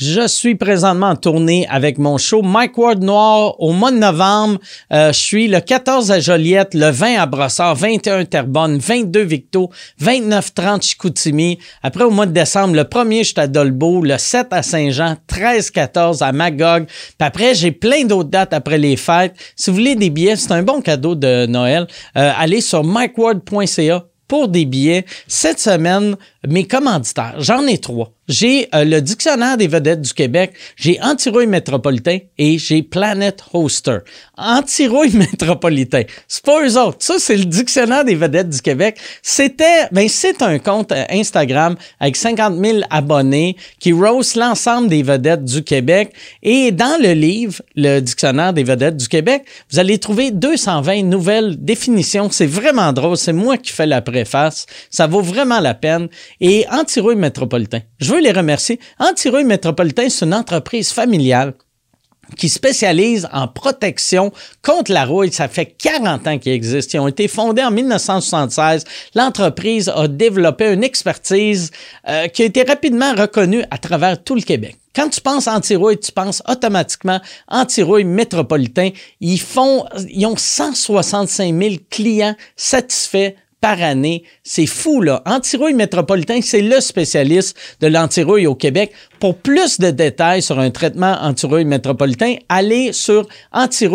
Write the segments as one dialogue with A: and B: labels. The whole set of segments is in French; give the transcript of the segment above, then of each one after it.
A: Je suis présentement en tournée avec mon show Mike Ward Noir au mois de novembre. Euh, je suis le 14 à Joliette, le 20 à Brossard, 21 Terrebonne, 22 Victo, 29 30 Chicoutimi. Après au mois de décembre, le 1er je suis à Dolbeau, le 7 à Saint-Jean, 13 14 à Magog. Puis après j'ai plein d'autres dates après les fêtes. Si vous voulez des billets, c'est un bon cadeau de Noël. Euh, allez sur mikeward.ca pour des billets. Cette semaine, mes commanditaires, j'en ai trois. J'ai euh, le Dictionnaire des vedettes du Québec, j'ai Antirouille Métropolitain et j'ai Planet Hoster. Antirouille Métropolitain, c'est pas eux autres. Ça, c'est le Dictionnaire des vedettes du Québec. C'était, ben, c'est un compte euh, Instagram avec 50 000 abonnés qui roast l'ensemble des vedettes du Québec. Et dans le livre, le Dictionnaire des vedettes du Québec, vous allez trouver 220 nouvelles définitions. C'est vraiment drôle. C'est moi qui fais la préface. Ça vaut vraiment la peine et Antirouille Métropolitain. Je veux les remercier. Antirouille Métropolitain, c'est une entreprise familiale qui spécialise en protection contre la rouille. Ça fait 40 ans qu'ils existent. Ils ont été fondés en 1976. L'entreprise a développé une expertise euh, qui a été rapidement reconnue à travers tout le Québec. Quand tu penses anti-rouille, tu penses automatiquement anti-rouille métropolitain. Ils font, ils ont 165 000 clients satisfaits par année. C'est fou, là. Antirouille métropolitain, c'est le spécialiste de l'antirouille au Québec. Pour plus de détails sur un traitement antirouille métropolitain, allez sur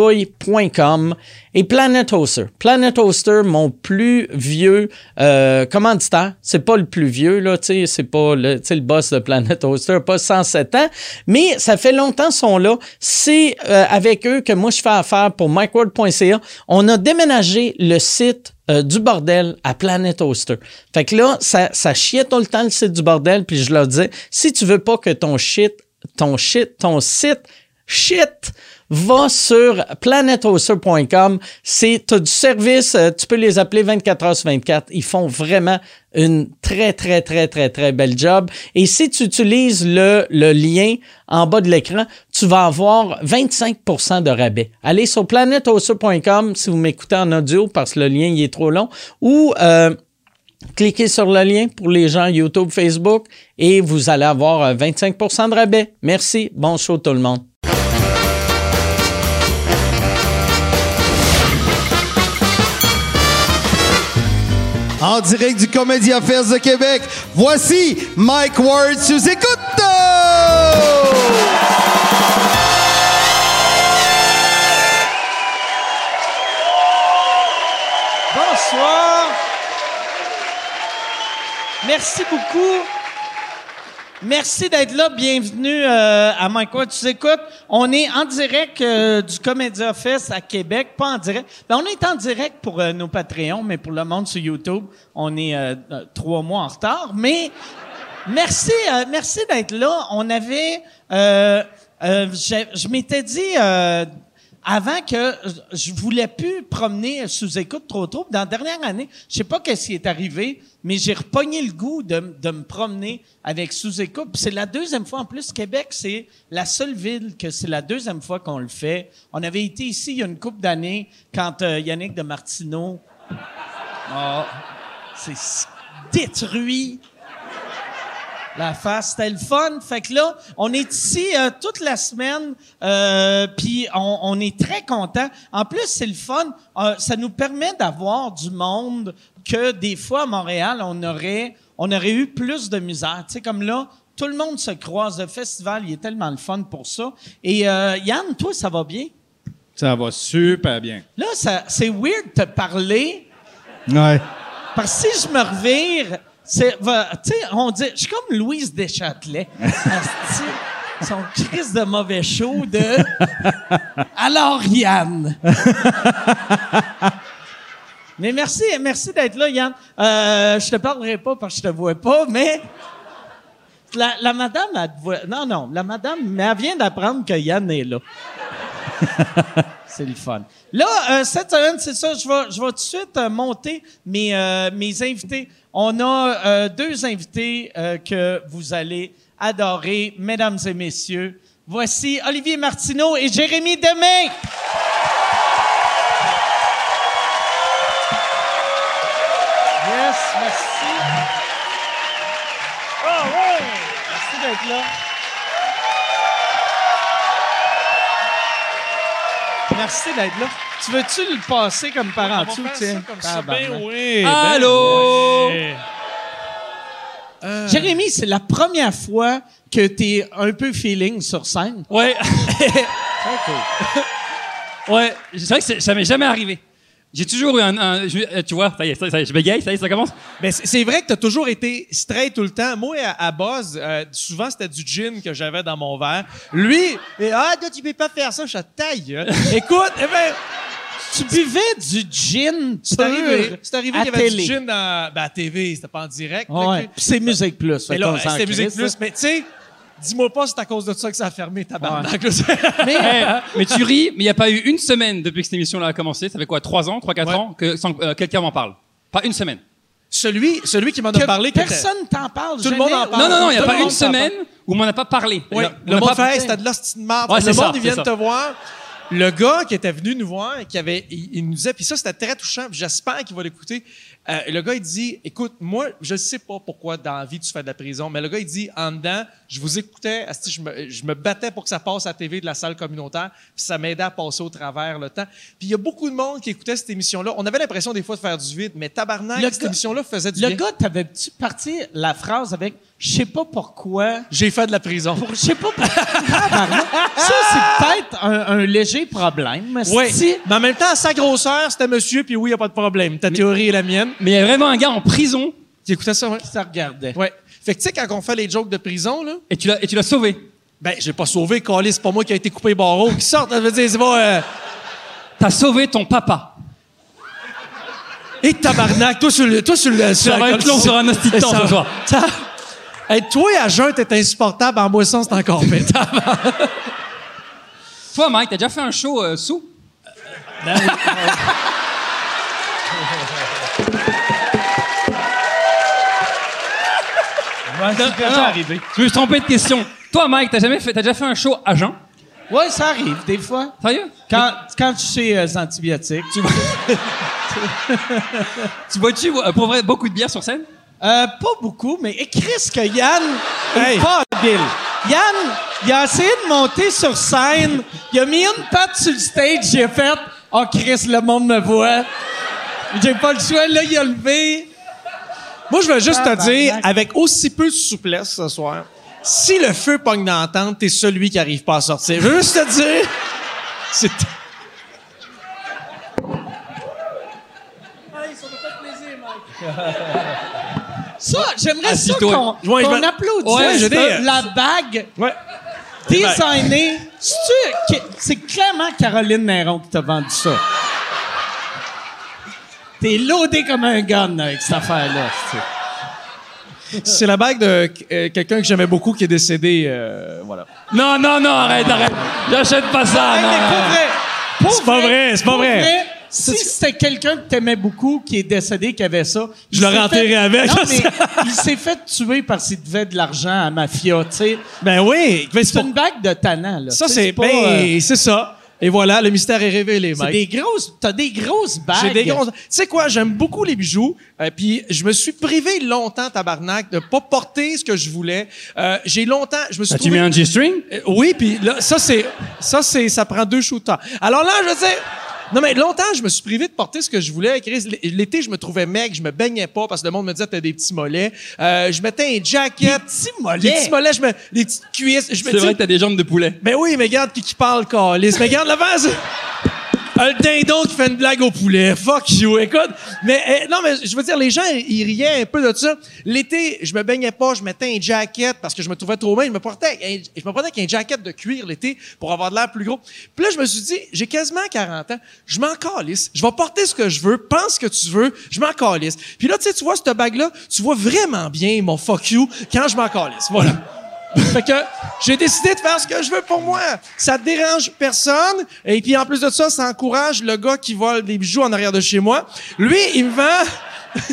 A: antirouille.com et Planet Hoster. Planet Hoster, mon plus vieux euh, commanditaire. C'est pas le plus vieux, là, tu sais, c'est pas le, tu sais, le boss de Planet Hoster, pas 107 ans, mais ça fait longtemps qu'ils sont là. C'est euh, avec eux que moi, je fais affaire pour micworld.ca. On a déménagé le site euh, du bordel à Planet Hoster. Fait que là, ça, ça chiait tout le temps le site du bordel, puis je leur disais, si tu veux pas que ton shit, ton shit, ton site, shit, va sur planethoster.com. C'est as du service, euh, tu peux les appeler 24 heures sur 24. Ils font vraiment une très, très, très, très, très belle job. Et si tu utilises le, le lien en bas de l'écran, tu vas avoir 25 de rabais. Allez sur planethoster.com si vous m'écoutez en audio parce que le lien il est trop long ou euh, cliquez sur le lien pour les gens YouTube, Facebook et vous allez avoir euh, 25 de rabais. Merci. Bon show tout le monde.
B: En direct du Comédia Fest de Québec, voici Mike Ward sous écoute!
A: Bonsoir. Merci beaucoup. Merci d'être là. Bienvenue euh, à Mike Ward. Tu écoutes. On est en direct euh, du Comédia Fest à Québec. Pas en direct. Ben, on est en direct pour euh, nos Patreons, mais pour le monde sur YouTube, on est euh, euh, trois mois en retard. Mais merci, euh, merci d'être là. On avait, euh, euh, j'ai- je m'étais dit. euh, avant que je voulais plus promener sous écoute trop trop. Dans la dernière année, je sais pas qu'est-ce qui est arrivé, mais j'ai repogné le goût de, m- de me promener avec sous écoute. Puis C'est la deuxième fois en plus. Québec, c'est la seule ville que c'est la deuxième fois qu'on le fait. On avait été ici il y a une couple d'années quand euh, Yannick de Martineau, ah, c'est s- détruit la face, c'était le fun. Fait que là, on est ici euh, toute la semaine, euh, puis on, on est très content. En plus, c'est le fun. Euh, ça nous permet d'avoir du monde que des fois à Montréal, on aurait, on aurait eu plus de misère. Tu sais, comme là, tout le monde se croise. Le festival, il est tellement le fun pour ça. Et euh, Yann, toi, ça va bien?
C: Ça va super bien.
A: Là, ça, c'est weird de te parler.
C: Ouais.
A: Parce que si je me revire, c'est. va- Tu sais, on dit. Je suis comme Louise Deschâtelet. Asti, Son crise de mauvais show de. Alors, Yann. mais merci, merci d'être là, Yann. Euh, je te parlerai pas parce que je te vois pas, mais. La, la madame, elle te voit. Non, non, la madame, mais elle vient d'apprendre que Yann est là. C'est le fun. Là, euh, cette semaine, c'est ça, je vais, je vais tout de suite euh, monter mes, euh, mes invités. On a euh, deux invités euh, que vous allez adorer, mesdames et messieurs. Voici Olivier Martineau et Jérémy Demain. Yes, merci.
D: Ah
A: Merci d'être là.
C: merci d'être là. Tu veux-tu le passer comme par en
E: On va
C: dessous,
E: faire
C: tu sais?
E: ça comme
D: Ah,
E: ça,
C: Tabarnak.
E: ben oui.
D: Eh euh,
A: Allô?
E: Ben
C: Jérémy, c'est la première fois que tu es un peu feeling sur scène.
E: oui. Ouais. ouais, c'est vrai que c'est- ça m'est jamais arrivé. J'ai toujours eu un. un- je- euh, tu vois, ça y est, ça, ça- je bégaye, ça y est, ça commence.
D: Mais Ben, c'est c'est vrai que t'as toujours été straight tout le temps. Moi, à, à Buzz, euh, souvent, c'était du gin que j'avais dans mon verre. Lui, et, ah, toi, tu peux pas faire ça, je taille. Écoute, eh ben,
C: Tu buvais du gin
D: c'est arrivé,
C: pur
D: c'est arrivé,
C: à
D: il y avait
C: télé.
D: du gin dans, ben, à TV, c'était pas en direct.
C: Ah ouais.
D: Fait que-
C: Puis c'est Musique Plus.
D: Mais
C: fait
D: là,
C: qu'on s'en
D: c'était Musique
C: crisse, hein.
D: Plus,
C: ça.
D: mais tu sais, dis-moi pas c'est à cause de ça que ça a fermé, tabarnak.
C: Mais
E: Hey, mais tu ris, mais il n'y a pas eu une semaine depuis que cette émission-là a commencé. Ça fait quoi, 3 ans, 3-4
D: Ouais.
E: ans que sans que, euh, quelqu'un m'en parle Pas une semaine.
D: celui, celui qui m'en
C: que
D: a parlé, que
C: personne t'en parle.
D: Tout le monde en parle.
E: non, non, non, il n'y a
D: tout le
E: pas une
D: monde s'en
E: semaine où on m'en a pas parlé.
D: Oui,
E: On a- on
D: le
E: a
D: monde
E: pas-
D: fait, Hey, c'était de l'hostie de merde.
E: Ouais,
D: le
E: c'est
D: monde,
E: ça,
D: ils viennent
E: c'est
D: te
E: ça.
D: voir. Le gars qui était venu nous voir, et qui avait, il, il nous disait, puis ça, c'était très touchant, puis j'espère qu'il va l'écouter. Euh, le gars, il dit, écoute, moi, je sais pas pourquoi dans la vie tu fais de la prison, mais le gars, il dit, en dedans, je vous écoutais, asti, je me, je me battais pour que ça passe à la TV de la salle communautaire, puis ça m'aidait à passer au travers le temps. Puis il y a beaucoup de monde qui écoutait cette émission-là. On avait l'impression des fois de faire du vide, mais tabarnak,
C: Le
D: cette
C: gars-
D: émission-là faisait du
C: Le
D: bien.
C: gars, t'avais-tu parti la phrase avec « Je sais pas pourquoi ».
D: J'ai fait de la prison.
C: Pour- Je sais pas pourquoi. Tabarnak. Ça, c'est peut-être un, un léger problème.
D: Oui.
C: Si-
D: Mais en même temps, sa grosseur, c'était monsieur, puis oui, il a pas de problème. Ta théorie est la mienne.
E: Mais il y a vraiment un gars en prison
D: Tu écoutais ça, ouais?
C: qui se regardait.
D: Ouais. Fait que tu sais, quand on fait les jokes de prison, là,
E: et tu l'as et tu l'as sauvé.
D: ben, j'ai pas sauvé, Calais, c'est pas moi qui a été coupé les barreaux, qui sortent, je veux dire, c'est pas. euh,
E: T'as sauvé ton papa.
D: Et tabarnak, toi sur le. Toi sur le.
E: Ça va être long sur un hostie de temps, ce soir.
D: Ça- Hey, toi, à jeun, t'es insupportable, en boisson, c'est encore pire.
E: Toi, Mike, t'as déjà fait un show euh, sous Ben
C: Ouais, c'est
E: Non, non. Ah, Je me suis trompé de question. Toi, Mike, t'as jamais fait, t'as déjà fait un show à Jean
C: Ouais, ça arrive, des fois.
E: Sérieux
C: Quand, quand tu sais euh, antibiotiques. tu vois.
E: Tu bois-tu euh, pour vrai beaucoup de bière sur scène
C: Euh, pas beaucoup, mais écris que Yann
D: Hey.
C: est pas habile. Yann, il a essayé de monter sur scène. Il a mis une patte sur le stage. J'ai fait « Oh, Chris, le monde me voit. » J'ai pas le choix. Là, il a levé.
D: Moi, je veux juste te
C: Tabarnak.
D: dire, avec aussi peu de souplesse ce soir, si le feu pogne dans la tente, t'es celui qui arrive pas à sortir. Je veux juste te dire, c'est.
C: Ça, j'aimerais ça
E: Assis-toi.
C: qu'on
D: Ouais, je
C: qu'on
D: me-
C: applaudisse
D: Ouais, je
C: la-
D: dis-
C: la bague
D: Ouais.
C: designée. C'est-tu- que- C'est clairement Caroline Néron qui t'a vendu ça. T'es loadé comme un gun avec cette affaire-là. c'est-tu.
D: C'est la bague de euh, quelqu'un que j'aimais beaucoup qui est décédé. euh, voilà.
E: Non, non, non, arrête, arrête. J'achète pas ça.
C: Hey,
E: non,
C: mais
E: non, non.
C: pour vrai, pour
D: C'est pas vrai, c'est pas
C: pour
D: vrai.
C: Si c'était quelqu'un que t'aimais beaucoup qui est décédé, qui avait ça,
D: Je
C: il
D: l'aurais
C: s'est
D: enterré
C: fait-
D: avec,
C: Non,
D: je
C: mais
D: sais.
C: il s'est fait tuer parce qu'il devait de l'argent à mafia. tu sais.
D: Ben oui, ben c'est
C: C'est
D: pour-
C: une bague de tannant. Là.
D: ça
C: Tu sais,
D: c'est
C: pas,
D: ben,
C: euh,
D: c'est ça. Et voilà, le mystère est révélé,
C: C'est
D: mec.
C: des grosses. T'as des grosses bagues.
D: J'ai des grosses- Tu sais quoi, j'aime beaucoup les bijoux. euh, Puis je me suis privé longtemps, tabarnak, de pas porter ce que je voulais. Euh, J'ai longtemps, je me suis trouvé-
E: G-string
D: Euh, oui, puis là, ça c'est, ça c'est, ça prend deux shooters. Alors là, je veux dire, non mais longtemps, je me suis privé de porter ce que je voulais. Chris, l- L'été, je me trouvais mec, je me baignais pas parce que le monde me disait t'as des petits mollets. Euh, je mettais un jacket,
C: petits
D: des
C: mollets.
D: petits mollets, je me, des petites cuisses. Je me
E: C'est
D: dis-
E: vrai que t'as des jambes de poulet.
D: Ben oui, mais regarde qui, qui parle, Calis. Mais regarde l'avant, c'est- Ah, le dindon qui fait une blague au poulet. Fuck you, écoute. Mais euh, non, mais je veux dire, les gens, ils riaient un peu de ça. L'été, je me baignais pas, je mettais un jacket parce que je me trouvais trop maigre. Je me portais, avec un- je me prenais avec un jacket de cuir l'été pour avoir de l'air plus gros. Puis là, je me suis dit, j'ai quasiment 40 ans, je m'en calisse. Je vais porter ce que je veux, pense ce que tu veux, je m'en calisse. Puis là, tu sais, tu vois cette bague-là, tu vois vraiment bien mon fuck you quand je m'en calisse. Voilà. Fait que j'ai décidé de faire ce que je veux pour moi. Ça dérange personne. Et puis en plus de ça, ça encourage le gars qui vole des bijoux en arrière de chez moi. Lui, il me vend.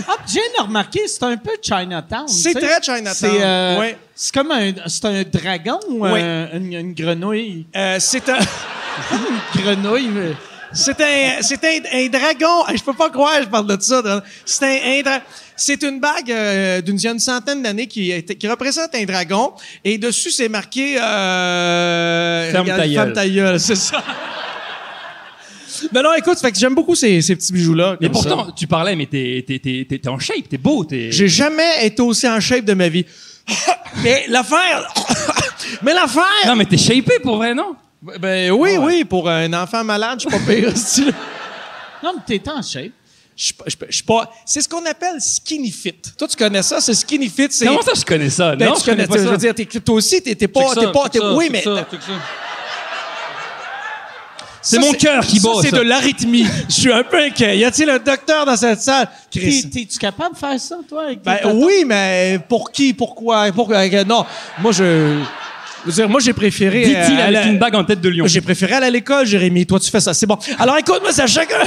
C: Ah, puis j'ai remarqué, c'est un peu Chinatown. tu
D: C'est
C: sais.
D: très Chinatown,
C: C'est euh,
D: ouais.
C: c'est comme un, c'est un dragon ou
D: Oui.
C: un- une, une grenouille.
D: euh, c'est un,
C: Une grenouille. mais-
D: c'est un, c'est un, un dragon. Je peux pas croire que je parle de ça. C'est un, un dra- c'est une bague euh, d'une d'une centaine d'années qui, est- qui représente un dragon. Et dessus, c'est marqué. Euh,
E: Ferme ta gueule.
D: Ferme ta gueule, c'est ça. Non, non, écoute, fait que j'aime beaucoup ces, ces petits bijoux-là.
E: Mais
D: comme ça.
E: pourtant, tu parlais, mais t'es, t'es, t'es, t'es- t'es en shape, t'es beau, t'es.
D: J'ai jamais été aussi en shape de ma vie. Mais l'affaire. Mais l'affaire.
E: Non, Ah mais t'es shapé pour vrai, non?
D: Ben oui, oui, pour un enfant malade, je suis pas pire. si tu veux.
C: Non, mais t'es en shape.
D: Je suis pas- je suis pas- je suis pas. C'est ce qu'on appelle skinny fit. Toi, tu connais ça? C'est skinny fit. C'est.
E: Comment ça, je connais ça?
D: Ben,
E: non,
D: tu
E: je connais
D: connais,
E: pas
D: Je
E: ça.
D: veux dire, t'es- toi aussi, t'es t'es
E: Check
D: pas.
E: ça,
D: t'es pas
E: check
D: t'es-
E: ça,
D: oui,
E: check
D: mais.
E: ça, check ça.
D: C'est
E: mon cœur qui bat,
D: C'est
E: ça.
D: de l'arythmie. Je suis un peu inquiet. Y a-t-il un docteur dans cette salle?
C: T'es-
D: Chris.
C: T'es-tu capable de faire ça, toi? Avec
D: Ben
C: tes tatons?
D: oui, mais pour qui? Pourquoi? Pourquoi? Euh, Non, moi, je. Je veux dire, moi, j'ai préféré.
E: Dit-il
D: euh,
E: avec
D: aller-
E: une bague en tête de lion.
D: J'ai préféré aller à l'école, Jérémy. Toi, tu fais ça. C'est bon. Alors, écoute-moi, c'est à chacun.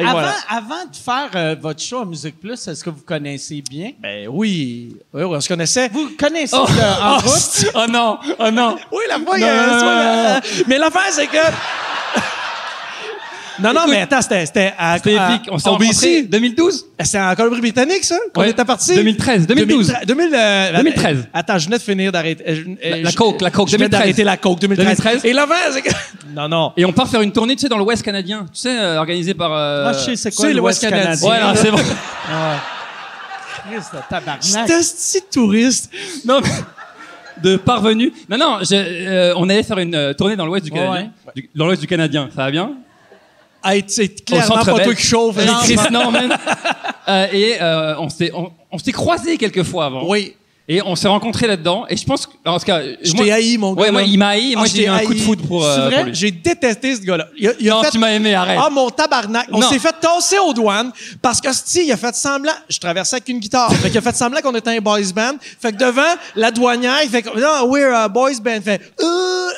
D: Et
C: avant,
D: voilà.
C: avant de faire euh, votre show à Musique Plus, est-ce que vous connaissez bien?
D: Ben oui. Oui, oui, on se connaissait.
C: Vous connaissez
E: Oh,
C: le en
E: oh,
C: route?
E: c'est- oh non, oh non.
D: Oui, la fois, il
E: Non,
D: y a-
E: non, non,
D: soit-
E: non, non.
D: Mais l'affaire, c'est que. Non, non, mais attends, c'était, c'était à,
E: C'était
D: à-
E: épique. On s'est
D: Ah, en
E: rencontrés
D: BC.
E: 2012?
D: C'était en Colombie-Britannique, ça? Qu'on
E: Ouais.
D: était parti?
E: 2013, 2012.
D: 2000, euh,
E: 2013.
D: Attends, je venais de finir d'arrêter. euh, je- euh,
E: La- la
D: je-
E: coke, la coke,
D: Je venais
E: 2013.
D: d'arrêter la coke, 2013.
E: 2013.
D: Et l'affaire, c'est que. Non, non.
E: Et on part faire une tournée, tu sais, dans l'Ouest canadien. Tu sais, euh, organisée par. euh,
C: Ah, je sais, c'est
D: tu
C: quoi
D: sais,
C: le
D: l'Ouest
C: West Canadien?
E: Ouais, non, c'est bon.
C: Christ, le tabarnak.
D: J'étais si touriste.
E: non, mais- de parvenu. Non, non, je- euh, on allait faire une euh, tournée dans l'Ouest du
C: Ouais,
E: Canadien. Du- dans l'Ouest du Canadien, ça va bien?
D: Hey, tu sais,
E: Au
D: clairement
E: Centre
D: pas
E: Bell.
D: toi qui hein. chauffe.
E: Et
D: Non,
E: Chris Norman. Euh, et euh, on s'est on, on s'est croisés quelques fois avant.
D: Oui.
E: Et on s'est rencontrés là-dedans. Et je pense que. En tout cas.
D: Je
E: moi-
D: t'ai haï, mon gars.
E: Ouais, moi, il m'a haï. et
D: Ah,
E: Moi,
D: je
E: j'ai
D: t'ai
E: eu un coup de
D: haï.
E: foudre pour, euh,
D: C'est vrai?
E: pour lui.
D: J'ai détesté ce gars-là. Il a- il a
E: Non,
D: fait-
E: tu m'as aimé, arrête.
D: Ah, mon tabarnak. On
E: Non.
D: s'est fait tasser aux douanes parce que, si il a fait semblant. Je traversais avec une guitare. fait qu'il a fait semblant qu'on était un boys band. Fait que devant, la douanière, il fait comme, non, we're a boys band. Fait, euh, euh,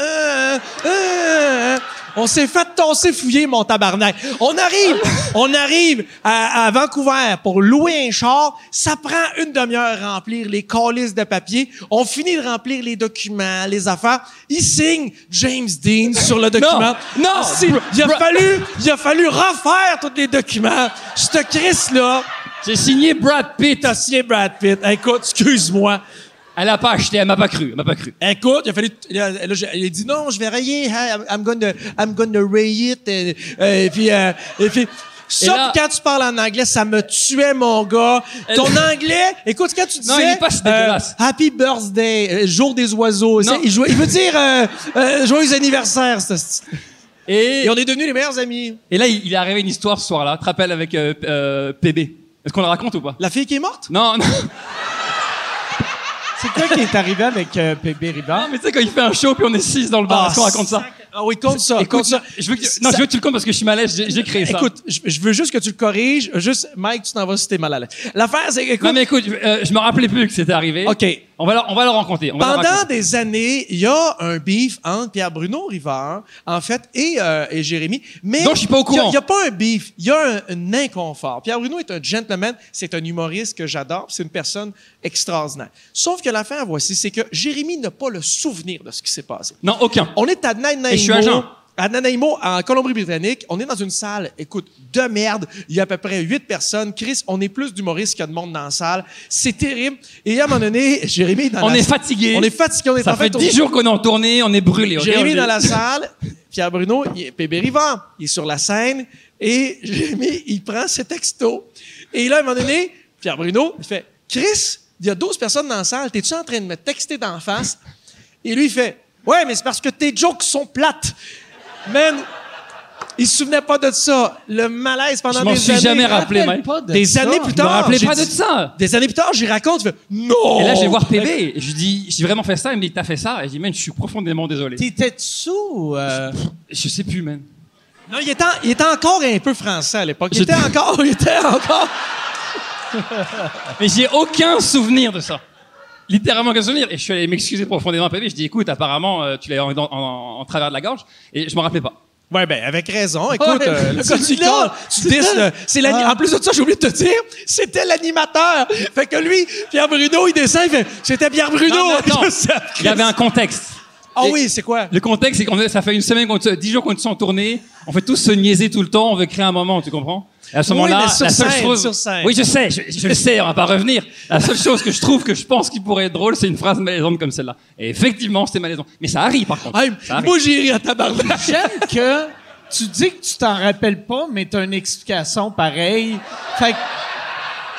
D: euh, euh, euh. On s'est fait tasser fouiller, mon tabarnak. On arrive, on arrive à, à Vancouver pour louer un char. Ça prend une demi-heure à remplir les calices de papier. On finit de remplir les documents, les affaires. Il signe James Dean sur le document.
E: Non!
D: Ah, si, il a fallu, il a fallu refaire tous les documents. Ce Chris-là,
E: J'ai signé Brad Pitt.
D: t'as signé Brad Pitt. Écoute, excuse-moi.
E: Elle a pas acheté, elle m'a pas cru. Elle m'a pas cru.
D: Écoute, il a fallu. il a- là, j'ai- il a dit non, je vais rayer. hein, I'm, I'm gonna, I'm gonna ray it. euh, euh, Et, puis, euh, et puis. Ça,
E: Et là-
D: puis quand tu parles en anglais, ça me tuait, mon gars.
E: Elle-
D: Ton anglais, écoute, quand tu disais...
E: Non, il est pas si dégueulasse.
D: Happy birthday, euh, jour des oiseaux.
E: Non.
D: c'est- Il, jouait- il veut dire euh, euh, joyeux anniversaire. ce style.
E: Et,
D: Et on est devenus les meilleurs amis.
E: et là, il il est arrivé une histoire ce soir-là. Tu te rappelles avec euh, euh, PB. Est-ce qu'on la raconte ou pas?
D: La fille qui est morte?
E: Non, non.
C: C'est quoi qui est arrivé avec euh, Pébé Ribard?
E: Mais tu sais, quand il fait un show puis on est six dans le bar,
D: Ah,
E: est-ce qu'on raconte ça?
D: sac- Ah oui, compte ça. compte
E: Écoute,
D: ça.
E: je veux que, non, je veux que tu le comptes parce que je suis mal à l'aise, j'ai- j'ai créé ça.
D: Écoute, je, je veux juste que tu le corriges. Juste, Mike, tu t'en vas si t'es mal à l'aise. L'affaire, c'est que, écoute,
E: Non, mais écoute, euh, je me rappelais plus que c'était arrivé.
D: OK.
E: On va, le- on va le rencontrer. on va le
D: pendant
E: raconter.
D: des années, il y a un beef entre Pierre Bruno Rivard, en fait, et, euh, et Jérémy. Mais
E: Non, je suis pas au
D: il y a-
E: courant.
D: Il n'y a, pas un beef, il y a un, un inconfort. Pierre Bruno est un gentleman, c'est un humoriste que j'adore, c'est une personne extraordinaire. Sauf que l'affaire, voici, c'est que Jérémy n'a pas le souvenir de ce qui s'est passé.
E: Non, aucun.
D: On est à Nanaimo.
E: Et je suis agent.
D: À Nanaimo, en Colombie-Britannique, on est dans une salle, écoute, de merde. Il y a à peu près huit personnes. Chris, on est plus d'humoristes qu'il y a de monde dans la salle. C'est terrible. Et à un moment donné, Jérémy est dans
E: On
D: la-
E: est fatigué.
D: On est fatigué. On est
E: Ça
D: en
E: fait
D: on-
E: dix jours qu'on est en tournée, on est brûlé. ok?
D: Jérémy
E: On est-
D: dans la salle, Pierre Bruno, il est Pébé Rivard, il est sur la scène, et Jérémy, il prend ses textos. Et là, à un moment donné, Pierre Bruno, il fait Chris, il y a 12 personnes dans la salle, t'es-tu en train de me texter d'en face? Et lui, il fait Ouais, mais c'est parce que tes jokes sont plates. Man, il se souvenait pas de ça. Le malaise pendant
E: Je m'en
D: des
E: suis
D: années.
E: jamais rappelé,
C: rappelle
E: Mike.
C: pas de
D: Des
C: ça.
D: années plus tard.
E: me rappelais
D: j'ai
E: pas de
D: dit-
E: ça.
D: Des années plus tard, j'y raconte, je fais Non!
E: Et là, je vais voir PB. Et je lui dis, j'ai vraiment fait ça. Il me dit, t'as fait ça. Et je dis, man, je suis profondément désolé.
C: T'étais dessous? Euh...
E: Je sais plus, man.
D: Non, il était, en- il était encore un peu français à l'époque. Il
E: Je-
D: était encore, il était encore.
E: Mais j'ai aucun souvenir de ça. Littéralement aucun souvenir. Et je suis allé m'excuser profondément à PB. Je dis, écoute, apparemment, euh, tu l'as en, en- en- en travers de la gorge. Et je m'en rappelais pas.
D: Ouais, ben avec raison. Écoute,
E: Ouais,
D: euh,
E: le
D: tu-
E: gars
D: tu
E: du
D: dis,
E: corps,
D: là, tu dis, le- c'est l'ani- En plus de ça, j'ai oublié de te dire, c'était l'animateur. Fait que lui, Pierre Bruno, il descend, il fait, c'était Pierre Bruno.
E: Non, mais attends.
D: Je sais,
E: Il y avait un contexte.
D: Ah
E: Et-
D: oui, c'est quoi?
E: Le contexte, c'est qu'on est- ça fait une semaine, qu'on se- dix jours qu'on est en tournée. On fait tous se niaiser tout le temps. On veut créer un moment, tu comprends Et À ce
D: Oui,
E: moment-là,
D: mais sur
E: la seule
D: scène,
E: chose.
D: sur scène.
E: Oui, je sais, je, je le sais. On va pas revenir. La seule chose que je trouve que je pense qui pourrait être drôle, c'est une phrase malaisante comme celle-là. Et effectivement, c'était malaisant. Mais ça arrive par contre.
D: Hey,
E: Ça arrive.
D: moi, j'ai ri à tabarnak.
C: J'aime que tu dis que tu t'en rappelles pas, mais t'as une explication pareille. Fait que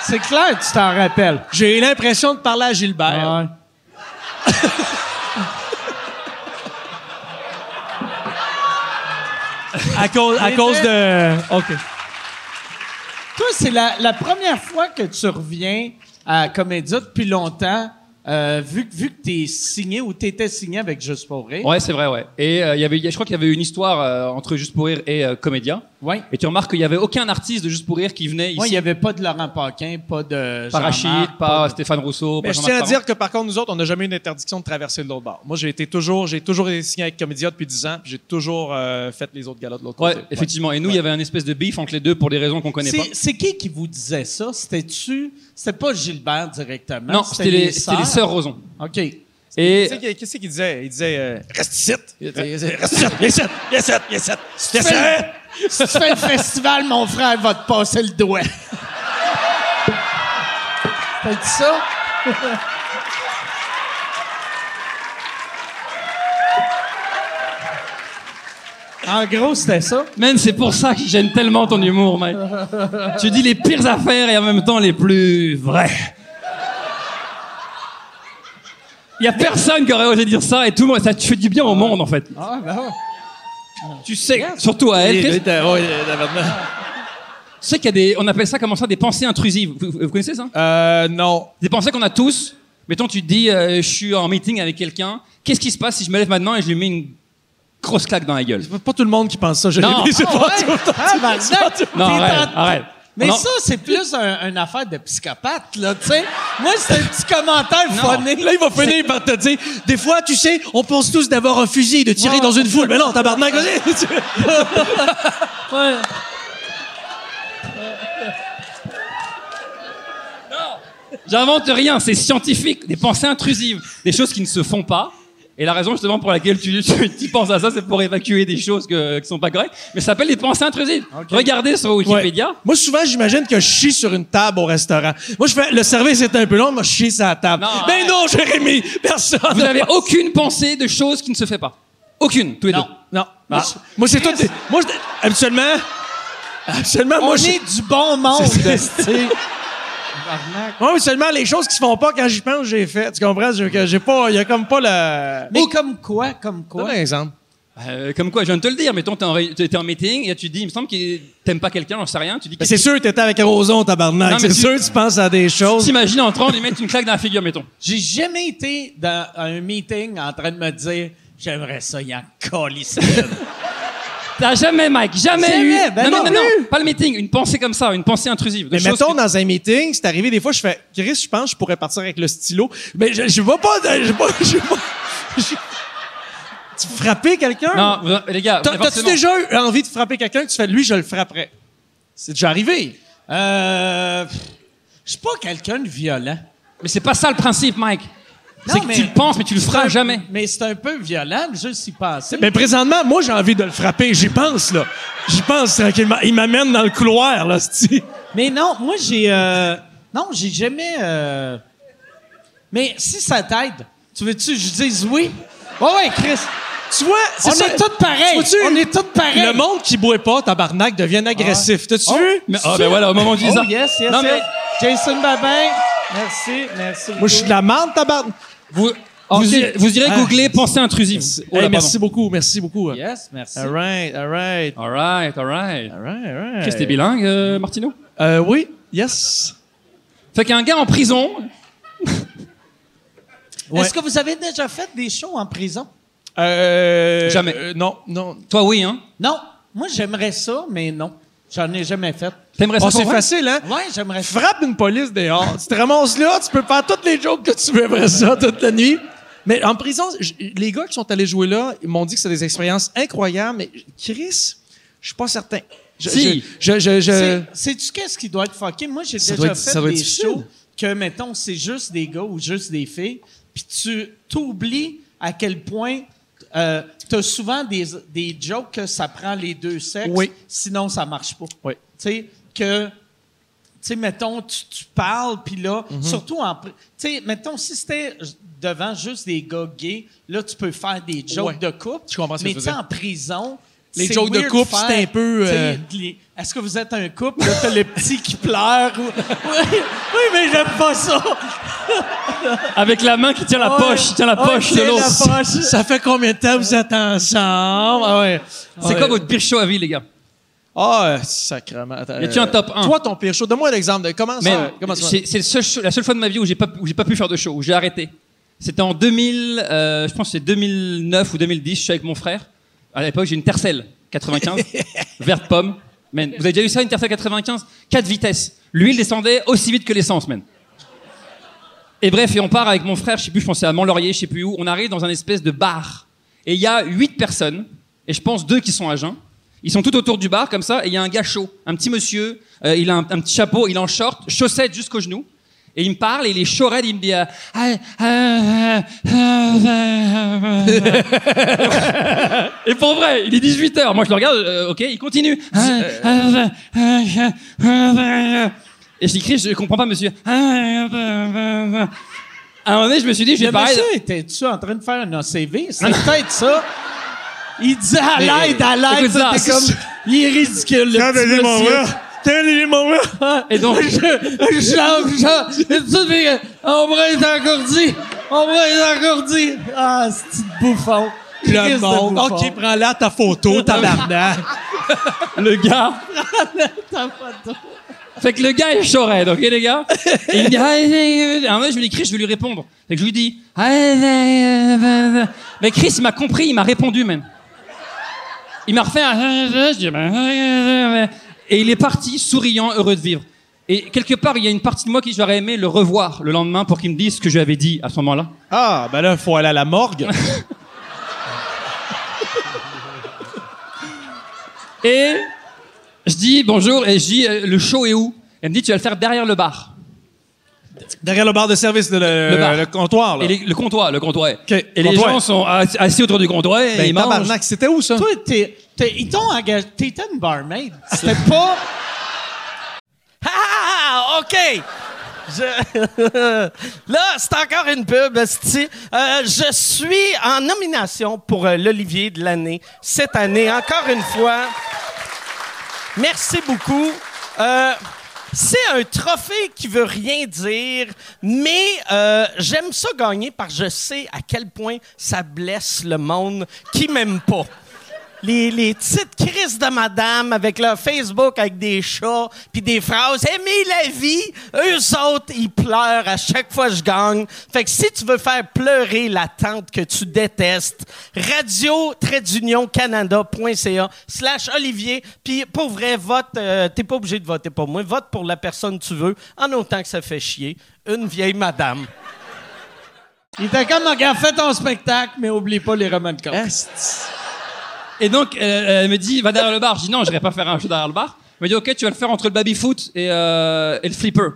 C: c'est clair que tu t'en rappelles.
D: J'ai l'impression de parler à Gilbert.
C: Ouais.
D: À cause, à
C: Mais
D: cause
C: fait-
D: de... OK.
C: Toi, c'est la, la première fois que tu reviens à Comédia depuis longtemps, euh, vu, que- vu que t'es signé ou t'étais signé avec Juste pour rire.
E: Ouais, c'est vrai, ouais. Et euh, il y avait, il y a- je crois qu'il y avait une histoire euh, entre Juste pour rire et euh, Comédien.
C: Ouais.
E: Et tu remarques qu'il y avait aucun artiste de Juste pour rire qui venait ici.
C: Moi, il n'y avait pas de Laurent Paquin, pas de
E: pas Rachid,
C: Jean-Marc,
E: pas Stéphane Rousseau, pas
D: Mais je
E: Jean-Marc
D: tiens à
E: Parent.
D: dire que par contre, nous autres, on n'a jamais eu d'interdiction de traverser de l'autre bord. Moi, j'ai été toujours, j'ai toujours été signé avec Comédia depuis 10 ans, puis j'ai toujours euh, fait les autres galas de l'autre
E: Ouais,
D: côté.
E: effectivement. Et nous, il y avait un espèce de beef entre les deux pour des raisons qu'on connaît pas.
C: C'est, c'est qui qui vous disait ça? C'était-tu... C'était pas Gilbert directement?
E: Non, c'était les, c'était les sœurs Roson.
C: OK.
E: Et
D: Qu'est-ce qu'il- Qu'est-ce qu'il disait? Il disait euh, Reste ici!
C: Si tu fais le festival, mon frère va te passer le doigt. T'as dit ça? En gros, c'était ça.
E: man, c'est pour ça que j'aime tellement ton humour, mec. tu dis les pires affaires et en même temps les plus vraies. Il y a personne qui aurait osé dire ça et tout le monde, ça te fait du bien au monde en fait.
C: Ah, ben ouais.
E: Tu sais, surtout à elle, Chris, tu sais qu'il y a des, on appelle ça comment ça, des pensées intrusives. Vous, vous- vous connaissez ça
D: Euh, non.
E: Des pensées qu'on a tous. Mettons, tu te dis, euh, je suis en meeting avec quelqu'un. Qu'est-ce qui se passe si je me lève maintenant et je lui mets une grosse claque dans la gueule
D: Pas tout le monde qui pense ça. Je
E: Non.
D: l'ai c'est pas tout le temps.
C: Tabarnak!
E: Non,
C: T'es
E: arrête,
C: en-
E: arrête.
C: Mais
E: Non.
C: ça, c'est plus un- une affaire de psychopathe, là, tu sais. Moi, c'est un petit commentaire funny.
D: Là, il va finir par te dire Des fois, tu sais, on pense tous d'avoir un fusil et de tirer
C: Ouais.
D: dans une foule. Mais non, tabarnak, vas-y. Tu-
E: J'invente rien, c'est scientifique, des pensées intrusives, des choses qui ne se font pas. Et la raison justement pour laquelle tu, tu, tu penses à ça, c'est pour évacuer des choses que, qui sont pas correctes. Mais ça s'appelle des pensées intrusives. Regardez sur Wikipédia.
D: Ouais. Moi, souvent, j'imagine que je chie sur une table au restaurant. Moi, je fais, le service est un peu long, moi, je chie sur la table.
E: Non,
D: ben
E: arrête.
D: non, Jérémy, personne.
E: Vous n'avez aucune pensée de choses qui ne se fait pas. Aucune, tous les deux.
D: Non.
E: Ah.
D: Moi, c'est tout. des- Moi, je- habituellement, habituellement,
C: On
D: moi, je.
C: est du bon monde,
D: C'est-
C: tu sais.
D: Moi, habituellement, les choses qui se font pas quand j'y pense, j'ai fait. Tu comprends? J'ai que j'ai pas, il y a comme pas le.
C: Mais comme quoi, comme
D: Donne
C: quoi?
D: un exemple.
E: Euh, comme quoi, je viens de te le dire. Mettons, t'es en, ré- t'es t'es en meeting et tu dis, il me semble que t'aimes pas quelqu'un, j'en sais rien. Tu dis,
D: Mais Ben, Bah, c'est sûr, t'étais avec Roson,
E: Non,
D: tabarnak.
E: mais
D: C'est
E: tu-
D: sûr, tu penses à des choses.
E: t'imagines en train de lui mettre une claque dans la figure, mettons.
C: J'ai jamais été dans un meeting en train de me dire j'aimerais ça, il y a encore
E: T'as jamais, Mike, jamais,
C: Jamais,
E: eu.
C: ben
E: non,
C: non
E: non, non, pas le meeting, une pensée comme ça, une pensée intrusive. de
D: bah Mais
E: choses
D: mettons,
E: que-
D: dans un meeting, c'est arrivé des fois, je fais, Chris, je pense que je pourrais partir avec le stylo. Mais je, je vais pas, je vais pas, je vais pas. je- Tu frappais quelqu'un?
E: Non, vous- les gars, vous
D: T'as-
E: avez
D: T'as-tu
E: forcément-
D: déjà eu envie de frapper quelqu'un que tu fais, lui, je le frapperais? C'est déjà arrivé.
C: Euh. pff, Je suis pas quelqu'un de violent.
E: Mais c'est pas ça le principe, Mike.
C: Non,
E: C'est que
C: mais-
E: tu le penses, mais tu le feras
C: C'est un-
E: jamais.
C: Mais c'est un peu violent, je suis passé.
D: Mais présentement, moi, j'ai envie de le frapper. J'y pense, là. J'y pense tranquillement. Il m'amène dans le couloir, là, c'ti.
C: Mais non, moi j'ai euh, non, j'ai jamais euh, Mais si ça t'aide, tu veux-tu que je dise oui Ouais ouais, Chris.
D: Tu vois, c'est
C: On
D: ça-
C: est tous pareils.
D: Tu vois-tu?
C: On est tous pareils.
D: Le monde qui boit pas, tabarnak, devient agressif. T'as-tu vu?
E: Mais- ah, ben voilà, au moment où tu dis
C: Oh
E: ça.
C: yes, yes,
E: non, mais
C: yes. Jason Babin. Merci, merci.
D: Moi, je suis de la merde, tabarnak.
E: vous,
D: Ok.
E: vous, irez- vous irez
D: Ah.
E: googler pensée intrusive. Oh là,
D: Hey,
E: pardon.
D: merci beaucoup, merci beaucoup.
C: Yes, merci.
D: All right, all right.
E: All right, all right.
D: All right, all right.
E: Qu'est-ce que t'es bilingue, euh, Martino
D: Euh, oui, yes.
E: Fait qu'un gars en prison,
D: Ouais.
C: Est-ce que vous avez déjà fait des shows en prison
D: Euh,
E: Jamais.
D: euh, non, non.
E: toi oui, hein
C: Non. Moi, j'aimerais ça, mais non. J'en ai jamais fait.
E: T'aimerais ça
D: Oh,
E: pour
D: c'est
E: vrai
D: facile, hein?
C: Ouais, j'aimerais ça.
D: Frappe une police dehors. tu te ramasses là, tu peux faire toutes les jokes que tu veux après ça toute la nuit. Mais en prison, j- les gars qui sont allés jouer là, ils m'ont dit que c'est des expériences incroyables, mais Chris, je suis pas certain. Je-
E: Si.
D: Je, je, je, je-
C: C'est- Sais-tu qu'est-ce qui doit être fucké? Moi, j'ai
D: Ça
C: déjà
D: doit être- ça
C: fait
D: doit être
C: des
D: difficile.
C: shows que, mettons, c'est juste des gars ou juste des filles, puis tu t'oublies à quel point euh, t'as souvent des, des jokes que ça prend les deux sexes,
D: Oui.
C: sinon ça marche pas.
D: Oui.
C: Tu sais, que, tu sais, mettons, tu, tu parles, puis là,
D: Mhm.
C: surtout en... pr- Tu sais, mettons, si c'était devant juste des gars gays, là, tu peux faire des jokes
D: Ouais.
C: de couple.
D: Je comprends ce que
C: Mais
D: tu veux
C: tu sais,
D: dire.
C: en prison...
D: Les
C: c'est
D: jokes de
C: weird
D: couple,
C: faire,
D: c'est un peu,
C: tu sais,
D: euh,
C: les- Est-ce que vous êtes un couple? Là, t'as le petit qui pleure. ou- Oui, oui, mais j'aime pas ça.
E: Avec la main qui tient la
C: Ouais.
E: poche, qui Oh, tient la
C: Ouais,
E: poche de
C: tiens, la
E: l'autre.
C: poche.
D: Ça fait combien de temps vous êtes ensemble? Ah ouais.
E: C'est quoi votre pire show à vie, les gars
D: Ah, sacrement.
E: Y a-tu un top un?
D: Toi, ton pire show. Donne-moi l'exemple. De... Comment
E: Mais
D: ça? Comment ça?
E: c'est c'est le seul show- la seule fois de ma vie où j'ai pas, où j'ai pas pu faire de show, où j'ai arrêté. C'était en 2000, euh, je pense que c'est 2009 ou 2010, je suis avec mon frère. À l'époque, j'ai une Tercel 95, verte pomme. Man, vous avez déjà eu ça, une Tercel 95 Quatre vitesses. L'huile descendait aussi vite que l'essence, man. Et bref, et on part avec mon frère, je sais plus, je pensais à Mont-Laurier, je sais plus où. On arrive dans un espèce de bar. Et il y a huit personnes, et je pense deux qui sont à jeun. Ils sont tout autour du bar, comme ça, et il y a un gars chaud, un petit monsieur, euh, il a un, un petit chapeau, il est en short, chaussettes jusqu'aux genoux. Et il me parle, et il est chaud raide, il me dit... euh, Ah, ah, ah, ah, ah. et pour vrai, il est 18h. Moi, je le regarde, euh, ok, il continue. Ah, ah, ah, ah, ah, ah, ah. Et je crie, je comprends pas, monsieur. Ah, ah, ah, ah, ah. À un moment donné, je me suis dit, je vais
C: Le
E: pareil.
C: monsieur était-tu en train de faire un ACV? C'est peut-être ça. Il disait à l'aide, à l'aide.
E: écoute ça,
C: C'était
E: c'est
C: comme,
E: sûr.
C: il est ridicule, le petit monsieur.
E: Et donc,
C: Je change, je change. Et tout de suite, On va être encore dit. On va être encore dit. Ah, ce petit bouffon. Christ
D: Le
C: de
D: monde.
C: bouffon.
D: OK, prends là ta photo, tabarnak.
E: le gars.
C: T'as pas de-
E: Fait que le gars est chaud raide, ok les gars Et il me dit, ah, euh, euh, un moment, je lui écris, je vais lui répondre. Fait que je lui dis, ah, euh, euh, euh. mais Chris il m'a compris, il m'a répondu même. Il m'a refait un, euh, euh, je dis, bah, euh, euh, euh. et il est parti souriant, heureux de vivre. Et quelque part, il y a une partie de moi qui j'aurais aimé le revoir le lendemain pour qu'il me dise ce que je lui avais dit à ce moment-là.
D: Ah, ben là, faut aller à la morgue.
E: Et je dis bonjour et je dis euh, le show est où Elle me dit tu vas le faire derrière le bar.
D: Derrière le bar de service, de le,
E: Le bar.
D: Euh, le comptoir. Là.
E: Et les- le comptoir, le comptoir.
D: Ok,
E: Et les
D: comptoir.
E: gens sont assis assis autour du comptoir et
D: Ben,
E: ils mangent.
D: tabarnak, c'était où, ça?
C: Toi, t'es, t'es- ils t'ont engagé. T'étais une barmaid. C'était pas.
F: Ah, OK. Je- Là, c'est encore une pub, esti. Euh, je suis en nomination pour euh, l'Olivier de l'année cette année, encore une fois. Merci beaucoup. Euh, c'est un trophée qui veut rien dire, mais euh, j'aime ça gagner parce que je sais à quel point ça blesse le monde qui m'aime pas. Les, les petites crises de madame avec leur Facebook avec des chats puis des phrases Aimez la vie! Eux autres, ils pleurent à chaque fois que je gagne. Fait que si tu veux faire pleurer la tante que tu détestes, radio canadaca slash Olivier. Puis pour vrai, vote. euh, T'es pas obligé de voter pour moi. Vote pour la personne que tu veux, en autant que ça fait chier. Une vieille madame.
C: Il était comme, regarde, fais ton spectacle, mais oublie pas les romans de corps.
D: Ah,
E: Et donc, euh, euh, elle me dit, va derrière le bar. Je dis, non, je pas faire un jeu derrière le bar. Elle me dit, ok, tu vas le faire entre le baby-foot et, euh, et le flipper.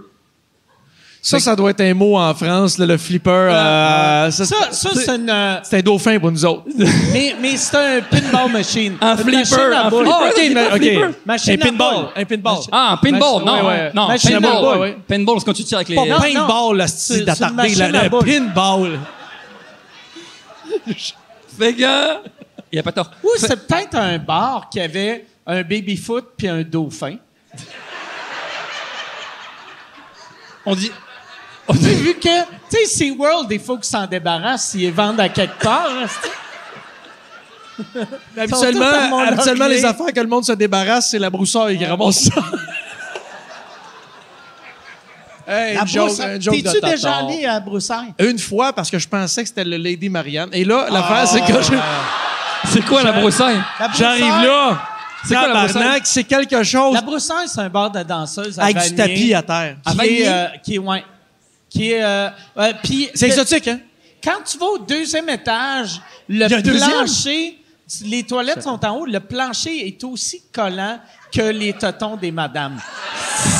D: Ça, ça doit être un mot en France, là, le flipper. euh, ça,
C: Ça, ça, c'est une. euh,
D: c'est un dauphin pour nous autres.
C: mais, mais c'est un pinball machine.
E: Un
C: Une
E: flipper,
C: machine à
E: un
C: boules.
E: flipper.
D: Ah,
E: c'est pas
D: OK,
E: flipper.
D: OK.
C: Machine
D: un
C: à
D: pinball.
C: ball.
D: Un pinball.
E: Ah, un pinball,
D: Machine-
E: non.
D: ouais, ouais.
E: Non,
D: Machine à
E: pinball.
D: ball, ouais.
E: Pinball, c'est quand tu tires avec les...
D: Pas
C: non,
D: pinball, là, c'est
C: c'est une
D: d'attardé.
C: machine à
D: Le
C: boules.
D: pinball.
E: Fait que, il a pas tort.
C: Ou c'est peut-être un bar qui avait un baby-foot puis un dauphin.
E: On dit,
C: J'ai vu que, tu sais, SeaWorld, il faut qu'ils s'en débarrassent, ils les vendent à quelque part. hein, c'est- Ils sont
D: Habituellement,
C: tous à mon
D: habituellement,
C: orgueil.
D: les affaires que le monde se débarrasse, c'est la broussaille qui ramasse ça. Hey,
C: La
D: une joke-
C: Broussaille-
D: un joke de
C: T'es-tu déjà
D: tatar.
C: allé à Broussailles?
D: Une fois, parce que je pensais que c'était le Lady Marianne. Et là, l'affaire, c'est que je-
E: c'est quoi la broussaille?
C: La Broussaille-
D: j'arrive là. C'est
E: quoi la broussaille?
D: C'est quelque chose
C: La Broussaille, c'est un bar de danseuses à
D: avec du
C: Vanier,
D: tapis à terre.
C: Qui
E: Vanier?
C: est, euh, qui est, ouais, qui est, euh, ouais, puis-
D: C'est exotique, hein?
C: Quand tu vas au deuxième étage, le
D: Il y a un deuxième?
C: plancher, les toilettes sont en haut, le plancher est aussi collant que les totons des madames.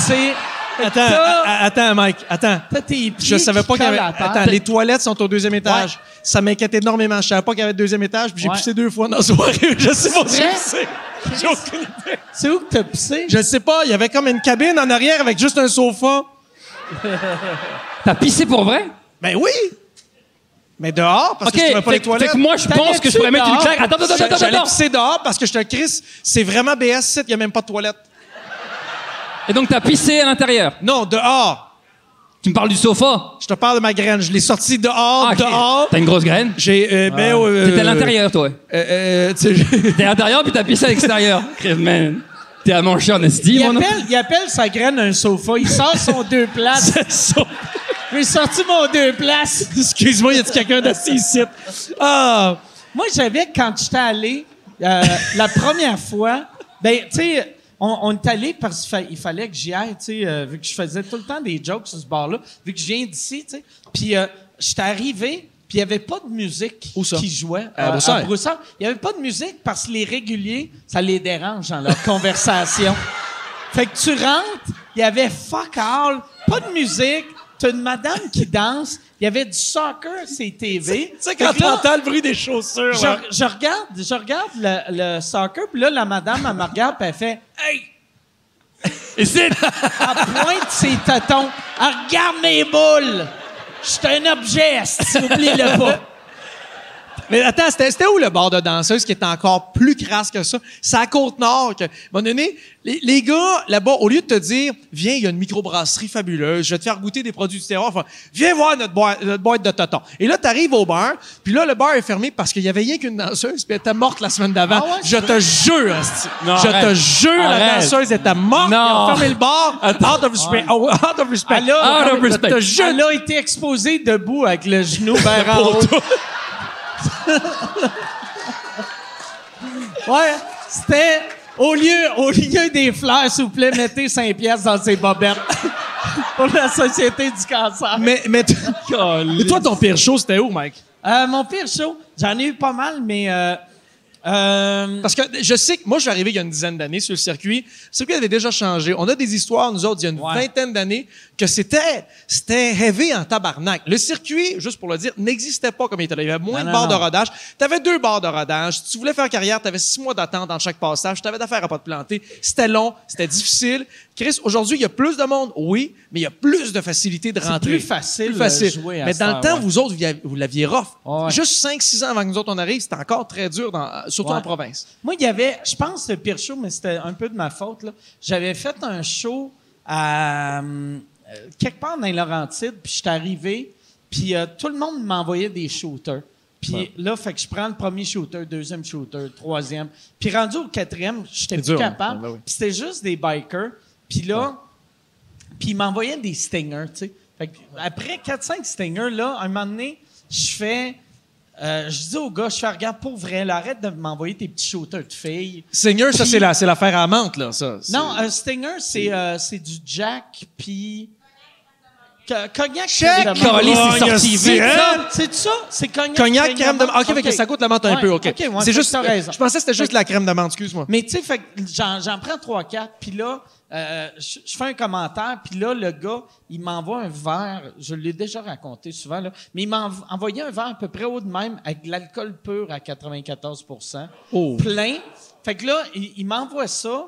C: C'est
D: Attends, a- attends, Mike, attends.
C: T'as tes pieds
D: Je savais
C: qui
D: pas qu'il y avait.
C: collent à terre.
D: Attends, les toilettes sont au deuxième étage. Ça m'inquiète énormément. Je savais pas qu'il y avait deuxième étage, puis j'ai
C: Ouais.
D: poussé deux fois dans la soirée. Je sais pas si
C: vrai?
D: je sais. J'ai aucune idée.
C: C'est où que t'as pissé?
D: Je sais pas, il y avait comme une cabine en arrière avec juste un sofa.
E: T'as pissé pour vrai?
D: Ben oui! Mais dehors, parce que je trouvais pas
E: fait,
D: les toilettes.
E: fait que moi, je
C: T'allais
E: pense que je pourrais mettre une
C: dehors?
E: claque. Attends, attends,
D: J'a-
E: attends, attends,
D: J'allais
E: attends.
D: pisser dehors parce que je te crisse. C'est vraiment BS, site, il y a même pas de toilette.
E: Et donc, t'as pissé à l'intérieur.
D: Non, dehors.
E: Tu me parles du sofa. Ah,
D: Je te parle de ma graine. Je l'ai sortie dehors,
E: ok.
D: dehors.
E: T'as une grosse graine.
D: J'ai, euh, ben, euh,
E: T'étais à l'intérieur, toi.
D: euh, euh, tu sais,
E: T'es à l'intérieur, puis t'as pissé à l'extérieur. Chris, man. T'es à manger en esti,
C: Il
E: mon homme.
C: appelle, il appelle sa graine un sofa. Il sort son deux places. J'ai sorti mon deux places.
D: Excuse-moi, y a-tu quelqu'un d'assis ici?
C: Ah! Moi, j'avais, quand j'étais allé, euh, la première fois, ben, tu sais, on, on est allé parce qu'il fa- il fallait que j'y aille, tu sais, euh, vu que je faisais tout le temps des jokes sur ce bar-là, vu que je viens d'ici, tu sais. Puis, euh, j'étais arrivé, puis il n'y avait pas de musique
D: Où ça?
C: qui jouait
D: À
C: euh,
D: Broussailles.
C: à Broussailles. Il n'y avait pas de musique parce que les réguliers, ça les dérange dans leur conversation. Fait que tu rentres, il y avait fuck all, pas de musique, t'as une madame qui danse, il y avait du soccer, c'est TV.
D: Tu sais, quand
C: Fait que là,
D: t'entends le bruit des chaussures. hein.
C: je, je regarde, je regarde le, le soccer, puis là, la madame, elle me regarde, puis elle fait Hey!
E: Et c'est.
C: Elle pointe ses tétons, elle regarde mes boules! J'suis un objet, si oublie-le pas!
D: Mais attends, c'était, c'était où le bar de danseuse qui était encore plus crasse que ça? C'est à Côte-Nord. Que, à un moment donné, les, les gars, là-bas, au lieu de te dire, viens, il y a une microbrasserie fabuleuse, je vais te faire goûter des produits du terroir, enfin, viens voir notre, boi- notre boîte de tonton. Et là, t'arrives au bar, puis là, le bar est fermé parce qu'il y avait rien qu'une danseuse, puis elle était morte la semaine d'avant.
C: Ah ouais,
D: je te jure, hostie.
E: Non,
D: je
E: arrête.
D: te jure, la
E: Arrête.
D: danseuse était morte.
E: Non.
D: Ils ont fermé le bar. Out of respect. Oh, out of respect.
C: Elle a-
E: Out of
D: Je te
E: respect.
D: jure.
C: Elle a été exposée debout avec le genou vers en haut. ouais, c'était au lieu, au lieu des fleurs, s'il vous plaît, mettez 5 pièces dans ses bobettes pour la Société du cancer.
D: Mais, mais, t- mais toi, ton pire show, c'était où, Mike?
C: Euh, mon pire show, j'en ai eu pas mal, mais euh, euh,
D: Parce que je sais que moi, je suis arrivé il y a une dizaine d'années sur le circuit. Le circuit avait déjà changé. On a des histoires, nous autres, il y a une vingtaine d'années, que c'était, c'était heavy en tabarnak. Le circuit, juste pour le dire, n'existait pas comme il était là. Il y avait moins de barres de rodage. Tu avais deux barres de rodage. Si tu voulais faire carrière, tu avais six mois d'attente dans chaque passage. Tu avais d'affaires à pas te planter. C'était long, c'était difficile. Chris, aujourd'hui, il y a plus de monde, oui, mais il y a plus de facilité de rentrer.
C: plus facile,
D: Plus facile.
C: euh, jouer à
D: mais
C: cette
D: dans le
C: heure,
D: temps,
C: ouais.
D: vous autres, vous y avez- vous l'aviez rough.
C: Ah ouais.
D: Juste 5-6 ans avant que nous autres, on arrive, c'était encore très dur, dans- surtout
C: Ouais.
D: en province.
C: moi, il y avait, je pense, le pire show, mais c'était un peu de ma faute. là. J'avais fait un show à, euh, quelque part dans les Laurentides, puis je suis arrivé, puis euh, tout le monde m'envoyait des shooters. Puis là, fait que je prends le premier shooter, deuxième shooter, troisième. Puis rendu au quatrième, j'étais plus
D: dur, hein?
C: capable.
D: Ben oui.
C: Puis c'était juste des bikers. Puis là... Puis il m'envoyait des stingers, tu sais. Fait que après 4-5 stingers, là, à un moment donné, je fais. euh, je dis au gars, je fais, regarde, pour vrai, là, arrête de m'envoyer tes petits shooters de filles.
D: Seigneur, ça,
C: Puis-
D: c'est la- c'est l'affaire à la menthe, là, ça. c'est-
C: Non, un stinger, c'est euh, c'est du Jack, puis. Co- Cognac,
D: Check!
C: crème de menthe.
E: Collé,
D: Oh,
E: c'est sorti
D: yes,
E: vite.
D: hein?
C: Ça, C'est ça? C'est cognac,
D: Cognac, crème de menthe. OK, fait que ça goûte la menthe un
C: Ouais,
D: peu, OK.
C: ouais, fait
D: c'est
C: que
D: juste.
C: t'as raison.
D: Je pensais que c'était juste la crème de menthe, excuse-moi.
C: Mais tu sais, fait que j'en, j'en prends trois, quatre, puis là, euh, je je fais un commentaire, puis là, le gars, il m'envoie un verre, je l'ai déjà raconté souvent, là, mais il m'a env- envoyé un verre à peu près haut de même avec de l'alcool pur à 94
D: Oh.
C: plein. Fait que là, il, il m'envoie ça,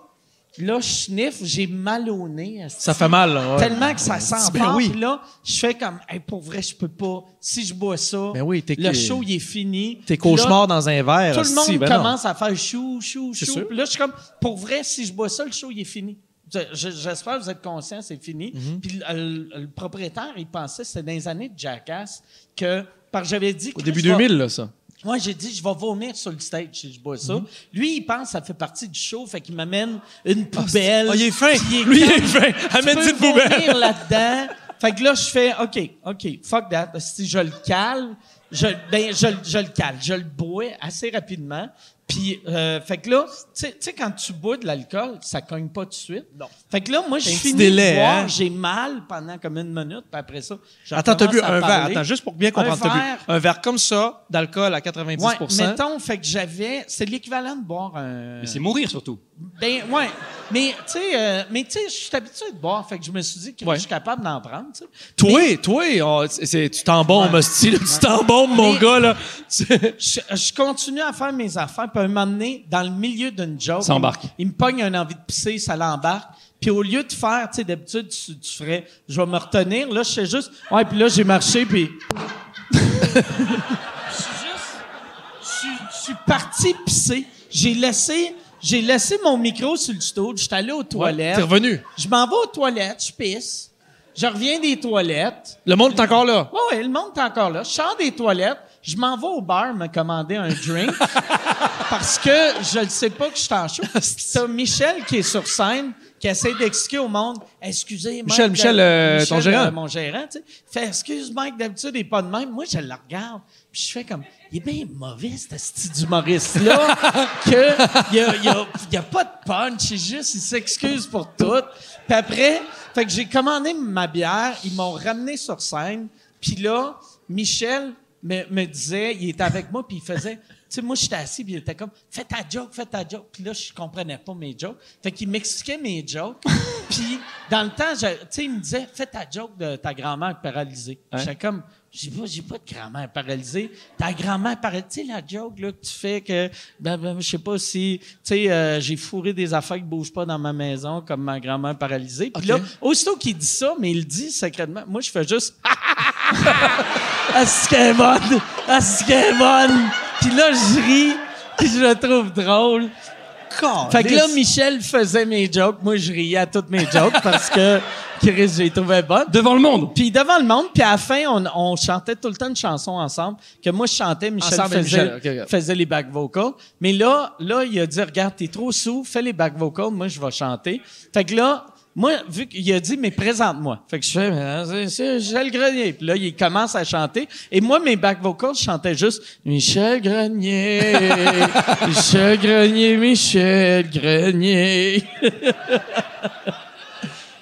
C: là, je sniffe, j'ai mal au nez. esti.
D: Ça fait mal, là. ouais.
C: Tellement que ça sent
D: Ben
C: fort.
D: oui.
C: Puis là, je fais comme, Hey, pour vrai, je peux pas. Si je bois ça,
D: Ben oui, t'es
C: le
D: que-
C: show, il est fini.
D: T'es
C: Puis là,
D: cauchemar dans un verre.
C: tout le monde
D: si, ben non.
C: commence à faire chou, chou,
D: C'est
C: chou.
D: sûr.
C: Puis là, je suis comme, pour vrai, si je bois ça, le show, il est fini. Je- je- J'espère que vous êtes conscients, c'est fini.
D: Mm-hmm.
C: Puis euh, le, le propriétaire, il pensait, c'était dans les années de Jackass, que, parce que j'avais dit...
D: Au début 2000, là, ça.
C: Moi, j'ai dit, je vais vomir sur le stage si je bois ça.
D: Mm-hmm.
C: Lui, il pense que ça fait partie du show, fait qu'il m'amène une poubelle.
D: Ah, il est fin.
C: Puis
D: Lui, il
C: comme,
D: est fin.
C: Tu
D: Amène-y
C: peux
D: une poubelle.
C: vomir là-dedans. Fait que là, je fais, OK, OK, fuck that. Si je le calme, je, ben, je, je le cale, je le bois assez rapidement. Puis, euh, fait que là, tu sais- tu sais, quand tu bois de l'alcool, ça cogne pas tout de suite. Non. Fait que là, moi, je
D: un petit
C: finis
D: délai,
C: de boire,
D: hein?
C: j'ai mal pendant comme une minute, puis après ça, je
D: Attends, t'as bu
C: recommence à
D: un verre.
C: parler.
D: Attends, juste pour bien comprendre,
C: Un
D: t'as bu
C: verre.
D: un verre comme ça, d'alcool à 90
C: Ouais, mettons, fait que j'avais... C'est l'équivalent de boire un...
E: Mais c'est mourir surtout.
C: Ben, ouais. Mais, tu sais, euh, mais, tu sais, je suis habitué de boire, fait que je me suis dit que
D: Ouais.
C: je suis capable d'en prendre, tu sais.
D: Toi, toi, on- c'est- c'est- tu t'embombes, hostie, là, tu t'embombes, mon
C: Mais-
D: gars, là. Tu-
C: je, je continue à faire mes affaires, puis à un moment donné, dans le milieu d'une joke,
E: Ça embarque.
C: Il, me pogne une envie de pisser, ça l'embarque. Puis au lieu de faire, tu sais, d'habitude, tu, tu ferais, je vais me retenir. Là, je sais juste, ouais, puis là, j'ai marché, puis. Je suis juste- je suis- je suis parti pisser. J'ai laissé, j'ai laissé mon micro sur le stool. J'étais allé aux toilettes.
D: T'es revenu.
C: Je m'en vais aux toilettes, je pisse. Je reviens des toilettes.
D: Le monde est encore là.
C: Ouais, ouais, le monde est encore là. Je sors des toilettes, je m'en vais au bar me commander un drink parce que je ne sais pas que je suis en show. T'as Michel qui est sur scène, qui essaie d'expliquer au monde Excusez, Mike,
D: Michel,
C: euh,
D: Michel, euh, ton gérant.
C: euh, mon gérant, tu sais. Fait Excuse, Mike, d'habitude, il n'est pas de même. Moi, je le regarde, puis je fais comme Il est bien mauvais, ce style d'humoriste-là, qu'il n'y a, il y a- il y a pas de punch, c'est juste, il s'excuse pour tout. Puis après, fait que j'ai commandé ma bière, ils m'ont ramené sur scène, puis là, Michel me, me disait, il était avec moi, puis il faisait, tu sais, moi, j'étais assis, puis il était comme, fais ta joke, fais ta joke. Puis là, je comprenais pas mes jokes. Fait qu'il m'expliquait mes jokes. puis dans le temps, je- tu sais, il me disait, fais ta joke de ta grand-mère paralysée. J'étais comme, j'ai pas, j'ai pas de grand-mère paralysée. Ta grand-mère paralysée, tu sais, la joke, là, que tu fais que, ben, ben, je sais pas si, tu sais, euh, j'ai fourré des affaires qui bougent pas dans ma maison, comme ma grand-mère paralysée. Puis là, aussitôt qu'il dit ça, mais il le dit secrètement, moi, je fais juste, est-ce qu'elle est bonne? Est-ce qu'elle est bonne? Puis là, je ris, puis je le trouve drôle. Fait que là, Michel faisait mes jokes. Moi, je riais à toutes mes jokes parce que Chris, je les trouvais bonnes.
E: Devant le monde.
C: Puis devant le monde, puis à la fin, on, on chantait tout le temps une chanson ensemble, que moi je chantais, Michel,
D: Ensemble
C: faisait,
D: avec Michel, ok, ok.
C: faisait les back vocals. Mais là, là, il a dit, regarde, t'es trop sous, fais les back vocals, moi je vais chanter. Fait que là, moi, vu qu'il a dit, mais présente-moi. Fait que je fais, Mais, hein, c'est- c'est Michel Grenier. Puis là, il commence à chanter. Et moi, mes back vocals, je chantais juste, Michel Grenier, Michel Grenier, Michel Grenier.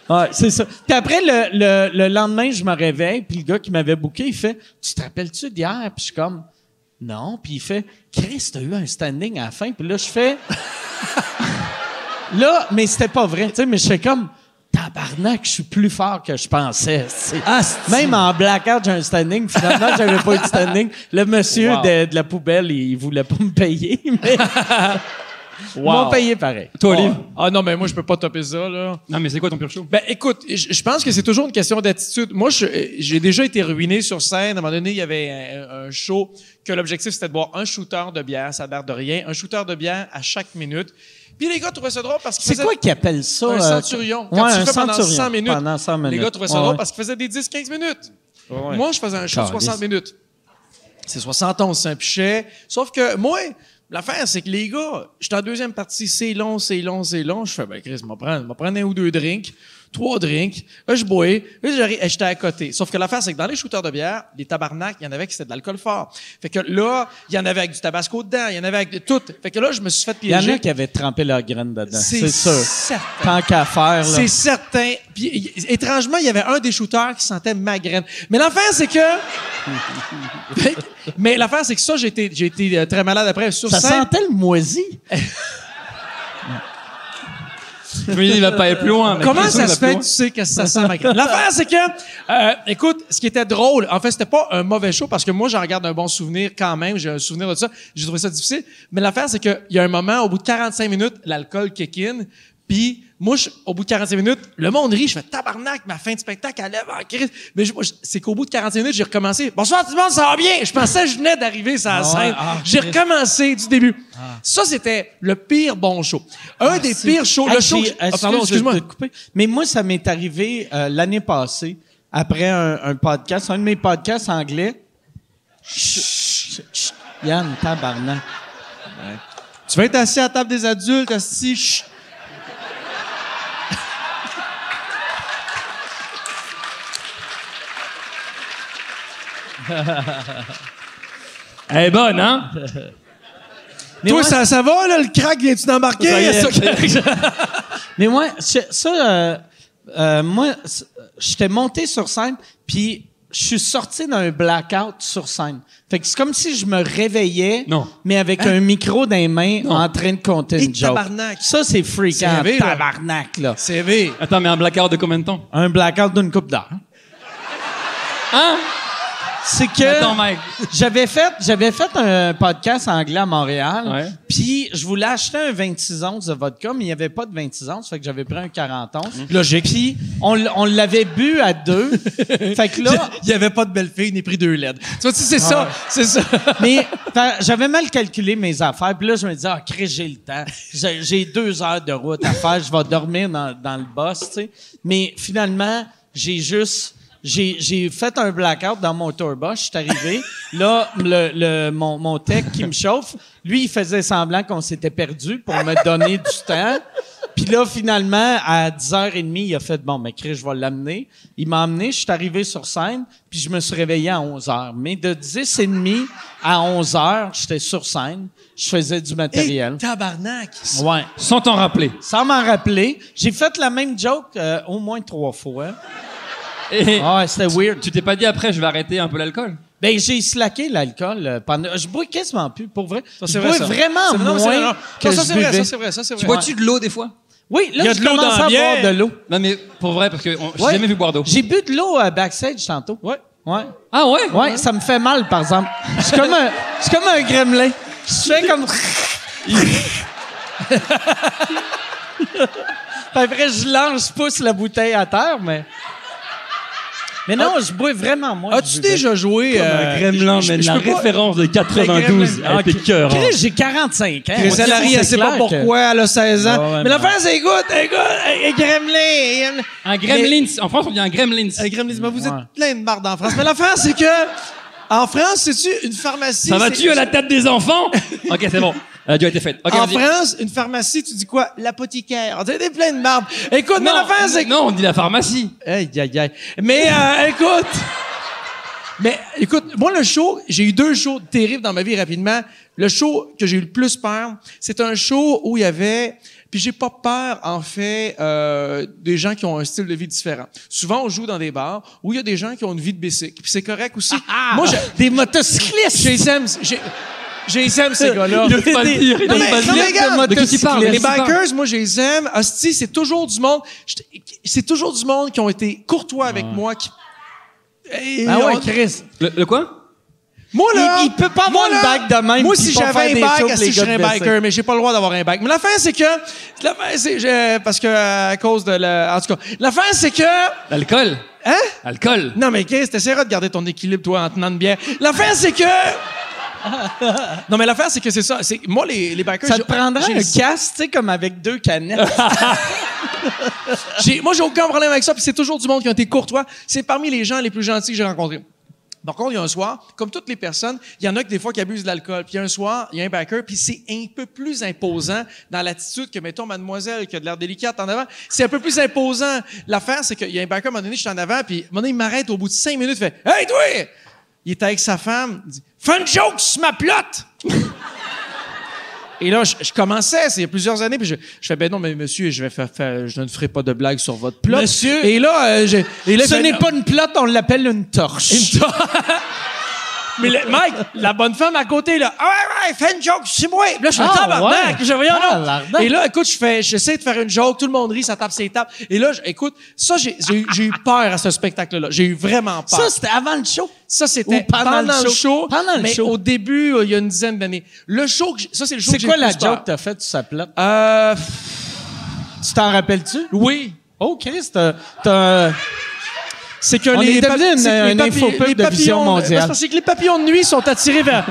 C: Ouais, c'est ça. Puis après, le, le, le lendemain, je me réveille, puis le gars qui m'avait booké, il fait « Tu te rappelles-tu d'hier? » Puis je suis comme « Non. » Puis il fait « Chris, t'as eu un standing à la fin. » Puis là, je fais... là, mais c'était pas vrai, tu sais, mais je fais comme « Tabarnak, je suis plus fort que je pensais. » C'est- Même en blackout, j'ai un standing. Finalement, j'avais pas eu de standing. Le monsieur
E: Wow.
C: de, de la poubelle, il, il voulait pas me payer, mais ils m'ont payé pareil.
E: Toi, Olive.
C: Oh.
D: Ah non, mais moi, je peux pas topper ça, là.
E: Oh. Non, mais c'est quoi ton pire show?
D: Ben écoute, je je pense que c'est toujours une question d'attitude. Moi, je- euh, j'ai déjà été ruiné sur scène. À un moment donné, il y avait un, un show que l'objectif c'était de boire un shooter de bière, ça a l'air de rien, un shooter de bière à chaque minute. Puis les gars trouvaient ça drôle parce que
C: C'est quoi qui appelle ça?
D: un
C: euh,
D: centurion quand
C: ouais,
D: tu le
C: un
D: fais pendant
C: centurion,
D: 100 minutes.
C: pendant 100
D: Les gars
C: minutes.
D: trouvaient ça
C: Ouais,
D: drôle
C: ouais.
D: parce qu'ils faisaient des 10-15 minutes. Moi, je faisais un show de
C: Caliste.
D: 60 minutes. C'est 71, c'est un pichet. Sauf que moi, l'affaire, c'est que les gars, je suis en deuxième partie, c'est long, c'est long, c'est long. Je fais, ben Chris, m'en prendre, m'en prendre un ou deux drinks, trois drinks. Là, je bois, là, j'arrive- j'étais à côté. Sauf que l'affaire, c'est que dans les shooters de bière, les tabarnak, il y en avait qui c'était de l'alcool fort. Fait que là, il y en avait avec du tabasco dedans, il y en avait avec de tout. Fait que là, je me suis fait
C: Il y en
D: piéger.
C: a qui avaient trempé leur graine dedans.
D: C'est
C: C'est sûr.
D: certain.
C: Tant qu'à faire, là.
D: C'est certain. Puis, y- étrangement, il y avait un des shooters qui sentait ma graine. Mais l'affaire, c'est que. Fait que- Mais l'affaire, c'est que ça, j'ai été, j'ai été euh, très malade après sur
C: Ça
D: scène.
C: sentait le moisi.
E: Je me dis, il va pas aller plus loin. mais
D: Comment
E: Chris,
D: ça
E: il va
D: se
E: plus
D: fait,
E: loin.
D: tu sais, que ça sent ma graine? L'affaire, c'est que, euh, écoute, ce qui était drôle, en fait, c'était pas un mauvais show parce que moi, j'en garde un bon souvenir quand même. J'ai un souvenir de ça. J'ai trouvé ça difficile. Mais l'affaire, c'est qu'il y a un moment, au bout de 45 minutes, l'alcool kick in. Puis, moi, je- au bout de 45 minutes, le monde rit. Je fais tabarnak, ma fin de spectacle, elle est en crise. Mais je- moi, je- c'est qu'au bout de 45 minutes, j'ai recommencé. Bonsoir tout le monde, ça va bien? Je pensais que je venais d'arriver sur la scène. j'ai recommencé du début. Ça, c'était le pire bon show. Un des pires shows.
C: Hey, euh,
D: le show.
C: j'ai-
D: Ah, pardon,
C: excuse de-
D: excuse-moi.
C: de te couper. Mais moi, ça m'est arrivé euh, l'année passée, après un, un podcast, un de mes podcasts anglais. Chut, chut, chut. Yann, tabarnak.
B: Tu vas être assis à la table des adultes, assis. chut.
E: Elle est bonne, hein?
A: Mais
D: Toi,
A: moi,
D: ça, ça va, là, le crack, viens-tu d'embarquer?
C: Mais moi, c'est- ça, euh, euh, moi, c'est- j'étais monté sur scène, puis je suis sorti d'un blackout sur scène. Fait que c'est comme si je me réveillais,
E: Non.
C: mais avec un micro dans les mains, en train de compter
D: Hein? Et
C: une joke.
D: tabarnak.
C: Ça, c'est freakant.
D: élevé, là.
C: tabarnak, là.
D: C'est vrai.
E: Attends, mais un blackout de combien de temps?
C: Un blackout d'une coupe d'heure.
E: Hein?
C: C'est que...
E: Attends, Mike.
C: J'avais fait, j'avais fait un podcast anglais à
E: Ouais.
C: Montréal. Puis je voulais acheter un 26 onces de vodka, mais il n'y avait pas de 26 onces, fait que j'avais pris un 40 onces.
E: Mhm.
C: Logique. Puis on, l- on l'avait bu à deux. fait que là,
D: Il n'y avait pas de belle fille, ni pris deux LED. Tu vois, tu sais,
E: Ah
D: c'est ça, c'est ça.
C: mais fa- j'avais mal calculé mes affaires. Puis là, je me disais, ah, crée, j'ai le temps. J'ai j'ai deux heures de route à faire. Je vais dormir dans, dans le boss, tu sais. Mais finalement, j'ai juste. J'ai j'ai fait un blackout dans mon tourbus. Je suis arrivé. Là, le, le- mon, mon tech qui me chauffe, lui, il faisait semblant qu'on s'était perdu pour me donner du temps. Puis là, finalement, à 10h30, il a fait Bon, mais Chris, je vais l'amener. Il m'a amené, je suis arrivé sur scène, puis je me suis réveillé à 11h. Mais de 10h30 à 11h, j'étais sur scène, je faisais du matériel.
D: tabarnak.
C: Ouais.
E: Sans t'en rappeler.
C: Sans m'en rappeler, j'ai fait la même joke euh, au moins trois fois.
E: Et
C: Ah, ouais, c'était weird.
E: tu t'es pas dit après, je vais arrêter un peu l'alcool?
C: Ben, j'ai slacké l'alcool euh, pendant. Je bois quasiment plus, pour vrai.
D: Ça,
C: Je
D: c'est
C: bois
D: vrai, ça.
C: vraiment
D: C'est- non, mais c'est vrai,
C: moins.
D: non.
C: que
D: Non, ça,
C: je
D: c'est vrai,
C: buvais.
D: ça, c'est vrai, ça, c'est vrai.
E: Tu bois-tu de l'eau des fois?
C: Oui,
D: Il
C: là,
D: y a
C: je
D: de l'eau
C: commence
D: dans la
C: à boire
D: bière.
C: de l'eau.
E: Non, mais pour vrai, parce que on- j'ai
C: Ouais.
E: jamais vu boire d'eau.
C: J'ai bu de l'eau à backstage tantôt. Ouais. Ouais.
E: Ah ouais?
C: Ouais, ça me fait mal, par exemple. Je suis comme un, je suis comme un gremlin. Je fais comme. Puis Après, je lance, je pousse la bouteille à terre, mais. Mais non, je bois vraiment moins.
D: Ah. As-tu déjà joué. euh,
E: Gremlin,
D: je-
E: mais
D: je
E: la
D: peux pas-
E: référence de 92
D: 92
E: à Ah, tes hein. cœurs.
C: Chris, j'ai 45 ans.
D: Chris,
C: On
D: elle
C: dit,
D: arrive, elle
C: c'est
D: sait pas
C: clair que-
D: pourquoi, elle a 16 ans.
C: Ouais, ouais,
D: mais
C: mais-
D: l'affaire, c'est écoute, écoute, et Gremlin.
E: Un Gremlins. En France, on dit un Gremlins.
D: Un Gremlin, mais vous
C: Ouais.
D: êtes plein de marde en France. Mais l'affaire, c'est que, en France, c'est-tu une pharmacie?
E: Ça
D: c'est-
E: va-tu à la table des enfants? ok, c'est bon. Elle a dû être faite. Ok,
D: En
E: vas-y.
D: France, une pharmacie, tu dis quoi? L'apothicaire. On dirait des plein de marde. Écoute, mais
E: Non,
D: l'affaire, c'est que...
E: non, on dit la pharmacie.
D: Aïe, aïe, aïe. Mais, euh, écoute... Mais, écoute, moi, le show, j'ai eu deux shows terribles dans ma vie rapidement. Le show que j'ai eu le plus peur, c'est un show où il y avait... Puis j'ai pas peur, en fait, euh, des gens qui ont un style de vie différent. Souvent, on joue dans des bars où il y a des gens qui ont une vie de bicycle. Puis c'est correct aussi.
E: Ah,
D: Moi, j'ai...
C: Des motocyclistes!
D: J'ai les aime, j'ai- j'ai les aime, ces gars-là.
E: Il n'ose pas le dire. Il
D: Non,
E: n'ose
D: mais-
E: pas le
D: non, mais
E: dire.
D: regarde,
E: de qui tu parles?
D: Les
E: Merci, parle.
D: bikers, moi, je les aime. Hostie, c'est toujours du monde. j'étais- C'est toujours du monde qui ont été courtois avec
E: Ah.
D: moi. Qui... Et
C: Ah ouais,
D: on-
C: Chris.
E: Le, le quoi?
D: Moi, là.
C: Il- il peut pas
D: moi,
C: avoir
D: là,
C: une bague de même
D: Moi,
C: puis
D: si
C: pas faire
D: j'avais un
C: des shows
D: bague,
C: pour
D: si
C: les
D: je
C: gars
D: serais un
C: de
D: biker,
C: blessés.
D: mais j'ai pas le droit d'avoir un bague. Mais l'affaire, c'est que. L'affaire, c'est. je- Parce que, euh, à cause de la. En tout cas, l'affaire, c'est que.
E: L'alcool.
D: Hein?
E: Alcool.
D: Non, mais Chris, t'essaieras de garder ton équilibre, toi, en tenant de bien. L'affaire, c'est que. Non, mais l'affaire, c'est que c'est ça. C'est... Moi, les, les bikers.
C: Ça
D: j'ai-
C: te prendrait
D: j'ai-
C: un casque, tu sais, comme avec deux canettes.
D: j'ai- Moi, j'ai aucun problème avec ça. Puis c'est toujours du monde qui a été courtois. C'est parmi les gens les plus gentils que j'ai rencontrés. Par contre, il y a un soir, comme toutes les personnes, il y en a qui des fois qui abusent de l'alcool. Puis il y a un soir, il y a un backer, puis c'est un peu plus imposant dans l'attitude que, mettons, mademoiselle qui a de l'air délicate en avant. C'est un peu plus imposant. L'affaire, c'est qu'il y a un backer, à un moment donné, je suis en avant, puis à un moment donné, il m'arrête au bout de cinq minutes, il fait « Hey, toi! » Il est avec sa femme, il dit « Fais une joke sur ma plotte! » Et là, je, je commençais, c'est il y a plusieurs années, puis je, je fais, ben non, mais monsieur, je vais faire, faire- je ne ferai pas de blague sur votre plot.
C: Monsieur,
D: Et là, euh, j'ai- et là,
C: Ce
D: il fait,
C: n'est pas une plotte, on l'appelle une torche.
D: Une tor- Mais le- Mike, la bonne femme à côté, là, ah ouais, ouais, fais une joke, c'est moi. Puis Là, je suis
C: Ah,
D: tabarnak,
C: ouais.
D: je reviens
F: Ah,
D: là.
C: Tabarnak.
D: Et là, écoute, je fais, j'essaie de faire une joke, tout le monde rit, ça tape ses tapes. Et là, je- écoute, ça, j'ai, j'ai eu- j'ai eu peur à ce spectacle-là. J'ai eu vraiment peur.
C: Ça, c'était avant le show.
D: Ça, c'était
C: Ou pendant le show. Pendant le
D: mais
C: show.
D: au début, euh, il y a une dizaine d'années. Le show, que j'ai- ça, c'est le show
C: C'est
D: que j'ai
C: quoi
D: le
C: la
D: plus peur.
C: joke que t'as faite sur sa plotte?
D: Euh, pff,
C: Ah, Tu t'en rappelles-tu?
D: oui.
C: Oh, Chris, t'as- t'as...
D: C'est que
C: On
D: les
C: est devenu
D: papi-
C: une-
D: c'est que les
C: un
D: papi-
C: infopub
D: les
C: de Vision
D: papillons-
C: mondiale.
D: Ben, c'est parce que les papillons de nuit sont attirés vers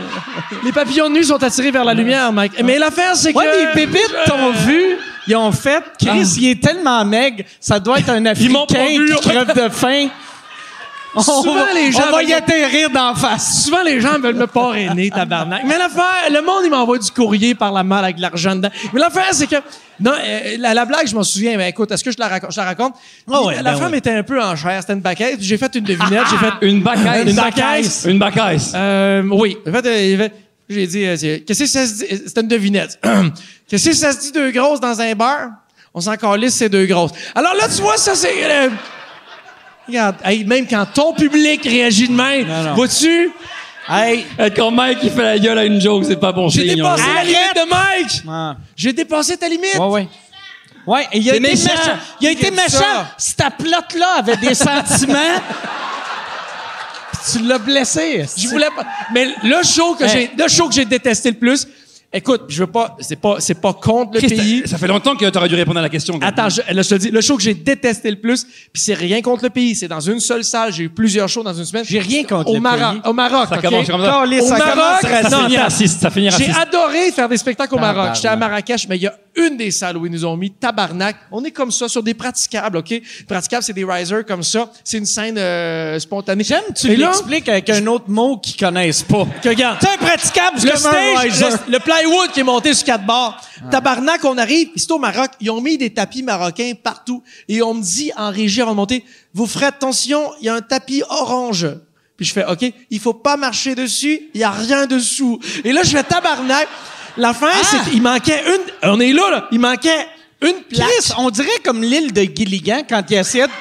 D: les papillons de nuit sont attirés vers la lumière, Mike. Mais l'affaire c'est
C: Ouais,
D: que
C: les pépites t'ont vu, ils ont fait. Ah. Chris, il est tellement maigre, ça doit être un Africain
D: m'ont pas vu,
C: qui
D: ouais.
C: crève de faim.
D: Souvent, les gens
C: On va y
D: veulent-
C: atterrir d'en face.
D: Souvent, les gens veulent me parrainer, tabarnak. Mais l'affaire, le monde, il m'envoie du courrier par la malle avec de l'argent dedans. Mais l'affaire, c'est que, non, euh, la, la blague, je m'en souviens, mais écoute, est-ce que je la raconte? Je la raconte.
C: ouais,
D: la
C: ben Ah!
D: femme était un peu en chair, c'était une baquette, puis j'ai fait une devinette, j'ai fait,
E: Ah. Une bacaise.
D: Une bacaise.
E: Une bacaise.
D: euh, oui. En fait, euh, il fait- j'ai dit, euh, c'est- qu'est-ce que ça se dit? C'était une devinette. qu'est-ce que ça se dit deux grosses dans un beurre? On s'en calisse, c'est deux grosses. Alors là, tu vois, ça, c'est... euh, regarde, hey, même quand ton public réagit de même,
C: non.
D: vois-tu?
C: Hey,
E: Euh, Quand Mike il fait la gueule à une joke, c'est pas bon
D: J'ai
E: signe,
D: dépassé
E: hein.
D: la limite de Mike!
C: Ah.
D: J'ai dépassé ta limite!
C: Ouais, ouais. Ouais, et il a
E: C'est
C: été
E: méchant.
C: méchant. Il a
D: Qui a
C: été
D: dit
C: méchant.
D: ça?
C: Cette aplotte-là avait des sentiments. Puis tu l'as blessé.
D: Je voulais pas. Mais le show que j'ai, le show que j'ai détesté le plus, écoute, je veux pas, c'est pas, c'est pas contre le
E: Chris,
D: pays.
E: t'as- Ça fait longtemps que t'aurais dû répondre à la question. gars.
D: Attends, je, là, je te le dis, le show que j'ai détesté le plus, puis c'est rien contre le pays, c'est dans une seule salle, j'ai eu plusieurs shows dans une semaine. J'ai
C: rien contre
D: au
C: le
D: Maroc,
C: pays.
D: Au Maroc,
E: Ça
D: ok?
E: commence comme ça.
D: Au Maroc,
E: Ça
D: non,
E: finit
D: attends.
E: raciste. Ça finit
D: J'ai
E: raciste.
D: adoré faire des spectacles au Maroc.
C: Tabarnak.
D: J'étais à Marrakech, mais il y a une des salles où ils nous ont mis tabarnak. On est comme ça, sur des praticables, OK? Praticables, c'est des risers comme ça. C'est une scène euh, spontanée.
C: J'aime, tu
D: Et là,
C: l'expliques avec un autre mot qu'ils connaissent pas.
D: que regarde,
C: C'est impraticable,
D: le
C: comme un
D: stage,
C: riser. Ah.
D: le, le plywood qui est monté sur quatre barres. Tabarnak, on arrive, ici au Maroc, ils ont mis des tapis marocains partout. Et on me dit en régie avant de monter, vous ferez attention, il y a un tapis orange. Puis je fais, OK, il faut pas marcher dessus, il y a rien dessous. Et là, je fais tabarnak. La fin,
C: Ah.
D: c'est qu'il manquait une, on est là, là, il manquait une
C: Chris,
D: place.
C: on dirait comme l'île de Gilligan quand il essayait de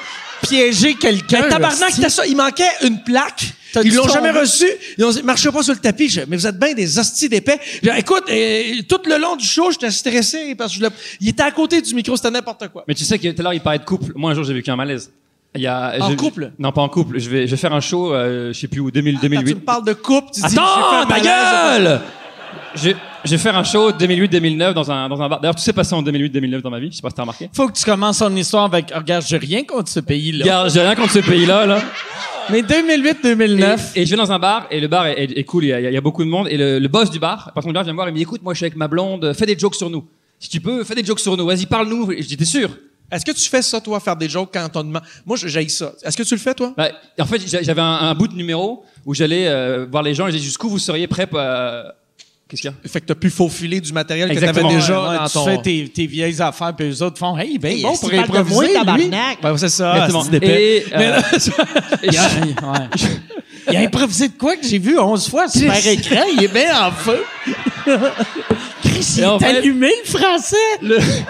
C: piéger quelqu'un.
D: Un tabarnak,
C: hostie.
D: c'était ça. Il manquait une plaque.
C: T'as
D: Ils
C: dû
D: l'ont jamais
C: tomber.
D: reçue. Ils ont dit, marchez pas sur le tapis. Je- mais vous êtes bien des hosties d'épais. Je- écoute, euh, tout le long du show, j'étais stressé parce que je voulais- il était à côté du micro, c'était n'importe quoi.
E: Mais tu sais que tout à l'heure, il parlait de couple. Moi, un jour, j'ai vécu un malaise. Il y a,
D: En
E: j'ai-
D: couple?
E: Non, pas en couple. Je vais, je vais faire un show, euh, je sais plus où, 2000,
D: Quand tu
E: 2008.
D: me parles de couple, tu dis,
E: Attends,
D: j'ai
E: ta
D: fait un malaise.
E: gueule je, je vais faire un show 2008-2009 dans un, dans un bar. D'ailleurs, tout s'est passé en 2008-2009 dans ma vie. Je sais pas si t'as remarqué.
C: Faut que tu commences ton histoire avec oh, Regarde, j'ai rien contre ce pays-là.
E: Regarde, j'ai rien contre ce pays-là, là.
C: Mais 2008-2009.
E: Et, et je vais dans un bar, et le bar est, est- est cool, il y, a- il y a beaucoup de monde, et le, le boss du bar, par contre, le bar vient me voir, il me dit, écoute, moi, je suis avec ma blonde, euh, fais des jokes sur nous. Si tu peux, fais des jokes sur nous, vas-y, parle-nous. Et Je dis, t'es sûr?
D: Est-ce que tu fais ça, toi, faire des jokes quand on demande? Moi, je- j'haïs ça. Est-ce que tu le fais, toi?
E: Bah, en fait, j'a- j'avais un, un bout de numéro où j'allais euh, voir les gens, et j'ai dit, jusqu'où vous seriez prêts pour, euh, Qu'est-ce qu'il y a?
D: Fait que t'as pu faufiler du matériel
E: Exactement.
D: que t'avais
C: Déjà,
D: déjà dans
C: tu
D: ton...
C: fais tes, tes vieilles affaires, puis eux autres font Hey, ben, bon,
D: est-ce
C: pour
D: qu'il parle de moi,
C: improviser, lui.
D: tabarnak? Ben, c'est ça.
E: Exactement.
D: c'est d'épais.
E: Et, euh, et je-
C: Ouais. Il a improvisé de quoi que j'ai vu 11 fois sur par écran? Il est bien en feu. Chris, il
E: Et en
C: est
E: fait-
C: allumé, le français.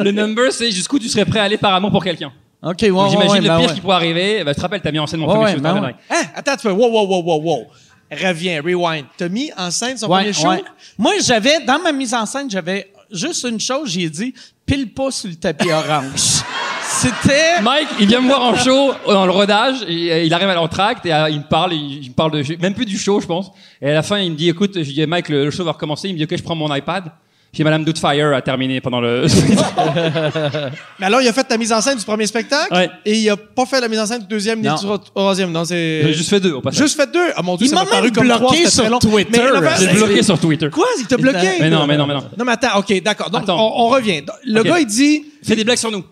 E: le number, c'est jusqu'où tu serais prêt à aller par amour pour quelqu'un.
C: OK, ouais,
E: Donc,
C: ouais,
E: J'imagine
C: ouais,
E: le
C: ben
E: pire
C: ouais.
E: qui pourrait arriver. Bah, tu te rappelles, t'as mis en scène mon
C: Ouais,
E: premier
C: ouais,
E: show,
C: ben
E: t'en
C: ouais.
E: rappelles.
D: Hein? Attends, tu fais wow, wow, wow, wow, wow. Reviens, rewind. T'as mis en scène son
C: Ouais,
D: premier show?
C: ouais. Moi, j'avais, dans ma mise en scène, j'avais juste une chose, j'ai dit, pile pas sur le tapis orange. C'était...
E: Mike, il vient me voir en show, euh, dans le rodage, et, euh, il arrive à l'entracte, et euh, il me parle, il, il me parle de, même plus du show, je pense. Et à la fin, il me dit, écoute, je dis, Mike, le, le show va recommencer, il me dit, ok, je prends mon iPad. Puis Madame Doubtfire a terminé pendant le...
D: Mais alors, il a fait ta mise en scène du premier spectacle
E: Ouais.
D: et il a pas fait la mise en scène du deuxième ni
C: Non.
D: du tro- troisième. Non, c'est.
E: J'ai juste fait deux, au passage.
D: Juste fait deux. Ah mon dieu,
C: Il
D: ça
C: m'a
D: m'a paru
C: même
D: comme
C: bloqué
D: trois, c'était
C: sur
D: très long.
C: Twitter.
D: Mais l'affaire,
E: J'ai
D: c'est-
E: bloqué sur Twitter.
D: Quoi? Il t'a bloqué?
E: Mais non, mais non, mais non.
D: Non, mais attends, OK, d'accord. Donc, on,
E: Attends.
D: on revient. Le
E: OK.
D: gars, il dit.
E: Fais des blagues sur nous.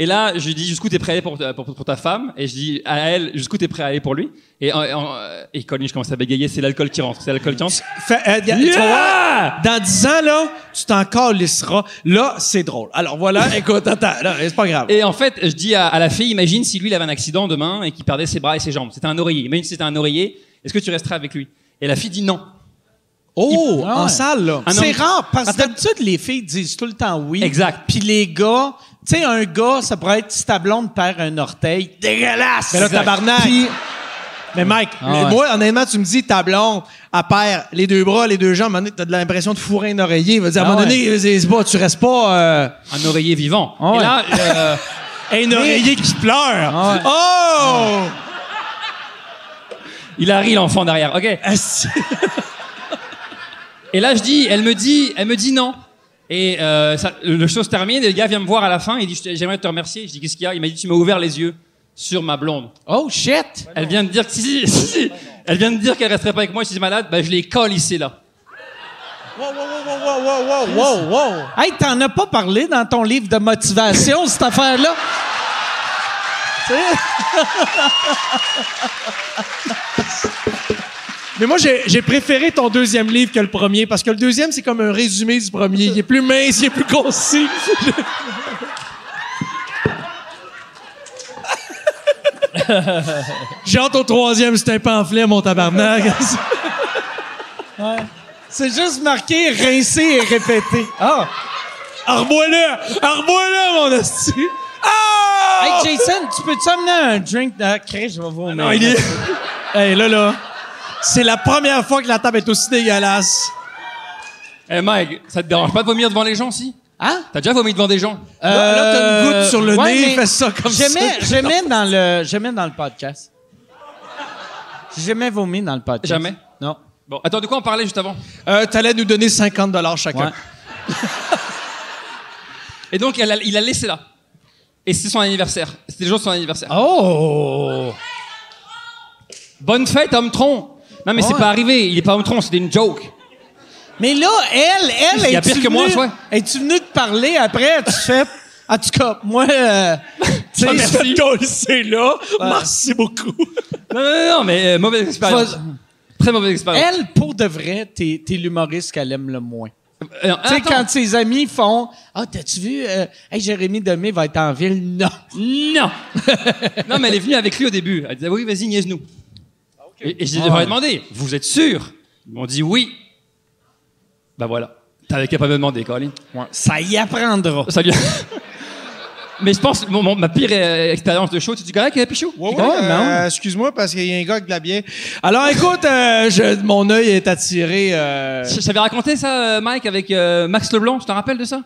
E: Et là, je lui dis jusqu'où t'es prêt à aller pour, euh, pour, pour ta femme, et je dis à elle jusqu'où t'es prêt à aller pour lui. Et, en- en- euh, et Colin, je commence à bégayer, c'est l'alcool qui rentre, c'est l'alcool qui rentre.
D: Fais- euh, tu vas voir, dans dix ans, là, tu t'en calisseras. Là, c'est drôle. Alors voilà, écoute, attends, là, c'est pas grave.
E: Et en fait, je dis à, à la fille, imagine si lui, il avait un accident demain et qu'il perdait ses bras et ses jambes. C'était un oreiller. Imagine si c'était un oreiller, est-ce que tu resterais avec lui Et la fille dit non.
D: oh,
C: Ah
D: en
C: ouais.
D: salle, là.
E: Ah non,
C: C'est
E: mais-
C: rare, parce que d'habitude, les filles disent tout le temps oui.
E: Exact.
C: Puis les gars, tu sais, un gars, ça pourrait être si ta blonde perd un orteil. Dégueulasse!
D: Mais là, tabarnak.
C: Puis,
D: Mais Mike,
C: Ah ouais.
D: moi, honnêtement, tu me dis, ta blonde, à paire, les deux bras, les deux jambes, à un moment donné, t'as de l'impression de fourrer un oreiller. Veux dire, à un
C: Ah
D: moment
C: ouais.
D: donné, c'est c'est pas, tu restes pas, euh,
E: Un oreiller vivant.
C: Ah
E: Et
C: ouais.
E: là, euh,
D: un oreiller qui pleure.
C: Ah ouais.
D: Oh!
E: il a ri l'enfant derrière. Ok.
D: Est-ce-
E: Et là, je dis, elle me dit, elle me dit non. Et euh, ça- le show se termine. Et le gars vient me voir à la fin. Il dit, Je- j'aimerais te remercier. Je dis, qu'est-ce qu'il y a Il m'a dit, tu m'as ouvert les yeux sur ma blonde.
C: oh shit!
E: Elle vient de dire que si, si, si, si. Elle vient de dire qu'elle resterait pas avec moi. Si j'étais malade, bah, je les colle ici là.
D: Wow, wow, wow, wow, wow, wow, wow, wow.
C: Hey, t'en as pas parlé dans ton livre de motivation, cette affaire-là?
D: Mais moi, j'ai j'ai préféré ton deuxième livre que le premier, parce que le deuxième, c'est comme un résumé du premier. Il est plus mince, il est plus concis. J'ai hâte au troisième, c'est un pamphlet, mon tabarnak.
C: C'est juste marqué rincer et répéter. Ah!
D: Arbois-le! Arbois-le, mon hostie! Ah!
C: Hey Jason, tu peux-tu amener un drink de ah, Chris, je vais vous
D: Non, il est... hey, là, là. C'est la première fois que la table est aussi dégueulasse.
E: Eh Mike, ça te dérange pas de vomir devant les gens, si
C: Hein?
E: T'as déjà vomi devant des gens
D: Là, là, t'as une goutte sur le
C: Euh, ouais,
D: nez,
C: mais
D: fais ça comme ça.
C: J'aimais, j'aimais dans le, j'aimais dans le podcast. J'ai Jamais vomi dans le podcast.
E: Jamais?
C: Non.
E: Bon, attends, de quoi on parlait juste avant
D: Euh, t'allais nous donner 50 chacun.
C: Ouais.
E: Et donc, elle a- il a laissé là. Et c'est son anniversaire. C'était le jour de son anniversaire.
C: Oh!
E: Bonne fête, homme tronc Non, mais c'est
C: Ouais.
E: pas arrivé. Il est pas homme tronc, c'était une joke.
C: Mais là, elle, elle,
E: Il y a
C: es-tu
E: pire que moi,
C: venue-
E: ouais.
C: Es-tu venu te parler après? As-tu fait? En tout cas, moi, euh, tu sais,
E: Ah, merci.
D: C'est là. Merci beaucoup.
E: Non, non, non, non, mais euh, mauvaise expérience.
C: Vas-
E: Très mauvaise expérience.
C: elle, pour de vrai, t'es, t'es l'humoriste qu'elle aime le moins.
E: Euh,
C: Tu sais,
E: attends.
C: quand ses amis font Ah, t'as-tu vu, euh, hey, Jérémy Demé va être en ville? Non.
E: Non Non, mais elle est venue avec lui au début. Elle disait, oui, vas-y, niaise-nous.
D: Ah,
E: Et, et je lui ai demandé, vous êtes sûr Ils m'ont dit oui. Ben voilà. T'avais qu'à pas me demander, Colin.
C: Ça y apprendra.
E: Ça lui a- Mais je pense, mon, mon- ma pire euh, expérience de show, tu dis correct, euh, Pichou
D: Ouais,
C: ouais, euh,
D: Excuse-moi parce qu'il y a un gars avec de la bière. Alors écoute, euh, je- mon œil est attiré. euh,
E: Je- J'avais raconté ça, euh, Mike, avec euh, Max Leblanc, tu t'en rappelles de ça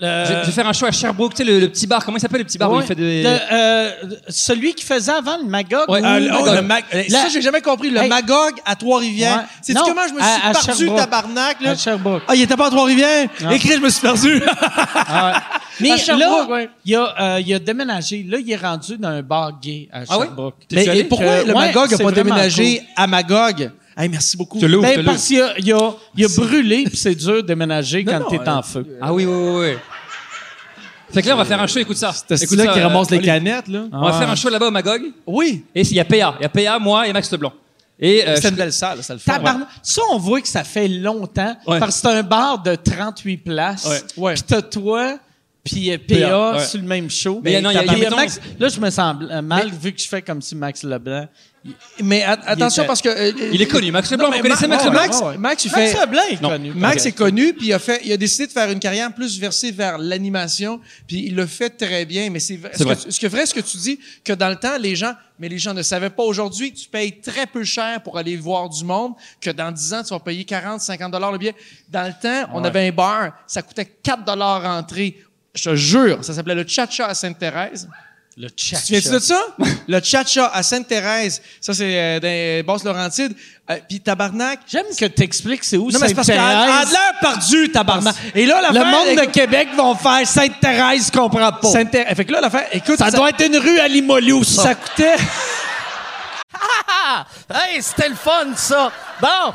D: Euh.
E: Je je vais faire un show à Sherbrooke, tu sais, le, le petit bar, comment il s'appelle le petit bar où
C: Ouais.
E: il fait des...
C: Le, euh, celui qui faisait avant le Magog.
E: Ouais,
C: ou-
D: euh, le- oh,
E: Magog.
D: le Mag- euh,
C: La-
D: Ça, j'ai jamais compris. Le
C: Hey.
D: Magog à
C: Ouais.
D: Trois-Rivières. C'est
C: Non,
D: comment je me
C: à-
D: suis
C: à
D: perdu,
C: Sherbrooke.
D: tabarnak, là?
C: À Sherbrooke.
D: Ah, il était pas à Trois-Rivières?
C: Non.
D: Écrit, je me suis perdu.
C: Mais
D: À
C: là,
D: Sherbrooke, ouais.
C: il, a, euh, il a déménagé. Là, il est rendu dans un bar gay à
E: Ah ouais?
C: Sherbrooke.
E: T'es Mais- allé? et
D: pourquoi
C: Euh,
D: le
C: ouais,
D: Magog a
C: c'est
D: pas
C: vraiment
D: déménagé
C: cool.
D: à Magog? Hey, merci beaucoup.
E: Je l'ouvre, je
C: Ben,
E: l'ouvre.
C: parce qu'il a, il a, il a brûlé, puis c'est dur de déménager quand
D: non,
C: t'es
D: euh,
C: en feu.
E: Ah oui, oui, oui, oui. Fait que là, on va faire un show, écoute ça.
D: C'est
E: Écoute
D: celui-là
E: ça,
D: qui
E: euh,
D: ramasse les
E: Oli.
D: canettes, là.
C: Ah.
E: On va faire un show là-bas au Magog,
D: Oui.
E: et il y a PA. Il y a PA, moi et Max Leblanc. Et, euh,
D: C'est
E: je-
D: une belle salle, ça le fait.
C: Tabarnak. Ça, on voit que ça fait longtemps,
E: Ouais.
C: parce que c'est un bar de 38 places,
D: Ouais. Ouais.
C: puis t'as toi, puis euh,
E: PA,
C: PA
E: ouais.
C: sur le même show.
E: Mais non, il y a-
C: Puis,
E: il y a-
C: euh,
E: mettons-
C: Max- là, je me sens euh, mal, vu que je fais comme si Max Leblanc... il-
D: Mais at- attention
C: était-
D: parce que. euh,
E: Il est connu, Max Leblanc.
D: mais
E: Vous connaissez
D: Ma-
E: Max
D: ouais,
E: Leblanc
D: Max,
C: ouais, ouais.
D: Max, il
C: Max
D: fait-
C: Leblanc est
E: Non.
C: connu.
D: Max
E: Ok.
D: est connu, puis il a fait, il a décidé de faire une carrière plus versée vers l'animation, puis il le fait très bien. Mais c'est vrai,
E: C'est
D: ce,
E: vrai.
D: Que, tu- ce que vrai, ce que tu dis, que dans le temps, les gens, mais les gens ne savaient pas aujourd'hui, tu payes très peu cher pour aller voir du monde, que dans 10 ans, tu vas payer 40, 50 dollars le billet. Dans le temps, on avait un bar, ça coûtait 4 dollars entrée. Je te jure, ça s'appelait le Cha-Cha à Sainte-Thérèse.
C: Le chat.
D: Tu te souviens-tu de ça? le Cha-Cha à Sainte-Thérèse. Ça, c'est euh, dans Basse-Laurentide. puis Tabarnak,
C: J'aime que t'expliques c'est où
D: non, mais c'est parce qu'elle a de
C: Sainte-Thérèse.
D: l'air perdue, tabarnak. Et là, la
C: Le monde de Québec vont faire Sainte-Thérèse, comprends pas.
D: Sainte-Thérèse. Fait que là, l'affaire, écoute,
C: ça, doit être une rue à Limoilou, ça.
D: ça coûtait.
F: Ah! Hey, c'était le fun, ça! Bon!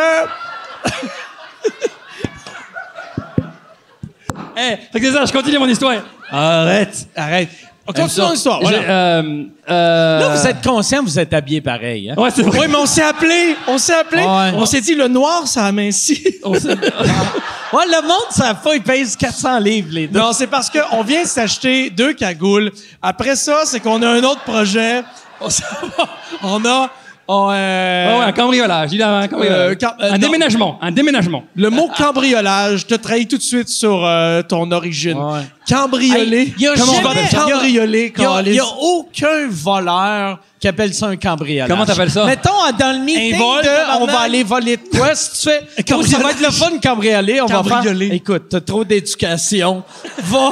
E: Hey, fait que c'est ça, je continue mon histoire. Arrête.
D: Arrête. On
E: J'aime
D: continue
E: ça.
D: l'histoire.
E: J'ai-
D: Ah, Voilà.
E: euh, euh,
C: là, vous êtes conscient, vous êtes habillé pareil. Hein?
E: Ouais, c'est vrai.
D: Oui, mais on s'est appelé. On s'est appelé.
C: Ouais.
D: On s'est dit, le noir, ça amincit.
E: On se-
C: Ouais, le monde, ça pas, ils pèsent 400 livres, les deux.
D: Non, c'est parce qu'on vient de s'acheter deux cagoules. Après ça, c'est qu'on a un autre projet. On, s'en va. on a... on, euh,
E: Ouais, ouais, un cambriolage. Il a un cambriolage.
D: Euh, cam- euh,
E: un
D: non.
E: déménagement. Un déménagement.
D: Le mot cambriolage te trahit tout de suite sur euh, ton origine.
C: Ouais.
D: Cambrioler.
C: Hey, y a
D: Comment on va
C: jamais-
D: te cambrioler,
C: Il y a,
D: câlisse?
C: y a aucun voleur qui appelle ça un cambriolage.
E: Comment t'appelles ça?
C: Mettons, dans le meeting
D: Un vol,
C: de on
D: tabarnak.
C: va aller voler de quoi, si tu fais.
D: Un
C: Oh, ça va être le fun cambrioler. On va faire.
D: Cambrioler.
C: Écoute, t'as trop d'éducation. Va.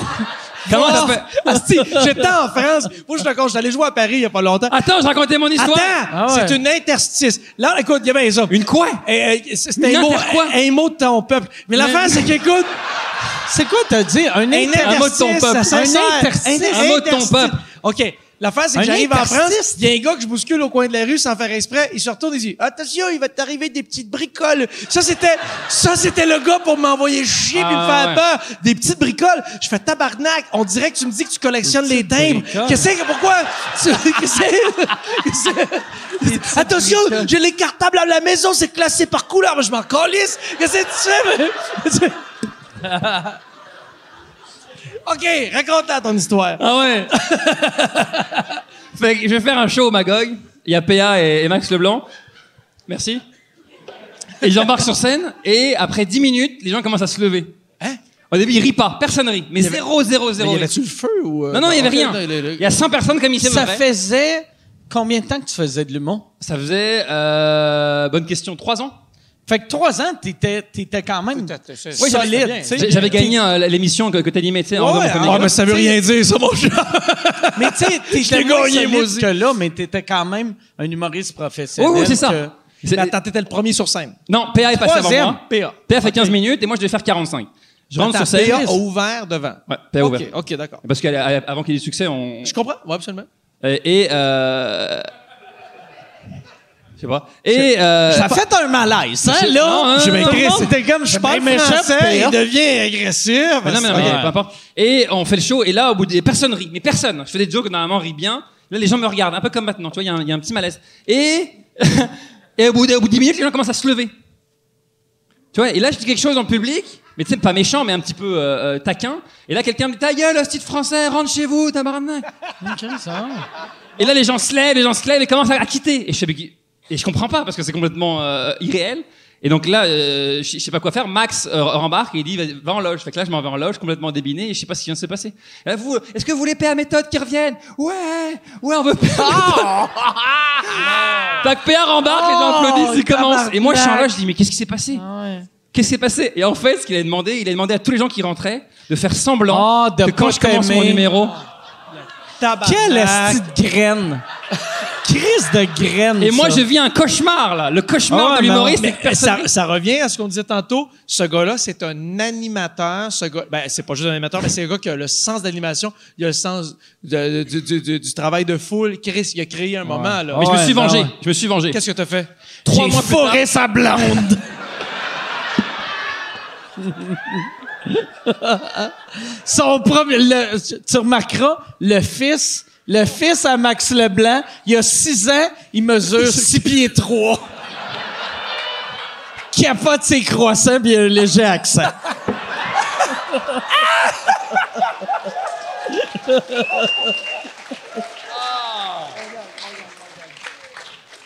E: Comment
C: va-
E: t'appelles-
D: Oh, Asti, j'étais en France. Moi, je suis d'accord, j'allais jouer à Paris il n'y a pas longtemps.
E: Attends, je racontais mon histoire.
D: Attends,
C: Ah ouais.
D: c'est une interstice. Là, écoute, il y a bien ça.
E: Une quoi?
D: Eh, eh, C'est
E: Une
D: un mot,
E: inter- quoi?
D: un mot de ton peuple. Mais l'affaire, c'est qu'écoute,
C: C'est quoi t'as dit? Un
D: un
C: inter-
D: interstice,
E: mot de ton peuple.
D: ça s'insère.
C: Un interstice.
D: Inter-
E: Un mot de ton
D: interstice.
E: peuple.
D: OK. L'affaire, c'est que
C: Un
D: j'arrive en France,
C: interstice.
D: il y a un gars que je bouscule au coin de la rue sans faire exprès, il se retourne et dit « Attention, il va t'arriver des petites bricoles. » Ça, c'était ça c'était le gars pour m'envoyer chier puis me
E: Ah,
D: faire
E: ouais.
D: peur. Des petites bricoles. Je fais tabarnak. On dirait que tu me dis que tu collectionnes les timbres.
C: bricoles.
D: Qu'est-ce que... Pourquoi? tu- Qu'est-ce que- qu'est-ce que... Attention, j'ai les cartables à la maison, c'est classé par couleur. Mais je m'en calisse. Qu'est-ce que tu fais? mais- OK, raconte-la ton histoire.
E: Ah ouais. fait que je vais faire un show au Magog. Il y a PA et, et Max Leblanc. Merci. Et j'embarque sur scène et après 10 minutes, les gens commencent à se lever.
D: Hein?
E: Au début, ils rient pas. Personne rit. Mais zéro, zéro, zéro.
D: Il y
E: rit.
D: avait-tu le feu ou... euh,
E: Non, non, il y avait rien.
D: le- le- le-
E: Il y a 100 personnes comme ici. à peu
C: Ça
E: près.
C: faisait combien de temps que tu faisais de l'humour?
E: Ça faisait, euh, bonne question, 3 ans.
C: Fait que trois ans, t'étais, t'étais quand même
E: Oui, j'avais-
C: solide.
E: bien.
C: tu sais.
E: J'ai- J'avais gagné euh, l'émission que, que t'animais, tu sais, en
C: Ouais,
E: faisant mon comique.
C: ouais,
D: Ah, mais ça veut
C: Tu sais-
D: rien dire, ça, mon chat.
C: Mais tu sais, t'étais
D: l'ai
C: moins
D: gagné, moi
C: solide
D: aussi.
C: que là, mais t'étais quand même un humoriste professionnel.
E: Oui, oui, c'est ça.
C: que-
E: C'est-
D: Mais Attends, t'étais le premier sur scène.
E: Non, PA est passé avant
C: Troisième,
E: Ah, moi.
C: PA.
E: PA fait 15 minutes et moi je devais faire 45. Je rentre
D: Attends,
E: sur scène.
D: PA a ouvert devant.
E: Ouais, PA
D: OK,
E: ouvert.
D: OK, d'accord.
E: Parce qu'avant qu'il y ait du succès, on.
D: Je comprends. Oui, absolument.
E: Euh, Et. Euh... Je sais pas. Et. Euh...
C: Ça fait un malaise, hein,
E: Je- Non,
C: là?
E: hein,
C: Tout
E: non,
C: le
E: non.
C: monde était comme, je parle méchant,
D: il
C: PA.
D: devient agressif.
E: Mais non, mais non, mais peu importe. Et on fait le show, et là, au bout des. Personne rit, mais personne. Je fais des jokes, normalement, rit bien. Là, les gens me regardent, un peu comme maintenant, tu vois, il y a un- il y, a un petit malaise. Et. et au bout, de, au bout de 10 minutes, les gens commencent à se lever. Tu vois, et là, je dis quelque chose en public, mais tu sais, pas méchant, mais un petit peu euh, euh, taquin. Et là, quelqu'un me dit Ta gueule, hostie de français, rentre chez vous, tabarnak. Et là, les gens se lèvent, les gens se lèvent et commencent à, à quitter. Et je, sais, mais qui- et je comprends pas parce que c'est complètement euh, irréel. Et donc là, euh, je je sais pas quoi faire. Max euh, rembarque et il dit va, va en loge. Fait que là, je m'en vais en loge, complètement débiné. Et je sais pas ce qui vient de se passer. Et là, vous, est-ce que vous voulez PA méthode qui revienne Ouais, ouais, on veut PA.
C: Ah!
E: méthode. Fait que PA rembarque, les
C: Oh,
E: gens applaudissent, ils commencent. Et moi, je suis en loge, je dis mais qu'est-ce qui s'est passé
C: Ah
E: Qu'est-ce qui s'est passé Et en fait, ce qu'il a demandé, il a demandé à tous les gens qui rentraient de faire semblant
C: Ah, de
E: que quand
C: pas
E: je commence mon
C: t'aimer.
E: numéro,
C: Quelle esti de graine! Crise de graine!
E: Et moi,
C: ça.
E: je vis un cauchemar, là. Le cauchemar
C: Ah ouais,
E: de l'humoriste.
D: Mais
E: c'est que personne-
D: ça, ça revient à ce qu'on disait tantôt. Ce gars-là, c'est un animateur. Ce gars, ben, c'est pas juste un animateur, mais c'est un gars qui a le sens d'animation. Il a le sens de- du, du- du- du travail de foule. Chris, il a créé un moment, là.
E: Mais je me suis
C: Ouais,
E: vengé.
C: ouais.
E: Je me suis vengé.
D: Qu'est-ce que t'as fait?
E: ben Trois mois plus tard,
D: sa blonde!
C: Son premier, le- tu remarqueras, le fils, le fils à Max Leblanc, il y a six ans, il mesure six pieds trois. Capote ses croissants pis il a un léger accent.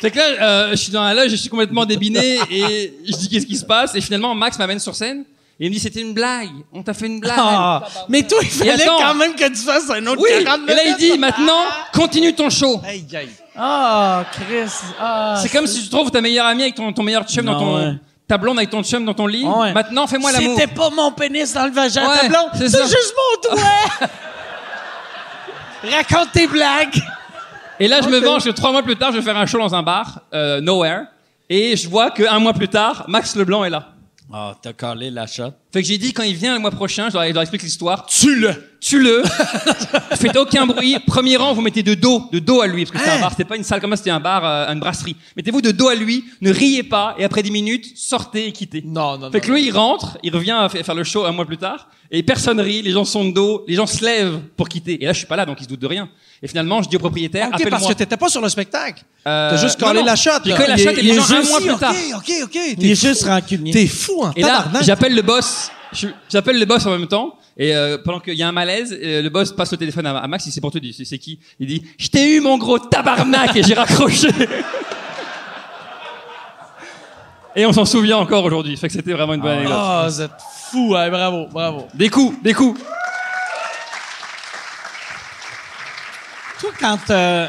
E: c'est que là, euh, je suis dans la loge, je suis complètement débiné et je dis qu'est-ce qui se passe. Et finalement, Max m'amène sur scène et il me dit c'était une blague. On t'a fait une blague.
C: Ah, mais toi, il fallait
E: attends.
C: quand même que tu fasses un autre
E: Oui. Et
C: 40
E: là, il
C: minutes.
E: dit maintenant, continue ton show.
C: Ah, Chris. Ah,
E: C'est comme si tu trouves ta meilleure amie avec ton, ton meilleur chum dans
C: Non,
E: ton.
C: ouais.
E: Ta blonde avec ton chum dans ton lit.
C: Ah, Ouais.
E: Maintenant, fais-moi l'amour.
C: C'était pas mon pénis dans le vagin à ta
E: Ouais,
C: blonde.
E: c'est
C: C'est
E: ça.
C: juste mon doigt. Raconte tes blagues.
E: Et là, je me venge que trois mois plus tard, je vais faire un show dans un bar, euh, Nowhere. Et je vois qu'un mois plus tard, Max Leblanc est là.
C: Ah, t'as collé la shot.
E: Fait que j'ai dit, quand il vient le mois prochain, je leur, je leur explique l'histoire. Tue-le! Tue-le! Faites aucun bruit. Premier rang, vous mettez de dos, de dos à lui, parce que
C: Eh.
E: c'était un bar, c'était pas une salle comme ça, c'était un bar, euh, une brasserie. Mettez-vous de dos à lui, ne riez pas, et après 10 minutes, sortez et quittez.
D: Non, non,
E: Fait que lui, il rentre, il revient à fa- faire le show un mois plus tard, et personne rit, les gens sont de dos, les gens se lèvent pour quitter. Et là, je suis pas là, donc ils se doutent de rien. Et finalement, je dis au propriétaire,
D: OK, parce
E: appelle-moi.
D: que t'étais pas sur le spectacle.
E: Euh,
D: T'as juste
E: non,
D: collé
E: non.
D: la shot.
E: J'ai
D: là.
E: collé la
D: Il-
E: shot et les
D: il est
E: gens un
D: juste-
E: mois plus tard.
D: OK, OK, OK.
C: Il
D: T'es
C: est
D: fou.
C: juste rancunier.
D: T'es fou en
E: Et là,
D: tabarnak.
E: j'appelle le boss. Je- J'appelle le boss en même temps. Et euh, pendant qu'il y a un malaise, euh, le boss passe le téléphone à, à Max. Il s'est pour te dire c'est c'est qui. Il dit Je t'ai eu, mon gros tabarnak. et j'ai raccroché. et on s'en souvient encore aujourd'hui. Fait que c'était vraiment une bonne anecdote.
D: Ah, vous êtes fou. Ouais, bravo, bravo.
E: Des coups, des coups.
C: Toi, quand. euh,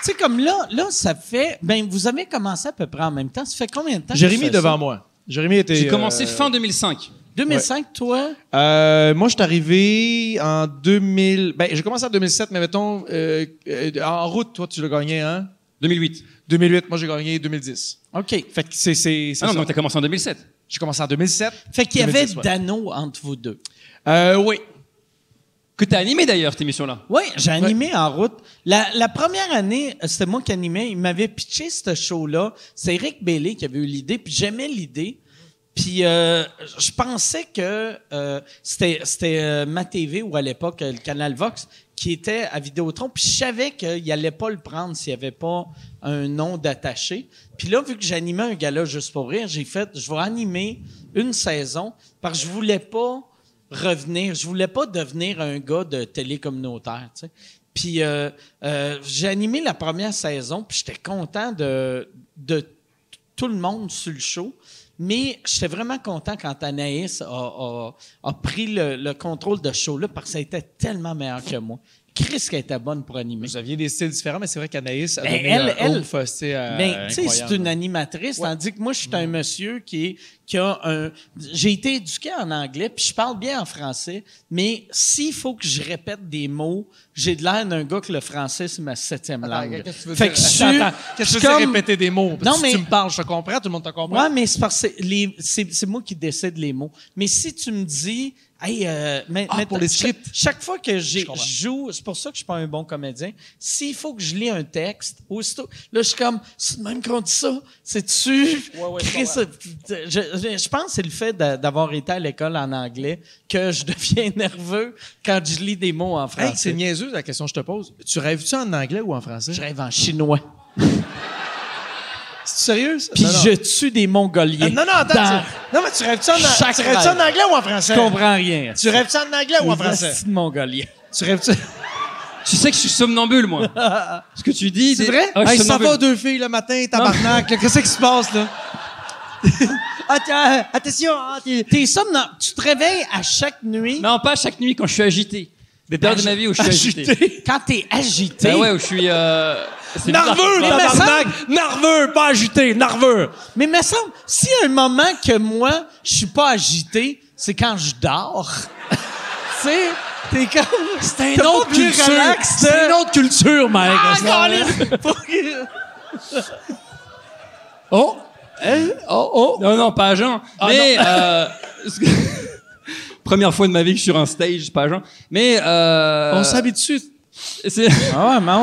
C: tu sais, comme là, là, ça fait. Ben, vous avez commencé à peu près en même temps. Ça fait combien de temps? que tu
D: Jérémy
C: fais ça?
D: devant moi. Jérémy était.
E: J'ai commencé
D: euh,
E: fin 2005.
C: 2005, toi.
D: Euh, moi, je suis arrivé en 2000. Ben, j'ai commencé en 2007, mais mettons, euh, euh, en route, toi, tu l'as gagné, hein?
E: 2008.
D: 2008, moi, j'ai gagné 2010.
C: OK.
D: Fait que c'est. c'est, c'est
E: Ah non,
D: ça.
E: donc t'as commencé en 2007.
D: J'ai commencé en 2007.
C: Fait qu'il y avait
D: 2010, ouais.
C: Dano entre vous deux.
D: Euh, oui.
E: Que t'as animé d'ailleurs cette émission-là.
C: Oui, j'ai animé en route. La, la première année, euh, c'était moi qui animais. Il m'avait pitché ce show-là. C'est Eric Bellé qui avait eu l'idée, puis j'aimais l'idée. Puis euh, je pensais que euh, c'était c'était, euh, ma TV ou à l'époque euh, le canal Vox qui était à Vidéotron. Puis je savais qu'il allait pas le prendre s'il y avait pas un nom d'attaché. Puis là, vu que j'animais un gala juste pour rire, j'ai fait je vais animer une saison parce que je voulais pas revenir. Je voulais pas devenir un gars de télé communautaire, tu sais. Puis euh, euh, j'ai animé la première saison, puis j'étais content de, de tout le monde sur le show. Mais j'étais vraiment content quand Anaïs a, a- a pris le, le contrôle de ce show-là parce que ça était tellement meilleur que moi. Chris qu'elle était bonne pour animer.
G: Vous aviez des styles différents, mais c'est vrai qu'Anaïs a
C: Mais
G: donné
C: elle-
G: un
C: elle-
G: oomph, c'est, euh,
C: Mais Ben, tu sais, c'est
G: incroyable. Mm.
C: une animatrice, tandis que moi, je suis un monsieur qui, est, qui a un. J'ai été éduqué en anglais, puis je parle bien en français, mais s'il faut que je répète des mots, j'ai de l'air d'un gars que le français, c'est ma septième langue.
G: Ah, Qu'est-ce que tu veux
C: Fait
G: dire?
C: que je suis.
G: Attends, Qu'est-ce que
C: je
G: tu
C: suis
G: veux
C: comme-
G: répéter des mots? Parce
C: Non,
G: que
C: mais-
G: tu me parles, je te comprends, tout le monde te comprend.
C: Ouais, mais c'est parce que les- c'est c'est moi qui décide les mots. Mais si tu me dis, hey, euh, mais,
G: Ah,
C: mais-
G: pour les
C: cha-
G: scripts.
C: Chaque, fois que j'ai-
G: Je comprends.
C: je joue, c'est pour ça que je suis pas un bon comédien. S'il faut que je lis un texte, aussitôt, là, je suis comme, c'est de même qu'on dit ça, c'est-tu? Chris, euh, je, je- je pense que c'est le fait d'a- d'avoir été à l'école en anglais que je deviens nerveux quand je lis des mots en
G: Hey, Ah, c'est
C: français.
G: niaiseux la question que je te pose. Tu rêves-tu en anglais ou en français?
C: je rêve en chinois.
G: C'est sérieux? ça?
C: Puis
G: Non, non.
C: je tue des Mongoliens.
D: Ah, Non, non, attends.
C: Dans-
D: tu- Non, mais tu rêves-tu en,
C: Chaque
D: tu rêves-tu
C: rêve.
D: en anglais ou en français?
C: Je comprends rien.
D: Tu rêves-tu en anglais ou en français?
C: de Mongolien.
D: Tu rêves-tu?
E: Tu sais que je suis somnambule, moi. Ce que tu dis.
D: C'est
E: des-
D: vrai?
E: Ah, je suis
D: Hey, ça
E: somnambule.
D: va deux filles le matin, tabarnak. là, Qu'est-ce qui se passe, là? Attends, attention, hein, t'es-
C: T'es somnam- Tu te réveilles à chaque nuit
E: Non, pas chaque nuit quand je suis agité. Des périodes de ma vie où je suis agité.
C: quand t'es agité.
E: Ben ouais, où je suis. Euh... c'est
D: Nerveux,
E: bizarre.
C: mais
D: tabarnak! Nerveux, pas agité, nerveux!
C: Mais me semble, s'il y a un moment que moi, je suis pas agité, c'est quand je dors. tu sais, t'es comme. C'est un
D: autre culture.
C: C'est Ah, une
D: autre culture, mec!
E: Ah,
G: Oh! Hey, Oh, oh! Ah,
E: Non, non, pas à Jean. mais euh, ce que- première fois de ma vie que je suis sur un stage, pas à Jean. Mais euh,
G: On s'habitue.
E: c'est-
C: Ah ouais, ben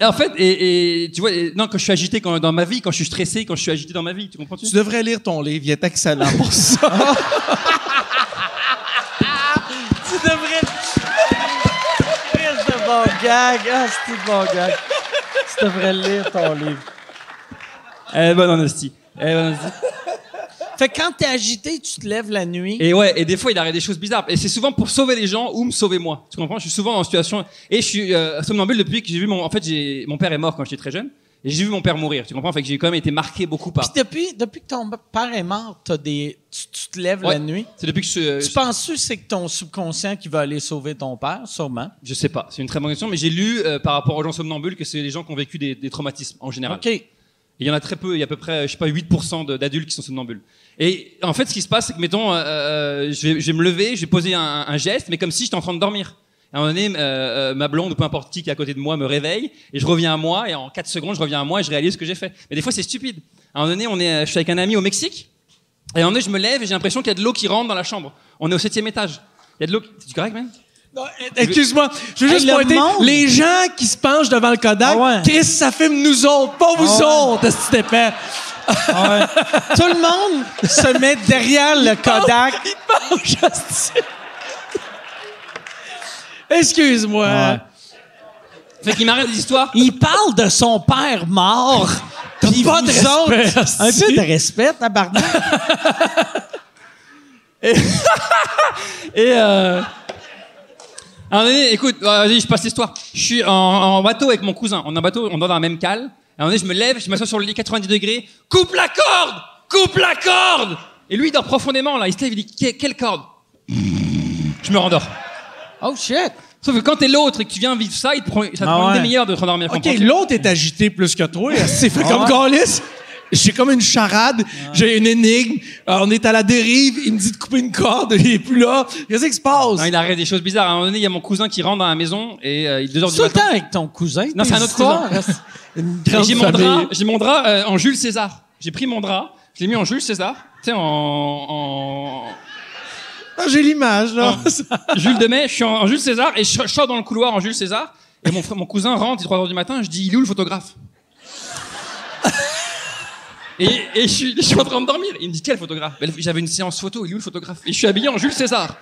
C: ouais.
E: en fait, et, et tu vois, et- non, quand je suis agité quand, dans ma vie, quand je suis stressé, quand je suis agité dans ma vie, tu comprends tu
G: Tu devrais lire ton livre, il est excellent pour ça.
C: Tu devrais. Chris de bon gag. Ah, c'est tout bon gag. Tu devrais lire ton livre.
E: Eh ben non, hostie. Eh ben, hostie.
C: Fait que quand t'es agité, tu te lèves la nuit.
E: Et ouais, et des fois, il arrive des choses bizarres. Et c'est souvent pour sauver les gens ou me sauver moi. Tu comprends Je suis souvent en situation. Et je suis euh, somnambule depuis que j'ai vu mon. En fait, j'ai mon père est mort quand j'étais très jeune. Et j'ai vu mon père mourir. Tu comprends Fait que j'ai quand même été marqué beaucoup par.
C: Puis depuis, depuis que ton père est mort, t'as des... tu, tu te lèves
E: Ouais.
C: la nuit.
E: C'est depuis que je suis. euh,
C: Tu penses-tu c'est que ton subconscient qui va aller sauver ton père, sûrement?
E: Je sais pas, c'est une très bonne question, mais j'ai lu euh, par rapport aux gens somnambules que c'est les gens qui ont vécu des, des traumatismes en général.
C: OK.
E: Il y en a très peu, il y a à peu près, je sais pas, 8% de- d'adultes qui sont somnambules. Et en fait, ce qui se passe, c'est que, mettons, euh, euh, je, vais, je vais me lever, je vais poser un, un geste, mais comme si j'étais en train de dormir. À un moment donné, euh, euh, ma blonde ou peu importe qui qui est à côté de moi me réveille, et je reviens à moi, et en 4 secondes, je reviens à moi et je réalise ce que j'ai fait. Mais des fois, c'est stupide. À un moment donné, on est, euh, je suis avec un ami au Mexique, et à un moment donné, je me lève et j'ai l'impression qu'il y a de l'eau qui rentre dans la chambre. On est au septième étage. Il y a de l'eau. qui- C'est du correct, man
D: Excuse-moi, je veux
C: Hey,
D: juste
C: le
D: pointer
C: monde.
D: les gens qui se penchent devant le Kodak.
C: Ah ouais. Ah
D: Chris, ça filme nous autres, pas vous autres, de ce épais.
C: Tout le monde se met derrière le Kodak.
D: Il penche, hostie. Excuse-moi.
E: Fait qu'il m'arrête des histoires.
C: Il parle de son père mort. Puis
D: pas
C: vous
D: de respect,
C: autres,
D: hostie.
C: un peu de respect, tabarnak.
E: Et euh... à un moment donné, écoute, euh, vas-y, je passe l'histoire. Je suis en, en bateau avec mon cousin. On a un bateau, on dort dans la même cale. À un moment donné, je me lève, je m'assois sur le lit 90 degrés. Coupe la corde Coupe la corde Et lui, il dort profondément, là. Il se lève, il dit Que- Quelle corde Je me rendors.
C: Oh shit.
E: Sauf que quand t'es l'autre et que tu viens vivre ça, il te prend, ça te
C: Ah
E: prend
C: ouais.
E: une demi-heure de te rendormir.
D: OK,
E: comprends-tu
D: l'autre est agité plus que toi. C'est
C: Ah
D: fait comme
B: Ah
D: Gaulis. J'ai comme une charade, j'ai une énigme, euh, on est à la dérive, il me dit de couper une corde, il est plus là. Qu'est-ce qui se passe?
E: Non, il arrête des choses bizarres. À un moment donné, il y a mon cousin qui rentre dans la maison et euh, il est 2 heures du
C: Tout le
E: matin.
C: temps avec ton cousin.
E: Non,
C: tes
E: c'est un autre
C: histoires. Une
E: Et
C: grande
E: J'ai mon
C: famille.
E: drap, j'ai mon drap euh, en Jules César. J'ai pris mon drap, je l'ai mis en Jules César. Tu sais, en, en,
D: Ah, j'ai l'image, là.
E: Jules de Mai, je suis en, en Jules César et je, je sors dans le couloir en Jules César. Et mon, frère- mon cousin rentre, il est 3 heures du matin, je dis, il est où le photographe Et, et je, suis, je suis en train de dormir. Il me dit, quel photographe Ben, J'avais une séance photo, il est où le photographe Et je suis habillé en Jules César.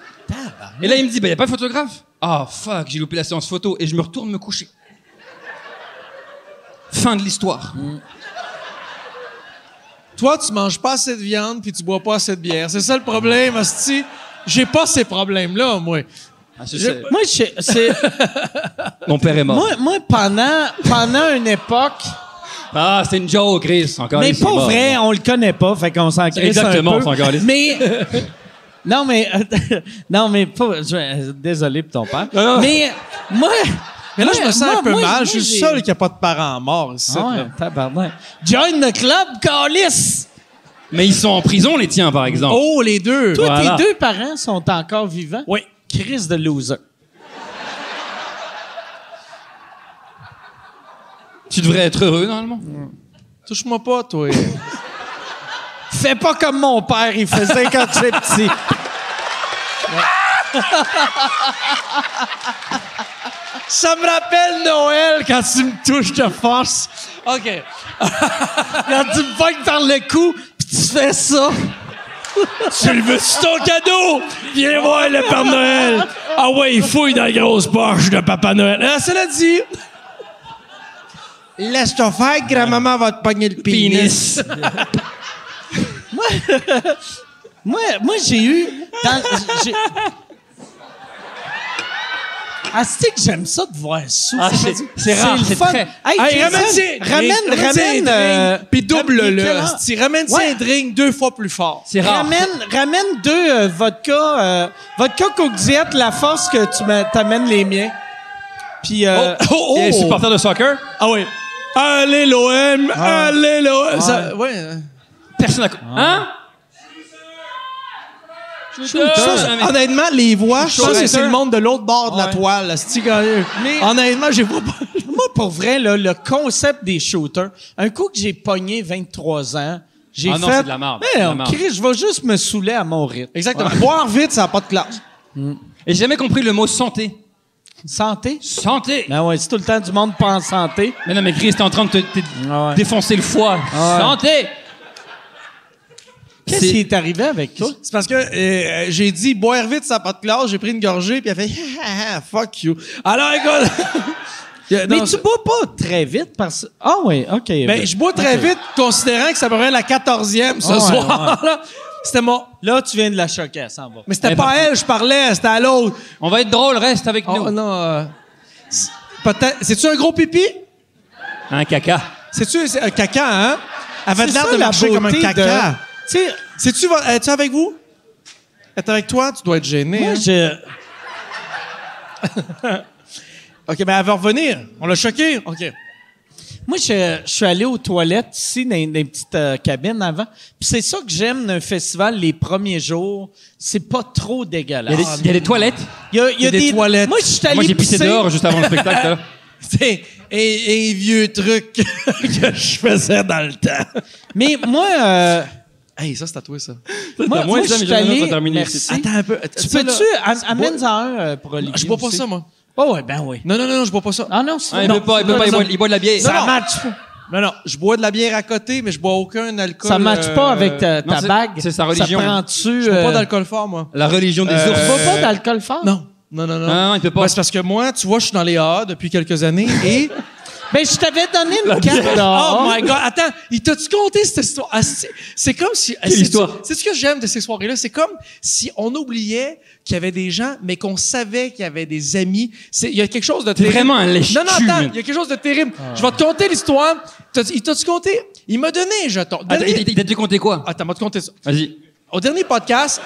E: Et là, il me dit, il n'y a pas de photographe. Ah, fuck, j'ai loupé la séance photo et je me retourne me coucher. Fin de l'histoire.
D: Toi, tu manges pas assez de viande puis tu bois pas assez de bière. C'est ça le problème, hostie. J'ai pas ces problèmes-là, moi.
E: Ah, je sais.
C: Moi, je- c'est,
E: Mon père est mort.
C: moi, moi, pendant, pendant une époque,
E: Ah, c'est une joke, Chris. Encore
C: mais
E: une, c'est
C: pas
E: mort.
C: vrai, on le connaît pas, fait qu'on s'en crée un
E: Exactement,
C: peu.
E: on s'en calisse.
C: Mais Non, mais. non, mais. pas- je- désolé pour ton père.
E: non.
C: Mais moi.
D: Mais là, je me sens
C: moi-
D: un peu
C: moi,
D: mal.
C: moi,
D: Je suis
C: j'ai-
D: le seul qui n'a pas de parents morts ici.
C: Ah
D: là.
C: ouais, tabarnak. Join the club, Calis!
E: Mais ils sont en prison, les tiens, par exemple.
D: Oh, les deux!
C: Toi,
E: Voilà.
C: tes deux parents sont encore vivants?
D: Oui.
C: Chris de loser.
E: Tu devrais être heureux, normalement.
D: Touche-moi pas, toi.
C: Fais pas comme mon père, il faisait quand j'étais petit.
H: Ça me rappelle Noël quand tu me touches de force. OK. quand tu me pognes par le cou, pis tu fais ça. tu le veux sur ton cadeau? Viens voir le Père Noël. Ah ouais, il fouille dans la grosse poche de Papa Noël. Ah, cela dit...
D: Laisse-toi faire, grand-maman va te pogner le
E: Pénis.
C: Moi, moi j'ai eu. Dans, j'ai... Asti Ah, que j'aime ça de voir sous.
E: Ah, c'est- c'est rare,
C: le
E: c'est
C: fun.
E: très-
C: Hey,
D: Hey,
C: Jason,
D: ramène ses-
C: ramène,
D: ramène ses
C: ramène,
D: drinks,
C: euh,
D: Puis double-le.
C: quel-
D: asti. Ramène ses
C: Ouais.
D: drinks deux fois plus fort.
E: C'est rare.
C: Ramène, ramène deux euh, vodka, euh, vodka Coke Diet, la force que tu m'a- t'amènes les miens. Puis euh,
D: Oh,
E: Et les
D: oh!
E: supporters de soccer,
D: Ah oui. Allez l'OM! Allez l'OM! Ça- Ouais.
E: personne n'a... co- Hein? Shooter!
D: Ça,
E: Ah,
D: c'est-
E: mais-
D: honnêtement, les voix, je pense
C: Shooter.
D: que c'est le monde de l'autre bord de la toile. asti, quand- Honnêtement, j'ai pas...
C: moi, pour vrai, là, le concept des shooters, un coup que j'ai pogné 23 ans, j'ai
E: Ah
C: fait...
E: non, c'est de la merde, c'est de la
C: Merde,
E: merde.
C: Chris, je vais juste me saouler à mon rythme.
D: Exactement. Boire vite, ça n'a pas de classe.
E: Et j'ai jamais compris le mot santé.
C: Santé?
E: Santé!
C: Ben ouais, c'est tout le temps du monde pas en santé.
E: Mais non, mais Chris, t'es en train de te, te
C: Ah ouais.
E: défoncer le foie.
C: Ah ouais.
E: Santé!
C: Qu'est-ce
E: C'est-
C: qui est arrivé avec toi?
D: C'est parce que euh, j'ai dit boire vite, ça n'a pas de classe. J'ai pris une gorgée, puis elle fait Ah, ah, fuck you. Alors, écoute. Euh, non,
C: Mais tu bois pas très vite parce... Ah oui, OK.
D: Ben, je bois très vite, considérant que ça me revient la 14e ce
C: Ah ouais,
D: soir. là. C'était mon.
C: Là, tu viens de la choquer, elle s'en va.
D: Mais c'était
E: Mais
D: pas
E: par-
D: à elle, je parlais, c'était à l'autre.
E: On va être drôle, reste avec
D: Oh,
E: nous.
D: non. euh, c'est- Peut-être. C'est-tu un gros pipi?
E: Un caca.
D: C'est-tu c'est un caca, hein? Elle avait
C: C'est
D: l'air
C: ça,
D: de
C: la
D: marcher comme un
C: beauté
D: caca.
C: de- Tu sais,
D: C'est-tu vo- es-tu avec vous? Elle est avec toi? Tu dois être gêné.
C: moi,
D: hein?
C: je...
D: OK, mais elle va revenir. On l'a choqué. OK.
C: Moi, je, je suis allé aux toilettes ici, dans des petites euh, cabines avant. Puis c'est ça que j'aime d'un festival les premiers jours. C'est pas trop
E: Il y a des,
C: dégueulasse.
E: il y a des toilettes.
C: Il y a, il y a
D: des toilettes.
C: Moi, je suis allé
E: Moi, j'ai pissé
C: pisser.
E: dehors juste avant le spectacle. tout à l'heure.
D: C'est un vieux truc que je faisais dans le temps.
C: Mais moi, euh,
D: Hey, ça, c'est à toi, ça.
E: moins
C: moi, moi,
E: de
C: je
E: ça, mais
C: suis
E: j'aimerais bien
C: allé.
E: qu'on termine
C: Merci.
D: Attends un peu.
C: Tu
D: Ça,
C: peux-tu
D: Ah, là,
C: am- amène-en un euh, pour Olivier
D: Je bois pas
C: aussi.
D: ça, moi.
C: Oh ouais, ben oui.
D: Non, non, non, non, je bois pas ça.
C: Ah non, c'est
E: Hein, il
C: non,
E: peut pas, il peut
C: non,
E: pas, il
C: non,
E: boit, il boit de la bière.
C: Ça Ah,
E: Non,
C: match pas.
D: Non, non, je bois de la bière à côté, mais je bois aucun alcool.
C: Ça matche
D: euh,
C: pas avec ta,
E: non,
C: ta
E: c'est-
C: bague.
E: c'est sa religion.
C: Ça prend-tu...
D: Je bois
C: euh,
D: pas d'alcool fort, moi.
E: La religion des
D: Euh,
C: Tu bois
E: ours.
C: pas d'alcool fort?
D: Non. Non, non, non.
E: Ah, non, il peut pas.
D: Ben, c'est parce que moi, tu vois, je suis dans les AA depuis quelques années et.
C: Ben, je t'avais donné une carte
D: Oh
C: d'or.
D: my God! Attends, il t'a-tu compté cette histoire? Ah, c'est c'est comme si... C'est
E: histoire?
D: C'est ce que j'aime de ces soirées-là. C'est comme si on oubliait qu'il y avait des gens, mais qu'on savait qu'il y avait des amis. C'est- Il y a quelque chose de terrible.
E: vraiment un lèche-cul,
D: Non, non, attends,
E: man.
D: il y a quelque chose de terrible.
C: Ah.
D: Je vais te conter l'histoire. T'as- Il t'a-tu compté? Il m'a donné un jeton.
E: Attends,
D: Dernier-
E: il- il t'a dû compter quoi?
D: Attends, m'a compté ça.
E: Vas-y.
D: Au dernier podcast,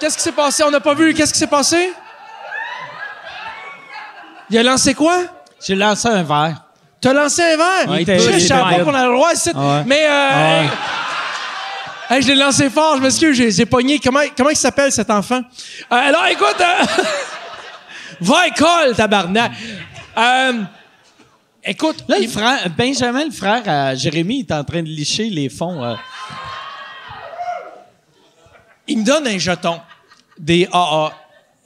D: qu'est-ce qui s'est passé? On n'a pas vu. Qu'est-ce qui s'est passé? Il a lancé quoi?
C: J'ai lancé un verre.
D: T'as lancé un verre?
E: Ouais, il
D: je
E: était- il
D: sais
E: était
D: pas
E: raide.
D: qu'on a le droit ici. Mais,
E: Ah
D: euh, hey, je l'ai lancé fort, je m'excuse, j'ai, j'ai pogné. Comment, comment il s'appelle cet enfant? Euh, alors, écoute, euh, va à école, tabarnak. Euh, écoute,
C: Là, le frère, Benjamin, le frère à Jérémy, il est en train de licher les fonds. euh.
D: il me donne un jeton des AA.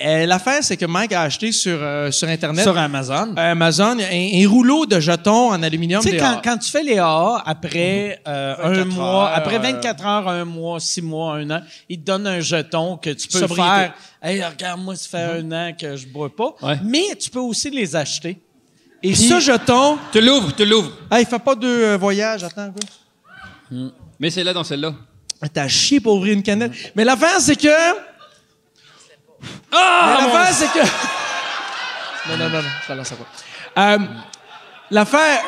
D: Euh, l'affaire, c'est que Mike a acheté sur, euh, sur Internet,
C: Sur Amazon.
D: euh, Amazon, un, un rouleau de jetons en aluminium
C: tu sais,
D: des
C: quand,
D: AA.
C: quand tu fais les AA, après euh, un
D: 24
C: mois,
D: heures,
C: après
D: euh,
C: 24 heures, un mois, six mois, un an, il te donne un jeton que tu peux
D: Sobriété. Mm-hmm.
C: faire. Hey, regarde-moi, ça fait un an que je bois pas.
E: Ouais.
C: Mais tu peux aussi les acheter. Et
D: Puis ce
C: ça, je...
D: jeton...
E: Te l'ouvre, te l'ouvre.
D: Ah, il fait pas deux euh, voyages, attends un peu.
E: Mais c'est là dans celle-là.
D: Ah, T'as chié pour ouvrir une canette. Mm. Mais l'affaire, c'est que. Ah! Mais L'affaire, c'est que. Non, non, non, non, je la lance à quoi. Euh, l'affaire.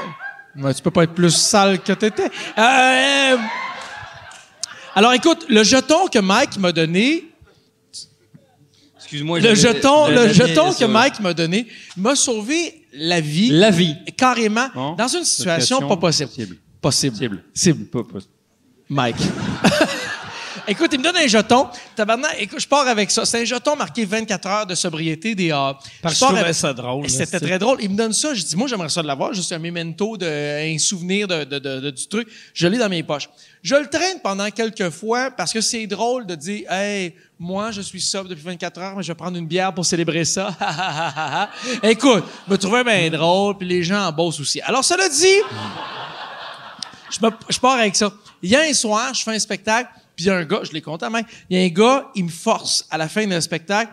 D: Ouais, tu peux pas être plus sale que t'étais. Euh, euh, Alors, écoute, le jeton que Mike m'a donné,
E: Excuse-moi.
D: le
E: j'avais-
D: jeton,
E: j'avais
D: le
E: mis
D: jeton que
E: sur-
D: Mike m'a donné m'a sauvé la vie.
E: La vie.
D: Carrément.
E: Bon.
D: Dans une situation
E: Situation
D: pas possible.
E: possible.
D: Possible.
E: Cible.
D: Cible.
E: Pas- pas-
D: Mike. écoute, il me donne un jeton. Tabarnak, écoute, je pars avec ça. C'est un jeton marqué 24 heures de sobriété des A.
I: Parce que je trouvais ça drôle, là,
D: C'était
I: c'est-
D: très drôle. Il me donne ça. Je dis, moi, j'aimerais ça de l'avoir. Juste un memento, de, un souvenir de, de- de- de- du truc. Je l'ai dans mes poches. Je le traîne pendant quelques fois parce que c'est drôle de dire, hey, moi, je suis sobre depuis 24 heures, mais je vais prendre une bière pour célébrer ça. écoute, je me trouvais bien drôle, puis les gens en bossent aussi. Alors, cela dit, je, me- je pars avec ça. Il y a un soir, je fais un spectacle, puis il y a un gars, je l'ai compté même, il y a un gars, il me force à la fin d'un spectacle.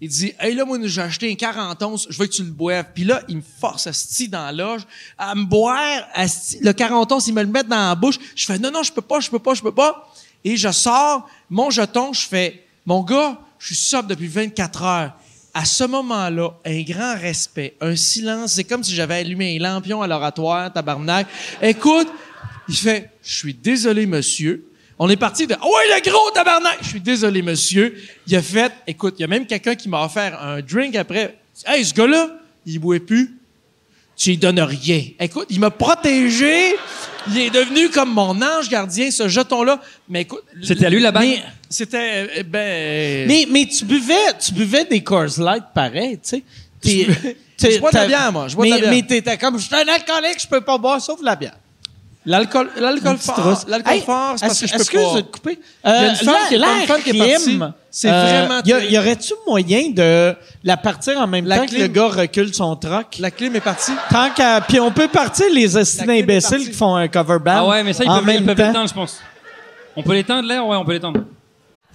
D: Il dit, hey là, moi, j'ai acheté un 40 onces, je veux que tu le boives. Puis là, il me force à dans la loge, à me boire, asti, le 40 onces, il me le met dans la bouche. Je fais, non, non, je peux pas, je peux pas, je peux pas. Et je sors mon jeton, je fais, mon gars, je suis sobre depuis 24 heures. À ce moment-là, un grand respect, un silence, c'est comme si j'avais allumé un lampion à l'oratoire, tabarnak. Écoute, il fait Je suis désolé, monsieur. On est parti de Oh, ouais, le gros tabarnak! Je suis désolé, monsieur. Il a fait Écoute, il y a même quelqu'un qui m'a offert un drink après. Hey, ce gars-là, il boit plus. Tu lui donnes rien. Écoute, il m'a protégé. Il est devenu comme mon ange gardien, ce jeton-là. Mais écoute.
E: C'était à lui, la bague?
D: Mais C'était. euh, Ben.
C: Mais, mais tu buvais, tu buvais des Coors Light pareil, tu sais. T'es- t'es-
D: Je bois de la
C: t'as-
D: bière, moi, je bois de
C: mais,
D: la bière.
C: Mais t'étais comme, je suis un alcoolique, je peux pas boire sauf la bière.
D: L'alcool, l'alcool fort. L'alcool
C: Hey,
D: fort, c'est parce que je peux
C: excuse
D: pas.
C: de te couper.
D: y a
C: Euh,
D: une femme qui est-
C: la-
D: une femme qui est
C: la
D: partie.
C: clim,
D: C'est vraiment
C: Y, a-
D: terrible.
C: y aurait-tu moyen de la partir en même
D: La
C: temps que le
D: clim.
C: gars recule son troc?
D: La clim est partie.
C: Tant qu'à- Puis on peut partir les
D: La
C: assassins
D: clim est
C: imbéciles
D: partie.
C: qui font un cover band.
E: Ah ouais, mais ça, ils
C: en
E: peuvent ils
C: même
E: peuvent
C: temps.
E: l'éteindre, je pense. On peut l'éteindre, l'air? Ouais, on peut l'éteindre.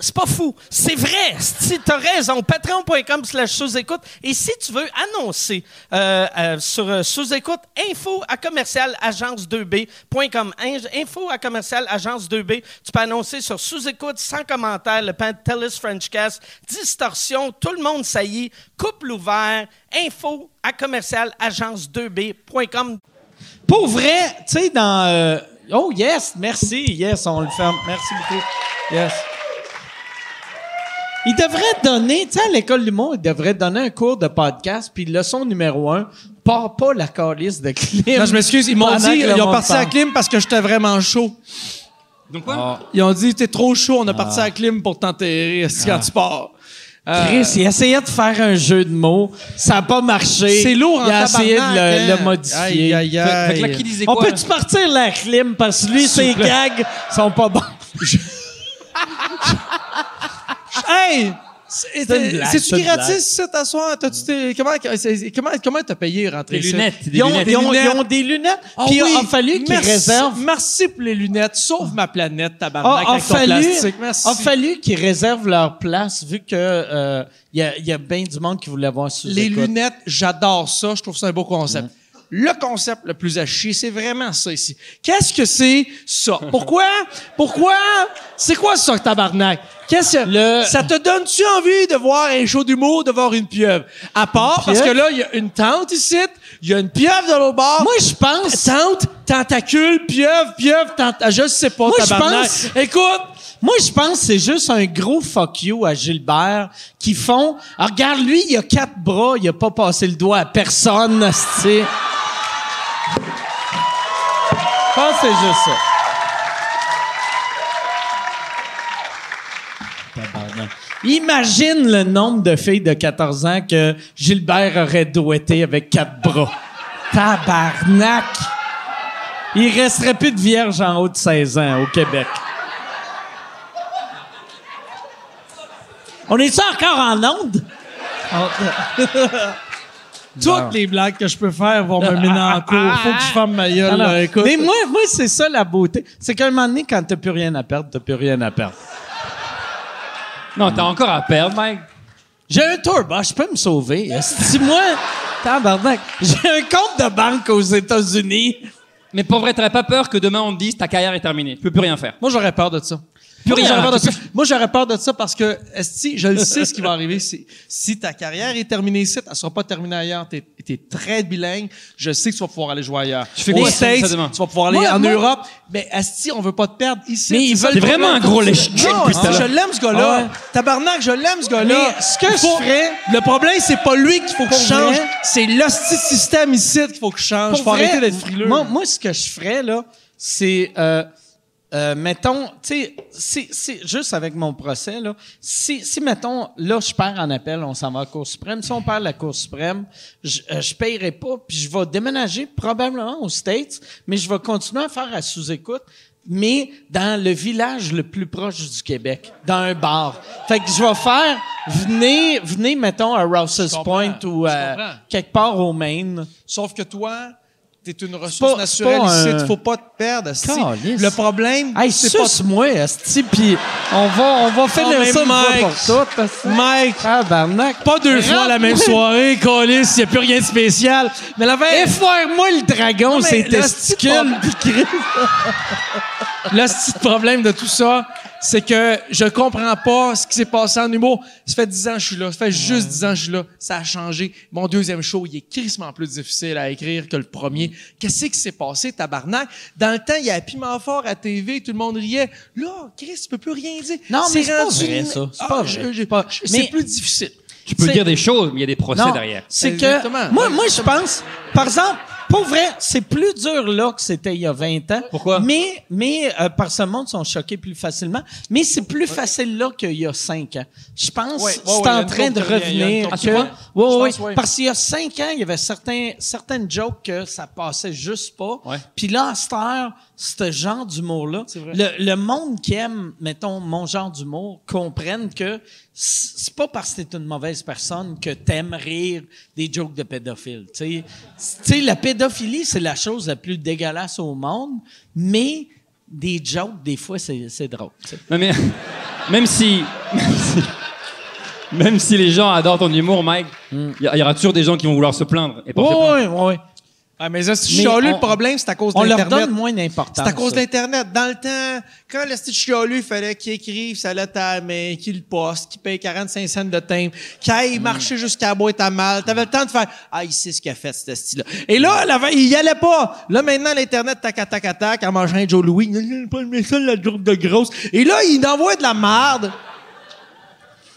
F: C'est pas fou. C'est vrai. Si t'as raison, patreon.com slash sous-écoute. Et si tu veux annoncer euh, euh, sur euh, sous-écoute, info à commercial agence2b.com. In- Info à commercial agence2b. Tu peux annoncer sur sous-écoute, sans commentaire, le Pantelis Frenchcast, distorsion, tout le monde saillit, couple ouvert, info à commercial agence2b.com.
C: Pour vrai, tu sais, dans. euh, Oh yes, merci, yes, on le ferme. Merci beaucoup. Yes. Il devrait donner, tu sais, à l'école du monde, il devrait donner un cours de podcast, puis leçon numéro un, pars pas la calice de clim.
D: Non, je m'excuse, ils m'ont
C: Pendant
D: dit,
C: que le
D: ils ont
C: monde
D: parti à la
C: parle.
D: clim parce que j'étais vraiment chaud. Ah.
E: Donc quoi?
D: Ils ont dit, t'es trop chaud, on a parti
C: Ah.
D: à la clim pour t'enterrer est-ce que quand tu pars. Euh,
C: Chris, il essayait de faire un jeu de mots, ça a pas marché.
D: C'est lourd en
C: Il a essayé de le,
D: tabarnak, hein.
C: le modifier.
D: Aïe, aïe, aïe.
E: Fait que là, qui disait
C: On
E: quoi?
C: peut-tu partir la clim parce que lui, ses gags sont pas bons.
D: Hey! C'est-
C: C'est une blague,
D: C'est-tu
C: c'est une blague.
D: gratis, ça, t'asseoir? T'as-tu tes- Comment c'est- comment comment t'as payé rentrer
E: Des
D: ici?
E: lunettes. Des
C: Ils ont
E: lunettes.
C: ils ont-
D: lunettes.
C: ils ont des lunettes,
D: Ah
C: puis il a
D: oui,
C: fallu qu'ils
D: merci-
C: réservent
D: Merci pour les lunettes. Sauve ma planète,
C: Ah,
D: tabarnak,
C: a,
D: avec ton
C: fallu,
D: plastique. Merci.
C: a fallu qu'ils réservent leur place vu que euh, y, a, y a bien du monde qui voulait voir sous
D: Les
C: écoute.
D: lunettes, j'adore ça. Je trouve ça un beau concept. Le concept le plus à chier, c'est vraiment ça ici. Qu'est-ce que c'est ça? Pourquoi? Pourquoi? C'est quoi ça, tabarnak? Qu'est-ce que...
C: Le-
D: Ça te donne-tu envie de voir un show d'humour, de voir une pieuvre? À part, parce que
C: pieuvre?
D: là, il y a une tente ici, il y a une pieuvre de l'autre bord.
C: Moi, je pense.
D: Tente, tentacule, pieuvre, pieuvre, tentacule. Je sais pas,
C: Moi, je
D: tabarnak.
C: pense-
D: Écoute,
C: Moi, je pense que c'est juste un gros fuck you à Gilbert qui font. Ah, regarde, lui, il a quatre bras, il a pas passé le doigt à personne, asti. Je pense que c'est juste ça. Tabarnak. Imagine le nombre de filles de 14 ans que Gilbert aurait douetté avec quatre bras. Tabarnak! Il resterait plus de vierges en haut de 16 ans au Québec. On est-tu encore en onde?
D: toutes les blagues que je peux faire vont me mener en cours. Faut que je ferme ma gueule,
C: Alors,
D: là, Ah écoute.
C: Mais moi, moi c'est ça la beauté. C'est qu'à un moment donné, quand t'as plus rien à perdre, t'as plus rien à perdre.
E: Non, t'as encore à perdre, Mike.
C: J'ai un tour, bah, je peux me sauver. Si moi, tabarnak, j'ai un compte de banque aux États-Unis.
E: Mais pour vrai, t'aurais pas peur que demain on te dise ta carrière est terminée. Tu peux plus rien faire.
D: Moi, j'aurais peur de ça.
E: Plus
D: Moi,
E: rien.
D: j'aurais peur de
E: Tu
D: ça. Moi, j'aurais peur de ça parce que, esti, je le sais ce qui va arriver. Si, si ta carrière est terminée ici, elle sera pas terminée ailleurs. T'es, t'es très bilingue. Je sais que tu vas pouvoir aller jouer ailleurs.
E: Tu fais
D: Aux
E: quoi, ça,
D: States,
E: demain?
D: tu vas pouvoir aller
C: Moi,
D: en
C: moi-
D: Europe. Mais esti, on veut pas te perdre ici.
C: Mais ils
D: C'est ça, le
C: veulent
E: T'es vraiment
D: problème.
E: un gros lèche
D: Non, esti, je l'aime, ce gars-là.
C: Ah ouais.
D: Tabarnak, je l'aime, ce gars-là.
C: Mais ce que
D: Il faut-
C: je ferais-
D: Le problème, c'est pas lui qu'il faut que
C: Pour
D: je change.
C: vrai-
D: C'est l'hostie de système ici qu'il faut que je change. Faut
C: Pour vrai,
D: arrêter d'être frileux.
C: Moi, moi, ce que je ferais, là, c'est, euh, euh, mettons, tu sais, si- si- juste avec mon procès, là, si, si, mettons, là, je perds en appel, on s'en va à la Cour suprême. Si on perd la Cour suprême, je, euh, je paierai pas, puis je vais déménager probablement aux States, mais je vais continuer à faire à sous-écoute, mais dans le village le plus proche du Québec, dans un bar. Fait que je vais faire, venez, venez, mettons, à Rouse's Point ou euh,
D: comprends.
C: quelque part au Maine.
D: Sauf que toi, t'es une ressource
C: pas-
D: naturelle
C: c'est pas
D: ici.
C: un-
D: Il faut pas te perdre. si.
C: Calisse.
D: Le problème,
C: Hey,
D: c'est pas...
C: suce-moi, Asti, puis on va, on va faire
D: Quand même,
C: ça une
D: Mike.
C: fois pour toutes.
D: Mike,
C: Tabarnak.
D: pas deux
C: Rentre-
D: fois la même soirée, Colis, il n'y a plus rien de spécial. Mais la veille,
C: Effoire-moi le dragon,
D: mais
C: ses
D: le
C: testicules.
D: le petit problème de tout ça, c'est que je comprends pas ce qui s'est passé en humour. Ça fait 10 ans que je suis là. Ça fait juste 10 ans que je suis là. Ça a changé. Mon deuxième show, il est crissement plus difficile à écrire que le premier. Qu'est-ce qui s'est passé, tabarnak? Dans le temps, il y a Piment Fort à TV, tout le monde riait. Là, Chris, tu peux plus rien dire.
C: Non, mais c'est pas
D: rendu
C: vrai,
D: une-
C: ça. C'est
D: Ah,
C: pas
D: je-
C: vrai.
D: j'ai pas-
C: Mais-
D: C'est plus difficile.
E: Tu peux
C: C'est-
E: dire des choses, mais il y a des procès
C: Non,
E: derrière.
C: C'est
D: Exactement.
C: que, moi, moi, je pense, par exemple, pour vrai, c'est plus dur là que c'était il y a 20 ans.
E: Pourquoi?
C: Mais, mais euh, par ce monde, ils sont choqués plus facilement. Mais c'est plus facile là qu'il y a 5 ans. Je pense
D: Ouais, ouais,
C: c'est
D: ouais, il y a
C: en
D: une
C: train de
D: courbe qui revient, il y a une
C: revenir.
D: courbe
C: que-
D: qui revient.
C: Ouais,
D: Je
C: ouais,
D: pense, ouais.
C: Parce qu'il y a 5 ans, il y avait certains, certaines jokes que ça passait juste pas.
E: Ouais.
C: Puis là, à cette heure, ce genre d'humour-là, le, le monde qui aime, mettons, mon genre d'humour, comprenne que c- c'est pas parce que t'es une mauvaise personne que t'aimes rire des jokes de pédophiles. Tu sais. C- tu sais, la pédophilie, c'est la chose la plus dégueulasse au monde, mais des jokes, des fois, c'est c'est drôle. tu sais.
E: Non, mais même si, même si, même si les gens adorent ton humour, Mike, il y, a- il y aura toujours des gens qui vont vouloir se plaindre. Et porter plainte.
C: ouais, ouais.
D: Ah, mais ça, si
C: Mais
D: chialu,
C: on-
D: le problème, c'est à cause
C: On leur
D: d'Internet.
C: donne moins d'importance.
D: C'est à cause de
C: ça.
D: l'Internet. Dans le temps, quand le stitch chialu, il fallait qu'il écrive ça lettre à la main, qu'il le poste, qu'il paye 45 cents de timbre, qu'il
C: Mm.
D: aille marcher jusqu'à la boîte à mal. T'avais le temps de faire « Ah, il sait ce qu'il a fait, ce style-là. » Et là, la veille, il y allait pas. Là, maintenant, l'Internet, tac, tac, tac, tac, en mangeant un Joe Louis. « Il pas le message, la joke de grosse. » Et là, il envoie de la merde.
E: Ça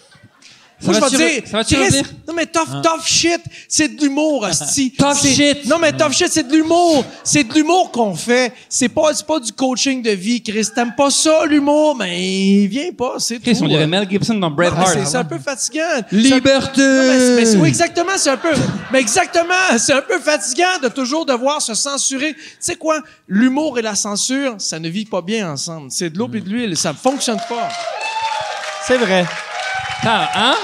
D: Moi, je
E: va-tu
D: vais te
E: re-
D: dire,
E: ça va-tu
D: Chris,
E: revenir? Ah.
D: non, mais tough, tough shit, c'est de l'humour, hostie.
E: Tough
D: C'est-
E: shit.
D: Non, mais tough shit, c'est de l'humour. C'est de l'humour qu'on fait. C'est pas, c'est pas du coaching de vie, Chris. T'aimes pas ça, l'humour? Mais viens pas, c'est
E: Chris,
D: tout.
E: on dirait Mel Gibson dans Bret
D: Ah,
E: Hart.
D: c'est- C'est un peu fatigant.
E: Liberté!
D: Non, mais c'est- mais c'est- oui, exactement, c'est un peu. Mais exactement, c'est un peu fatigant de toujours devoir se censurer. Tu sais quoi? L'humour et la censure, ça ne vit pas bien ensemble. C'est de l'eau et de l'huile, ça fonctionne pas.
C: C'est vrai.
E: Ah, hein?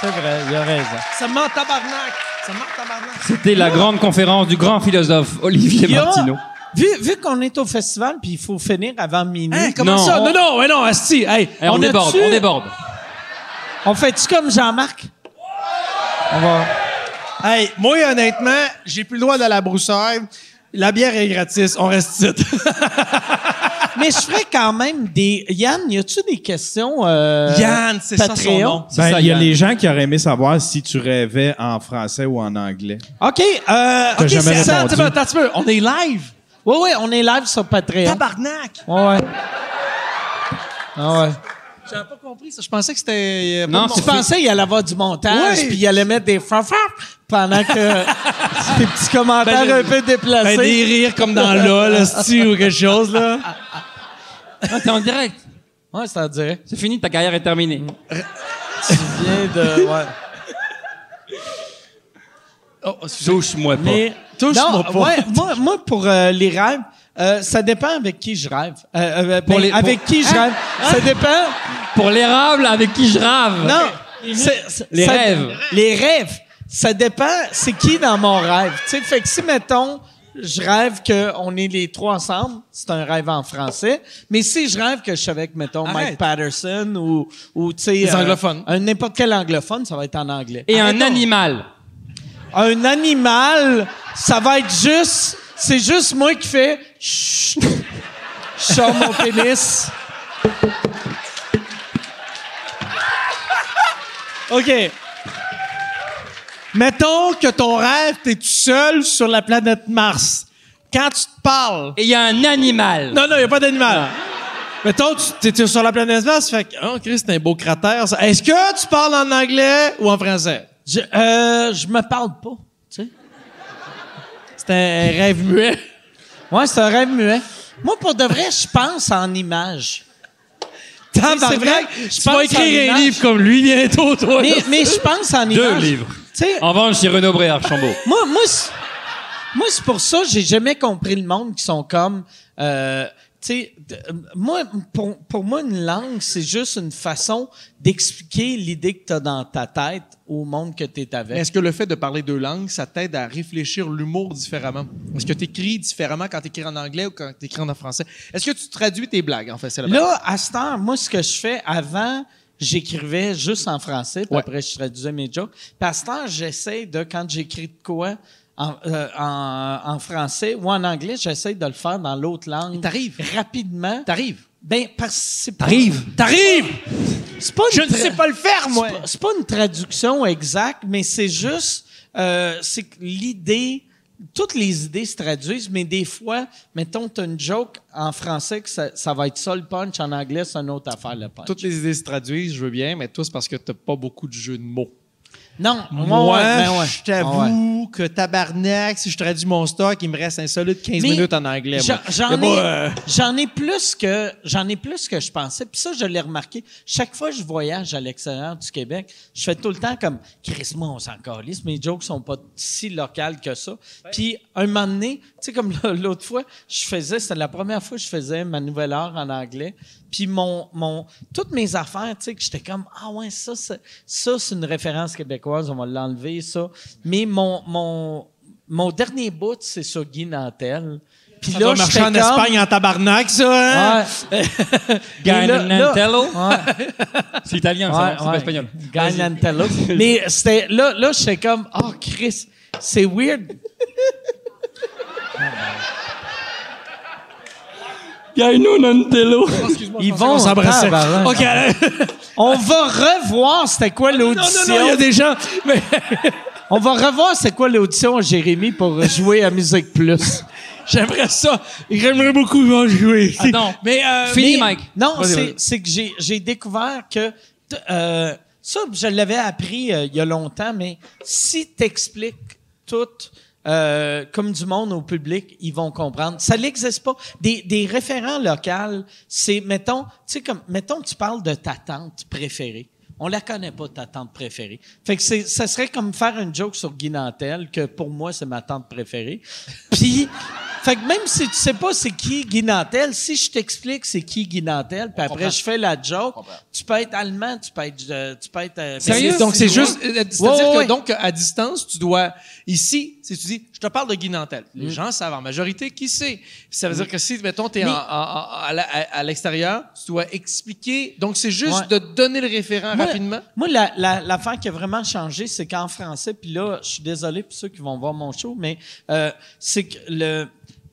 C: C'est vrai, il a raison.
D: Ça ment tabarnak. Ça ment tabarnak.
E: C'était la grande conférence du grand philosophe Olivier
C: Il y a-
E: Martineau.
C: Vu, vu qu'on est au festival, puis il faut finir avant minuit.
D: Hein, comment
E: Non.
D: ça? Non, non, ouais, non, Asti, hey,
E: Eh, on,
C: On
E: déborde,
C: a-tu-
E: on déborde.
C: On fait-tu comme Jean-Marc?
D: Hey, moi, honnêtement, j'ai plus le droit d'aller à la broussaille. La bière est gratis. On reste ici.
C: Mais je ferais quand même des. Yann, y a-tu des questions? euh,
D: Yann, c'est ça Euh, son
C: Patreon?
D: nom.
E: C'est
B: Ben,
E: ça,
B: il y a
E: Yann.
B: les gens qui auraient aimé savoir si tu rêvais en français ou en anglais.
C: OK. Euh,
B: T'as
C: OK,
B: jamais
C: c'est ça.
B: répondu.
C: tu vas-
D: Attends un petit peu, on est live.
C: Oui, oui, on est live sur Patreon.
D: Tabarnak.
C: Ouais, ouais. Ah ouais.
D: J'avais pas compris ça. Je pensais que c'était... euh, pas
E: Non,
D: de mon-
C: Tu pensais qu'il allait avoir du montage,
D: Oui.
C: puis il allait mettre des fanfares pendant que des petits commentaires
D: Ben,
C: un peu
D: Ben,
C: déplacés.
D: des rires comme dans LOL, Asti, ou quelque chose, là.
E: Ah, t'es en direct.
C: Ouais, ça dirait.
E: C'est fini, ta carrière est terminée.
C: Viens de. Ouais. Oh,
E: Touche-moi pas.
C: Mais
D: Touche-moi
C: Non,
D: pas.
C: ouais, moi, moi, pour euh, les rêves, euh, ça dépend avec qui je rêve. Euh, euh, ben,
E: les- pour-
C: avec qui je rêve.
D: Hein?
C: Ça dépend.
E: Pour l'érable avec qui je rave.
C: Non. c'est- c'est-
E: Les
C: ça-
E: rêves.
C: Les rêves. Ça dépend, c'est qui dans mon rêve. Tu sais, fait que si, mettons, je rêve qu'on est les trois ensemble, c'est un rêve en français. Mais si je rêve que je suis avec, mettons, Mike Patterson ou, ou tu sais.
D: Les
C: euh,
D: anglophones.
C: Un n'importe quel anglophone, ça va être en anglais.
E: Et un
C: Arrêtons.
E: animal.
C: Un animal, ça va être juste. C'est juste moi qui fais. Chut. Je sors mon pénis.
D: OK. Mettons que ton rêve, t'es tout seul sur la planète Mars. Quand tu te parles.
E: Et il y a un animal.
D: Non, non, il n'y a pas d'animal. Mettons, tu étais sur la planète Mars, fait que, oh, Chris, c'est un beau cratère. ça. Est-ce que tu parles en anglais ou en français?
C: Je, euh, je me parle pas, tu sais.
D: C'est un rêve muet.
C: Ouais, c'est un rêve muet. Moi, pour de vrai, je pense en images.
D: C'est
C: vrai, je
D: tu vas
C: pense en
D: écrire un
C: image.
D: livre comme lui bientôt, toi.
C: Mais, mais je pense en
E: Deux
C: images.
E: livres.
C: Tu sais,
E: En vente chez Renaud Bray Archambault.
C: moi, moi, c'est- moi, c'est pour ça que j'ai jamais compris le monde qui sont comme... euh, tu sais, d- euh, moi, pour, pour moi, une langue, c'est juste une façon d'expliquer l'idée que tu as dans ta tête au monde que tu es avec.
G: Est-ce que le fait de parler deux langues, ça t'aide à réfléchir l'humour différemment? Est-ce que tu écris différemment quand tu écris en anglais ou quand tu écris en français? Est-ce que tu traduis tes blagues, en fait? c'est la vraie-
C: Là, à cette heure, moi, ce que je fais avant, j'écrivais juste en français, puis après, je traduisais mes jokes. Puis à cette heure, j'essaie de, quand j'écris de quoi en, euh, en- en français ou en anglais, j'essaie de le faire dans l'autre langue.
G: t'arrives.
C: Rapidement.
G: T'arrives.
C: Ben, parce que c'est pas.
E: T'arrives.
D: T'arrives!
C: C'est pas une
D: Je ne
C: tra-
D: sais pas le faire, moi!
C: c'est pas- C'est pas une traduction exacte, mais c'est juste, euh, c'est que l'idée, toutes les idées se traduisent, mais des fois, mettons, t'as une joke en français que ça, ça va être ça le punch, en anglais, c'est une autre affaire le punch.
G: Toutes les idées se traduisent, je veux bien, mais tous parce que t'as pas beaucoup de jeux de mots.
C: Non, moi,
G: Moi,
C: ouais, ben ouais.
G: je
C: Ouais.
G: t'avoue que tabarnak, si je traduis mon stock, il me reste un solide 15
C: Mais
G: minutes en anglais.
C: J'en-
G: moi.
C: J'en
G: Mais moi,
C: ai,
G: euh,
C: j'en ai plus que j'en ai plus que je pensais. Puis ça, je l'ai remarqué. Chaque fois que je voyage à l'extérieur du Québec, je fais tout le temps comme Chris, moi, on s'en calisse. Mes jokes sont pas si locales que ça. Puis un moment donné, tu sais, comme l'autre fois, je faisais, c'était la première fois que je faisais ma nouvelle heure en anglais. Puis mon, mon, toutes mes affaires, tu sais, que j'étais comme, ah ouais, ça, c'est- ça, c'est une référence québécoise, on va l'enlever, ça. Mais mon, mon, mon dernier bout, c'est sur Guy Nantel. Puis
D: Ça doit marcher
C: j'étais
D: en
C: comme-
D: Espagne en tabarnak,
E: Ah,
D: ça, hein?
C: Ouais.
E: Guy
C: Mais là- là-
E: Nantello.
C: Ouais.
E: C'est italien, ça, non? c'est pas espagnol.
C: Gagnantello. Mais c'était là, là, j'étais comme, oh Chris, c'est weird.
E: Gaino Nantello.
C: Ils vont
D: On s'embrassait.
C: tabarnak.
D: OK, allez.
C: On va revoir c'était quoi
D: Ah, Non, non, non, il y a
C: l'audition.
D: des gens. Mais
C: On va revoir c'est quoi l'audition à Jérémy pour jouer à Musique Plus.
D: j'aimerais ça. J'aimerais beaucoup en jouer.
E: Ah non.
D: Mais, euh,
E: Fini,
D: mais-
E: Mike.
C: Non,
D: Vas-y,
C: c'est-
D: vas-y.
C: c'est que j'ai- j'ai découvert que t- euh, ça, je l'avais appris euh, il y a longtemps, mais si t'expliques tout euh, comme du monde au public, ils vont comprendre. Ça n'existe pas. Des, des référents locaux, c'est mettons, tu sais comme mettons que tu parles de ta tante préférée. On la connaît pas ta tante préférée. Fait que c'est, ça serait comme faire une joke sur Guy Nantel que pour moi c'est ma tante préférée. Puis fait que même si tu sais pas c'est qui Guy Nantel, si je t'explique c'est qui Guy Nantel, puis après je fais la joke, tu peux être allemand, tu peux être, euh, tu peux être euh,
E: Sérieux?
G: Donc, c'est
E: C'est loin.
G: juste. euh, C'est-à-dire
C: Ouais, ouais, ouais.
G: que, donc, à distance, tu dois. Ici, si tu dis, je te parle de Guy Nantel. Les gens savent en majorité qui c'est. Ça veut dire que si, mettons, tu es à, la- à- à l'extérieur, tu dois expliquer. Donc, c'est juste
C: Ouais.
G: de donner le référent
C: Moi-
G: rapidement.
C: Moi, la, la, l'affaire qui a vraiment changé, c'est qu'en français, puis là, je suis désolé pour ceux qui vont voir mon show, mais euh, c'est que le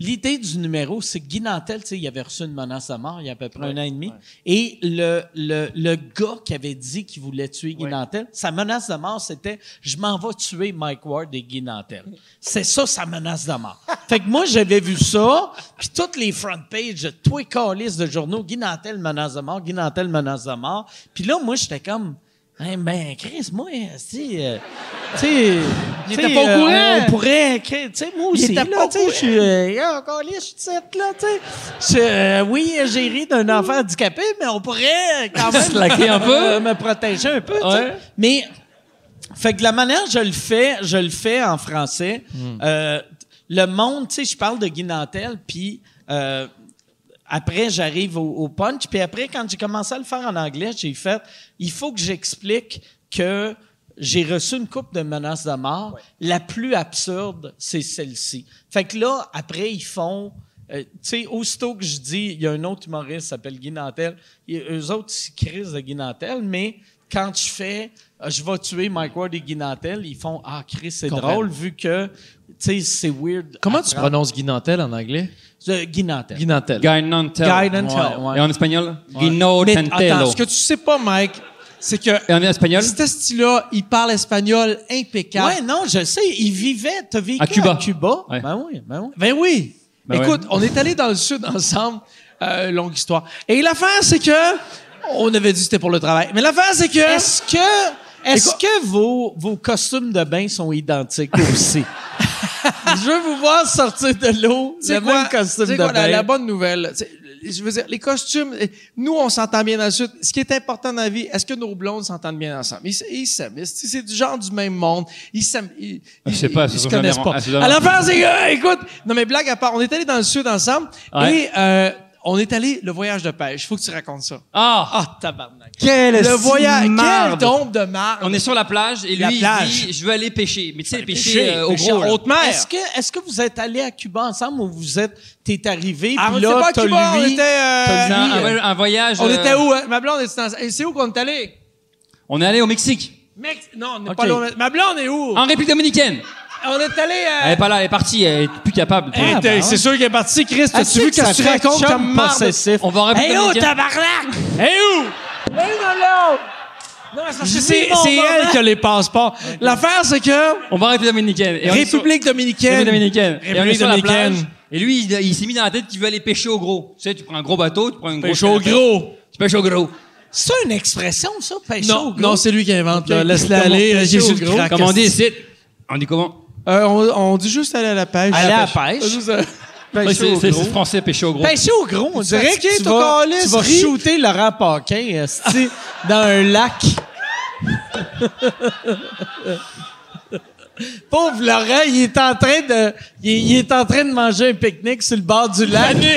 C: l'idée du numéro, c'est que Guy Nantel, tu sais, il avait reçu une menace de mort il y a à peu près un an et demi, et le, le, le gars qui avait dit qu'il voulait tuer Guy Nantel, sa menace de mort, c'était « Je m'en vais tuer Mike Ward et Guy Nantel. » C'est ça, sa menace de mort. fait que moi, j'avais vu ça, puis toutes les front pages, de tous les calices de journaux, Guy Nantel, menace de mort, Guy Nantel, menace de mort. Puis là, moi, j'étais comme... Hein, ben, Chris, moi, si. Euh, tu sais.
G: Il
C: tu
G: était
C: sais,
G: pas au
C: euh,
G: courant.
C: On pourrait. créer- Tu sais, moi aussi.
D: était
C: là,
D: pas au
C: tu sais, Je suis. euh, Ah, encore là, je suis petite, là, tu sais. Je, euh, oui, j'ai ri d'un enfant handicapé, mais on pourrait euh, quand même.
E: Slacker un peu.
C: euh, me protéger un peu, tu sais.
E: Ouais.
C: Mais. Fait que la manière je le fais, je le fais en français. Euh, le monde, tu sais, je parle de Guy Nantel, puis euh, après, j'arrive au, au punch. Puis après, quand j'ai commencé à le faire en anglais, j'ai fait, il faut que j'explique que j'ai reçu une coupe de menaces de mort. La plus absurde, c'est celle-ci. Fait que là, après, ils font. euh, tu sais, aussitôt que je dis, il y a un autre humoriste qui s'appelle Guy Nantel, et eux autres, ils crisent de Guy Nantel, mais quand je fais, euh, je vais tuer Mike Ward et Guy Nantel, ils font, ah, Chris, c'est drôle, vu que, tu sais, c'est weird.
D: Comment tu
C: Apprendre-
D: prononces Guinantel en anglais?
C: Euh, Guy Nantel.
D: Guinantel.
E: Guy Nantel.
C: Guy Nantel, ouais.
E: Et en espagnol, Guino
D: Mais
E: Tantelo.
D: attends, ce que tu sais pas, Mike, c'est que
E: Et en espagnol,
D: cet style-là, il parle espagnol impeccable.
C: Ouais, non, je sais, il vivait, t'as vécu
E: À Cuba.
C: à Cuba.
E: Ouais.
C: Ben oui, ben oui.
D: Ben oui.
E: Ben
D: Écoute,
E: ouais.
D: on est allé dans le sud ensemble. Euh, longue histoire. Et l'affaire, c'est que on avait dit que c'était pour le travail. Mais l'affaire, c'est que
C: Est-ce que, est-ce que vos, vos costumes de bain sont identiques aussi? je veux vous voir sortir de l'eau,
D: C'est
C: le même costume de
D: la,
C: bain.
D: la bonne nouvelle, c'est- je veux dire, les costumes, eh, nous, on s'entend bien dans le sud. Ce qui est important dans la vie, est-ce que nos blondes s'entendent bien ensemble? Ils s- Ils s'aiment. Ils- C'est c'est du genre du même monde. Ils s'aiment. Ils,
E: Je sais
D: ils-
E: pas,
D: ils
E: c'est
D: se
E: sûr que
D: connaissent
E: j'en ai-
D: pas.
E: ah, c'est dommage.
D: À la fin, c'est que, écoute, non mais blague à part, on est allé dans le sud ensemble
E: Ouais.
D: et euh, on est allé le voyage de pêche. Faut que tu racontes ça.
E: ah,
D: Ah, tabarnak.
J: Quel
D: Le voyage, quelle
J: marde.
D: tombe de marde.
E: on est sur la plage et
D: La
E: lui,
D: plage.
E: il dit, je veux aller pêcher. Mais tu sais, pêcher,
D: Pêcher,
E: euh, au
D: pêcher
E: gros,
D: en
E: là.
D: haute mer.
C: Est-ce que, est-ce que vous êtes allés à Cuba ensemble ou vous êtes, t'es arrivé,
D: Ah, on
C: puis
D: était pas
C: là,
D: à
C: t'as
D: Cuba, on
C: lui...
D: était, euh,
E: C'est
C: t'as lui,
E: un,
C: euh,
E: un- un voyage.
D: on
E: euh,
D: était où? hein? Ma blonde était dans... Et c'est où qu'on est allé?
E: On est allé au Mexique,
D: Mec, non, on n'est
C: Ok.
D: pas loin. Ma blonde est où?
E: en République Dominicaine.
D: On est allé. euh,
E: Elle est Ah, pas là, elle est partie, elle est plus capable.
D: hey, t'es- c'est sûr qu'il est parti, Chris. T'as-tu vu qu'est-ce que tu racontes comme marde?
C: possessif?
E: On va en République
D: oh,
E: Dominicaine.
D: Hey, où? Non, mais c'est parce que c'est c'est elle qui a les passeports. L'affaire, c'est que.
E: On va en République Dominicaine. Et on est sur-
D: République dominicaine.
E: République Dominicaine. Et on est
D: République
E: sur la
D: dominicaine.
E: plage, Et lui, il, il s'est mis dans la tête qu'il veut aller pêcher au gros. Tu sais, tu prends un gros bateau, tu prends une
D: Pêche
E: grosse
D: au
E: canne à
D: gros.
E: pêche. Tu pêches au gros.
C: C'est une expression, ça, pêcher au
D: Non,
C: gros?
D: non c'est lui qui invente. là.
C: Ok.
D: Laisse-la
C: Comment
D: aller. euh,
C: pêcher
D: J'ai
C: au
D: su le
C: gros?
D: crack.
E: Comme on dit ici. On dit comment
D: Euh, on, on dit juste aller à la pêche.
C: Aller à la pêche.
D: Juste, euh,
E: Ouais, C'est c'est français, pêcher au Ben, gros.
C: Pêcher au gros, on dirait
D: fatigué,
C: que tu
D: ton
C: vas,
D: calice,
C: tu vas
D: ris.
C: shooter Laurent Paquin esti, dans un lac. Pauvre Laurent, il est en train de, il, il est en train de manger un pique-nique sur le bord du lac. Puis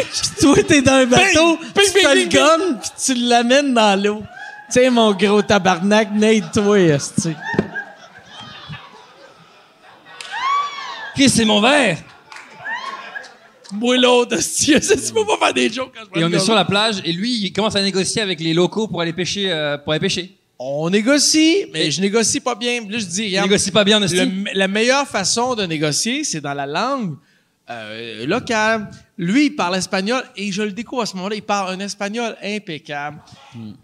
C: toi, t'es dans un bateau, tu te le gommes, puis tu l'amènes dans l'eau. Tiens, mon gros tabarnak, naide-toi, esti.
E: Chris, c'est mon verre.
D: Moi, l'autre. hostie. Tu peux pas faire des jokes quand je prends
E: Et on
D: le
E: est
D: gars.
E: sur la plage et lui, il commence à négocier avec les locaux pour aller pêcher. euh, pour aller pêcher.
D: On négocie, mais je négocie pas bien. Là, je dis,
E: Il
D: regarde,
E: négocie pas bien, n'est-ce pas
D: Le- la meilleure façon de négocier, c'est dans la langue euh, locale. Lui, il parle espagnol et je le découvre à ce moment-là. Il parle un espagnol impeccable.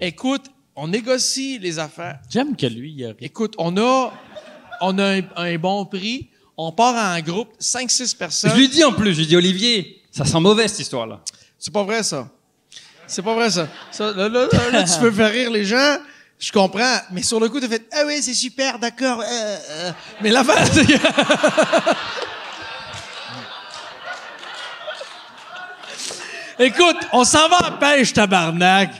D: Écoute, on négocie les affaires.
C: J'aime que lui, il a ri.
D: Écoute, on a, on a un, un bon prix. On part en groupe, 5-6 personnes.
E: Je lui dis en plus, je lui dis Olivier, ça sent mauvais cette histoire-là.
D: C'est pas vrai, ça. C'est pas vrai, ça. Ça, là, là, là, là, tu peux faire rire les gens. Je comprends. Mais sur le coup, t'as fait Ah oui, c'est super, d'accord. euh, euh. Mais la face. Écoute, on s'en va en pêche, tabarnak.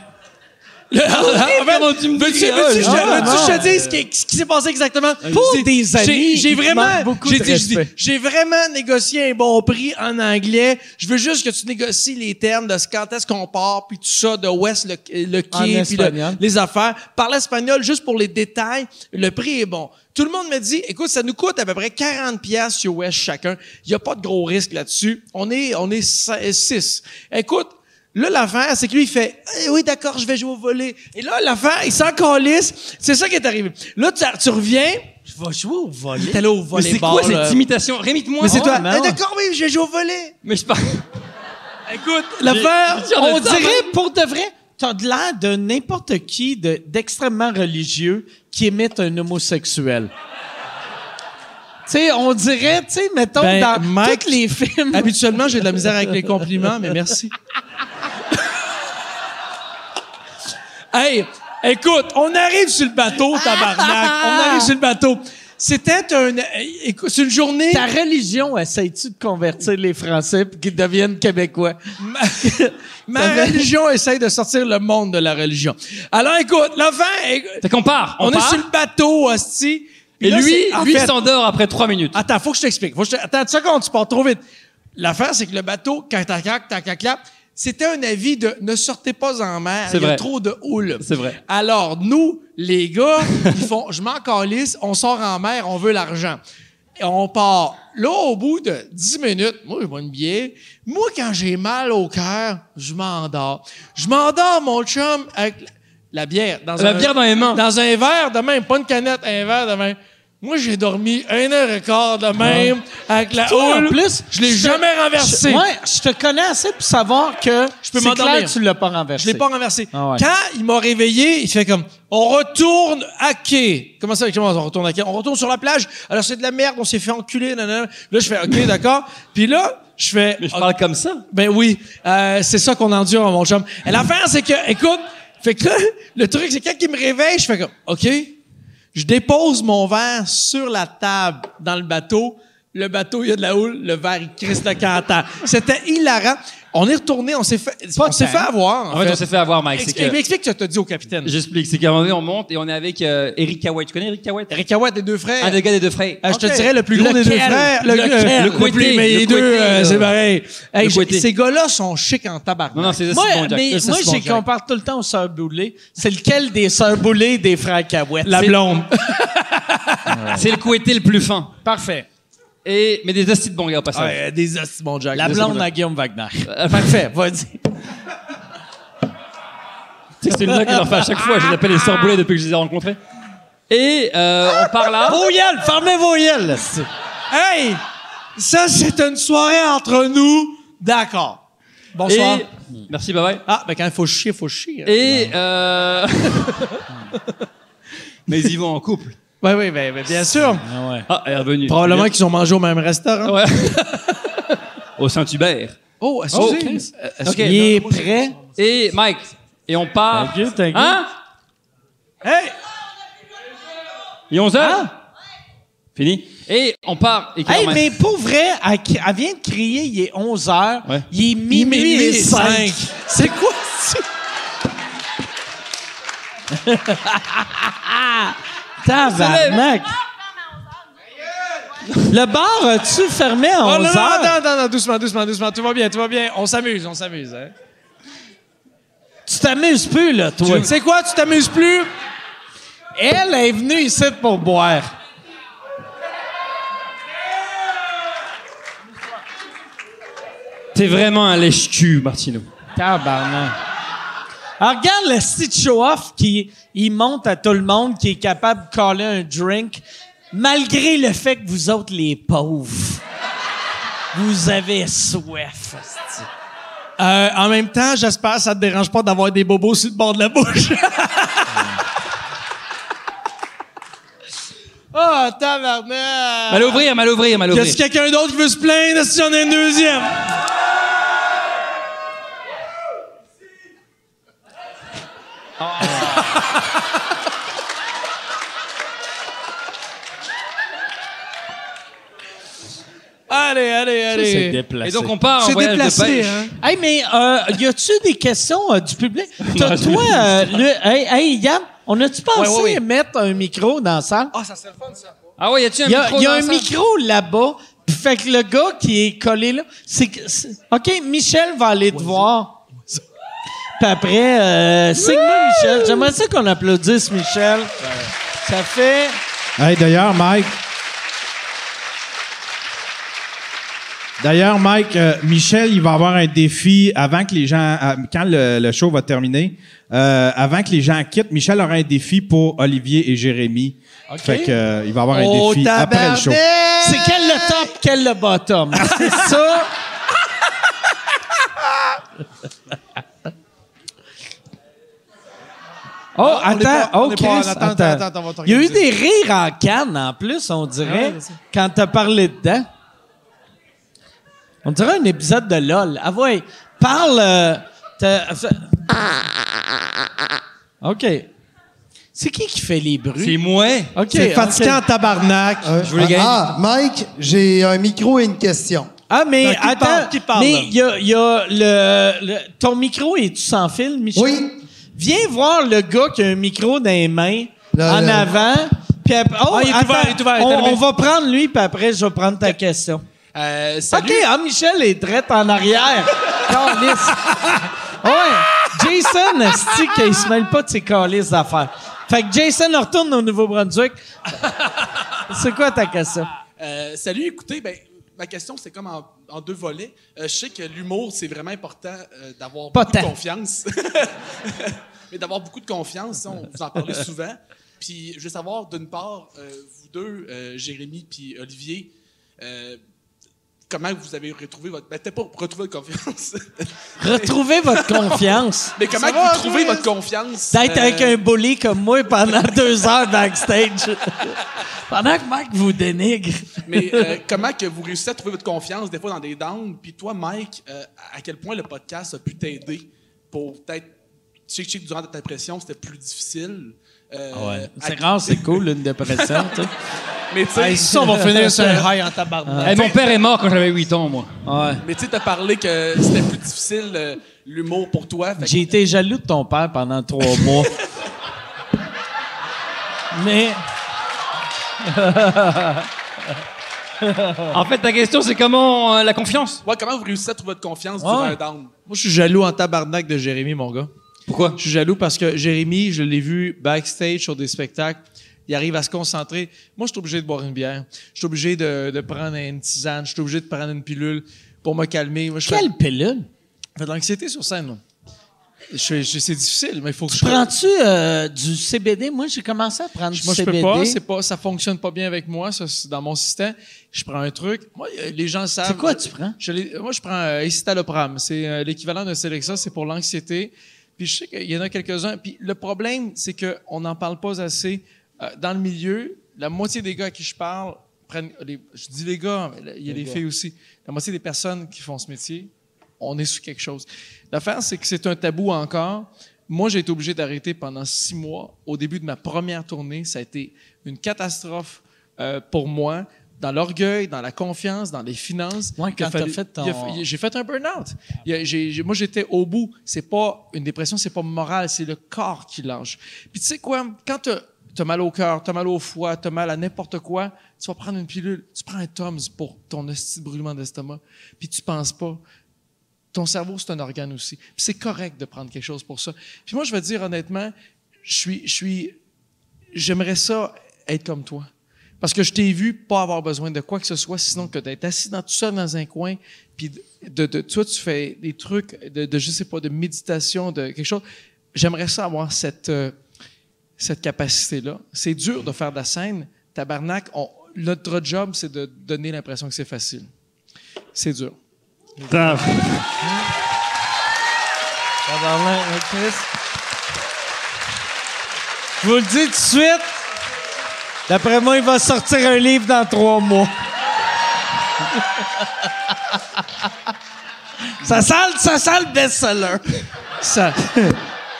D: Là,
C: Ah
D: en fait, veux-tu- veux-tu que je- veux-tu que je te dise ce qui- ce qui s'est passé exactement?
C: Pour
D: J'ai-
C: des amis,
D: j'ai- J'ai
C: il te
D: vraiment,
C: manque beaucoup
D: j'ai
C: de
D: dit- j'ai dit,
C: respect.
D: j'ai vraiment négocié un bon prix en anglais. Je veux juste que tu négocies les termes de ce- quand est-ce qu'on part, puis tout ça, de où est-ce le, le
C: En
D: quai, puis le-
C: espagnol.
D: les affaires. Parle espagnol juste pour les détails. Le prix est bon. Tout le monde me dit, écoute, ça nous coûte à peu près 40 pièces US chacun. Il n'y a pas de gros risque là-dessus. On est, on est 6. Écoute, là, l'affaire, c'est que lui, il fait, Eh oui, d'accord, je vais jouer au volet. Et là, l'affaire, il s'en calisse. C'est ça qui est arrivé. Là, tu, tu reviens.
C: Je vais jouer au volet.
D: Il est allé au
E: Mais
D: volley
E: c'est quoi cette imitation Rémite-moi.
D: Mais c'est
E: Oh,
D: toi.
C: mais
D: Eh,
C: ouais.
D: d'accord, mais je vais jouer au volet.
E: Mais je parle.
D: Écoute, l'affaire,
E: j'ai- j'ai-
D: on
E: j'ai-
D: dirait
C: dirais, pour de vrai, t'as de l'air de n'importe qui de- d'extrêmement religieux qui émite un homosexuel. Tu sais, on dirait, tu sais, mettons,
D: Ben,
C: dans
D: Mike-
C: tous les films...
D: Habituellement, j'ai de la misère avec les compliments, mais merci. hey, écoute, on arrive sur le bateau, tabarnak. on arrive sur le bateau. C'était un... Écoute, c'est une journée...
C: Ta religion, essayes-tu de convertir les Français pour qu'ils deviennent Québécois?
D: Ma, ma religion essaye de sortir le monde de la religion. Alors, écoute, l'enfant...
E: Fait qu'on part.
D: On,
E: On,
D: est
E: part.
D: sur le bateau, hostie. Puis
E: Et
D: là,
E: lui,
D: c'est- en
E: lui
D: fait- Ah,
E: s'endort après trois minutes.
D: Attends, faut que je t'explique. Faut que je te- Attends, une seconde, tu pars trop vite. L'affaire, c'est que le bateau, quand t'as clac, t'as clac, clac, c'était un avis de ne sortez pas en mer,
E: C'est
D: il y a
E: vrai.
D: trop de houle.
E: C'est vrai.
D: Alors, nous, les gars, ils font je m'en calisse, on sort en mer, on veut l'argent. Et on part. Là, au bout de 10 minutes, moi, je bois une bière. Moi, quand j'ai mal au cœur, je m'endors. Je m'endors, mon chum, avec la bière. Dans
E: La
D: un-
E: bière dans les mains.
D: dans un verre de même, pas une canette, un verre de même. Moi, j'ai dormi un heure et quart de même avec la
C: Toi,
D: houle.
C: en plus,
D: Oh, je l'ai
C: je te-
D: jamais renversé.
C: Je, ouais, je te connais assez pour savoir que
D: Je peux
C: c'est
D: m'endormir.
C: clair que tu l'as pas renversé.
D: Je l'ai pas renversé.
C: Ah ouais.
D: Quand il m'a réveillé, il fait comme on retourne à quai. Comment ça, comment on retourne à quai On retourne sur la plage. Alors c'est de la merde, on s'est fait enculer. Nanana. Là, je fais ok, d'accord. Puis là, je fais
E: Mais je
D: OK,
E: parle comme ça.
D: ben oui, euh, c'est ça qu'on endure, mon chum. Et l'affaire, c'est que, écoute, fait que là, le truc, c'est quand il me réveille, je fais comme, OK, je dépose mon verre sur la table dans le bateau. Le bateau, il y a de la houle, le verre, il crisse le canton. C'était hilarant. On est retourné, on s'est fait, on s'est fait avoir, en,
E: En fait, on s'est fait avoir, Mike. C'est
D: Explique,
E: que-
D: explique ce que tu as dit au capitaine.
E: J'explique. C'est qu'à un moment donné, on monte et on est avec euh, Eric Kawait. Tu connais Eric Kawait?
D: Eric Cahouette, les deux frères.
E: Un des gars des deux frères.
D: Euh, Je te dirais le plus gros des deux
E: Lequel?
D: frères. Le,
E: Lequel?
D: euh,
E: Le
D: plus-
E: couetté,
D: mais
E: le
D: les deux,
E: couetté,
D: euh,
E: là.
D: c'est pareil. Hey,
E: Le
D: je-
E: couetté.
D: ces gars-là sont chics en tabarnak.
E: Non, non, c'est
C: Moi,
E: c'est bon, Jack.
C: mais
E: Ça, c'est
C: moi,
E: bon,
C: j'ai
E: Jack.
C: compare tout le temps aux sœurs Boulay. C'est lequel des sœurs Boulay des frères Cahouette?
D: La
C: C'est-
D: blonde.
E: C'est le couetté le plus fin.
C: Parfait.
E: Et, mais des hosties de bons gars, au passage.
D: Ouais, euh, des hosties, mon Jack.
C: La
D: Des
C: blonde
D: hosties.
C: à Guillaume Wagner.
E: Euh,
C: Parfait, vas-y.
E: Tu sais que C'est une blague qu'il en fait à chaque fois. Je les appelle les sœurs Boulay depuis que je les ai rencontrés. Et euh, on parle là.
C: Vos yeux, fermez vos yeux, là, c'est-
D: Hey! Ça, c'est une soirée entre nous. D'accord.
E: et...
D: Bonsoir.
E: Merci, bye bye.
D: Ah, ben quand il faut chier, faut chier. hein.
E: Et euh... mais ils y vont en couple.
D: Oui, oui, ben, ben, bien sûr.
E: Ah, elle est revenue.
D: Probablement qu'ils ont mangé au même restaurant.
E: Ouais. Au Saint-Hubert.
D: Oh, excusez. Euh,
E: Ok.
C: Il est prêt.
E: Et Mike. Et on part.
C: Thank you, thank you.
E: Hein
D: Hey!
E: Il est 11 h Fini. Et on part. Et
C: Ah! Hey,
E: clairement-
C: mais pour vrai, elle, cri- elle vient de crier, il est 11 h.
E: Ouais.
C: Il est minuit,
D: Minuit
C: et cinq.
D: cinq. C'est quoi ça?
C: Tabarnak. Le bar, as-tu fermé à 11
D: Oh, non, non,
C: heures?
D: non, non, non, doucement, doucement, doucement. Tout va bien, tout va bien. On s'amuse, on s'amuse. hein.
C: Tu t'amuses plus, là, toi.
D: Tu sais quoi? Tu t'amuses plus?
C: Elle est venue ici pour boire.
E: T'es vraiment un lèche-cul, Martino.
C: Tabarnak. Alors, regarde le style show-off qui il monte à tout le monde, qui est capable de coller un drink, malgré le fait que vous autres, les pauvres, vous avez soif. esti.
D: Euh, en même temps, j'espère que ça te dérange pas d'avoir des bobos sur le bord de la bouche. oh, tabarnak!
E: Mal ouvrir, mal ouvrir, mal
D: Y
E: ouvrir.
D: a-t-il quelqu'un d'autre qui veut se plaindre si j'en ai une deuxième? allez, allez, allez.
C: C'est déplacé.
E: Et donc on part en
D: C'est
E: voyage
D: déplacé,
E: de pêche.
D: hein?
C: Hey, mais euh, y a-tu des questions euh, du public? T'as- toi, euh, le- hey, hey, Yann, on a-tu pensé
D: Ouais, ouais, ouais.
C: mettre un micro dans la salle?
E: Ah ouais, y a-tu un
C: Il y a,
E: micro
C: y a
E: dans
C: un
E: ça?
C: micro là-bas. Puis Fait que le gars qui est collé là, c'est que- c'est- OK, Michel va aller te voir. Puis après, euh, signe-moi Michel. J'aimerais ça qu'on applaudisse Michel. Ça fait...
B: Hey, d'ailleurs, Mike. D'ailleurs, Mike, euh, Michel, il va avoir un défi avant que les gens, à- quand le, le show va terminer, euh, avant que les gens quittent, Michel aura un défi pour Olivier et Jérémy. Fait que, euh, il va avoir un
D: Oh,
B: défi après le show.
C: C'est quel le top, quel le bottom. C'est ça. Oh, attends,
D: pas- on
C: oh,
D: est pas en
C: Chris,
D: attente,
C: attends.
D: attends, attends, on va
C: Il y a eu
D: t'organiser.
C: des rires en canne, en plus, on dirait, quand t'as parlé dedans. On dirait un épisode de LOL. Ah ouais, parle... euh, t'as- OK. C'est qui qui fait les
E: C'est
C: bruits?
E: moi.
C: OK,
B: C'est
C: OK.
B: fatigant, tabarnak.
E: Je voulais gagner.
K: Ah, Mike, j'ai un micro et une question.
C: Ah, mais
D: Donc, qui
C: attends,
D: parle, qui parle?
C: mais il y a, il y a le, le- Ton micro est-tu sans fil, Michel?
K: Oui.
C: Viens voir le gars qui a un micro dans les mains,
K: Là,
C: en
K: là.
C: avant. Puis après- oh,
D: Ah, il est
C: attends,
D: ouvert, il est ouvert, il est allumé.
C: on, on va prendre lui, puis après, je vais prendre ta question.
G: Euh, salut.
C: OK, ah, Michel est drette en arrière. calices. Ouais. Jason, esti qu'il se mêle pas de ses calices d'affaires. Fait que Jason retourne au Nouveau-Brunswick. C'est quoi ta question?
L: Euh, salut, écoutez, ben, ma question, c'est comme en, en deux volets. Euh, je sais que l'humour, c'est vraiment important euh, d'avoir
C: Pas
L: beaucoup de
C: tant.
L: confiance. Mais d'avoir beaucoup de confiance, ça, on vous en parlait souvent. Puis je veux savoir, d'une part, euh, vous deux, euh, Jérémy puis Olivier, euh, comment vous avez retrouvé votre... Ben, peut-être pas retrouver votre confiance,
C: Retrouvez votre confiance.
L: mais comment
C: Ça
L: vous
C: va,
L: trouvez
C: toi?
L: votre confiance?
C: D'être
L: euh,
C: avec un bully comme moi pendant deux heures backstage. pendant que Mike vous dénigre.
L: Mais euh, comment que vous réussissez à trouver votre confiance des fois dans des downs? Puis toi, Mike, euh, à quel point le podcast a pu t'aider pour peut-être... Je sais, je sais que durant ta dépression, c'était plus difficile. Euh,
C: Ah
L: à-
C: C'est rare, c'est cool, une dépression, tu sais.
L: Mais tu sais,
D: Ça, on va finir sur un high en tabarnak.
E: Eh, mon père est mort quand j'avais 8 ans, moi.
L: mais tu sais, t'as parlé que c'était plus difficile euh, l'humour pour toi. Fait que-
C: J'ai été jaloux de ton père pendant trois mois. Mais
E: En fait, ta question, c'est comment euh, la confiance
L: Ouais, comment vous réussissez à trouver votre confiance durant un down?
D: Moi, je suis jaloux en tabarnak de Jérémy, mon gars.
E: Pourquoi
D: Je suis jaloux parce que Jérémy, je l'ai vu backstage sur des spectacles. Il arrive à se concentrer. Moi, je suis obligé de boire une bière. Je suis obligé de, de prendre une tisane. Je suis obligé de prendre une pilule pour me calmer. Moi, je fais,
C: quelle pilule?
D: je fais de l'anxiété sur scène. là. Je fais- je- c'est difficile, mais il faut que je
C: Prends-tu euh, du CBD? Moi, j'ai commencé à prendre du
D: Moi, je
C: CBD.
D: peux pas. C'est pas. Ça fonctionne pas bien avec moi. Ça, c'est dans mon système, je prends un truc. Moi, euh, les gens savent.
C: C'est quoi tu prends?
D: Je l'ai- moi, je prends euh, escitalopram. C'est euh, l'équivalent d'un Celexa. C'est pour l'anxiété. Puis je sais qu'il y en a quelques-uns. Puis le problème, c'est qu'on n'en parle pas assez. Euh, dans le milieu, la moitié des gars à qui je parle prennent. les- je dis les gars, mais il y a des filles aussi. La moitié des personnes qui font ce métier, on est sous quelque chose. L'affaire, c'est que c'est un tabou encore. Moi, j'ai été obligé d'arrêter pendant six mois. Au début de ma première tournée, ça a été une catastrophe euh, pour moi, dans l'orgueil, dans la confiance, dans les finances.
C: Ouais,
D: Il a
C: quand t'as
D: fallu-
C: fait ton-
D: il a- il- J'ai fait un burn-out. Il a- j'ai- j'ai- Moi, j'étais au bout. C'est pas une dépression, c'est pas moral, c'est le corps qui lâche. Puis tu sais quoi? Quand t'as as mal au cœur, t'as mal au foie, t'as mal à n'importe quoi, tu vas prendre une pilule, tu prends un Tom's pour ton esti de brûlement d'estomac, puis tu penses pas ton cerveau, c'est un organe aussi. Puis c'est correct de prendre quelque chose pour ça. Puis moi, je vais te dire honnêtement, je suis, je suis, j'aimerais ça être comme toi. Parce que je t'ai vu pas avoir besoin de quoi que ce soit, sinon que d'être assis dans, tout seul dans un coin, puis de, de, de- toi, tu fais des trucs de, de, je sais pas, de méditation, de quelque chose. J'aimerais ça avoir cette, euh, cette capacité-là. C'est dur de faire de la scène. Tabarnak, on- notre job, c'est de donner l'impression que c'est facile. C'est dur.
C: Tabarnak, hein, Chris. Je vous le dis tout de suite. D'après moi, il va sortir un livre dans trois mois. ça sent, le- ça sent le best-seller.
D: Ça.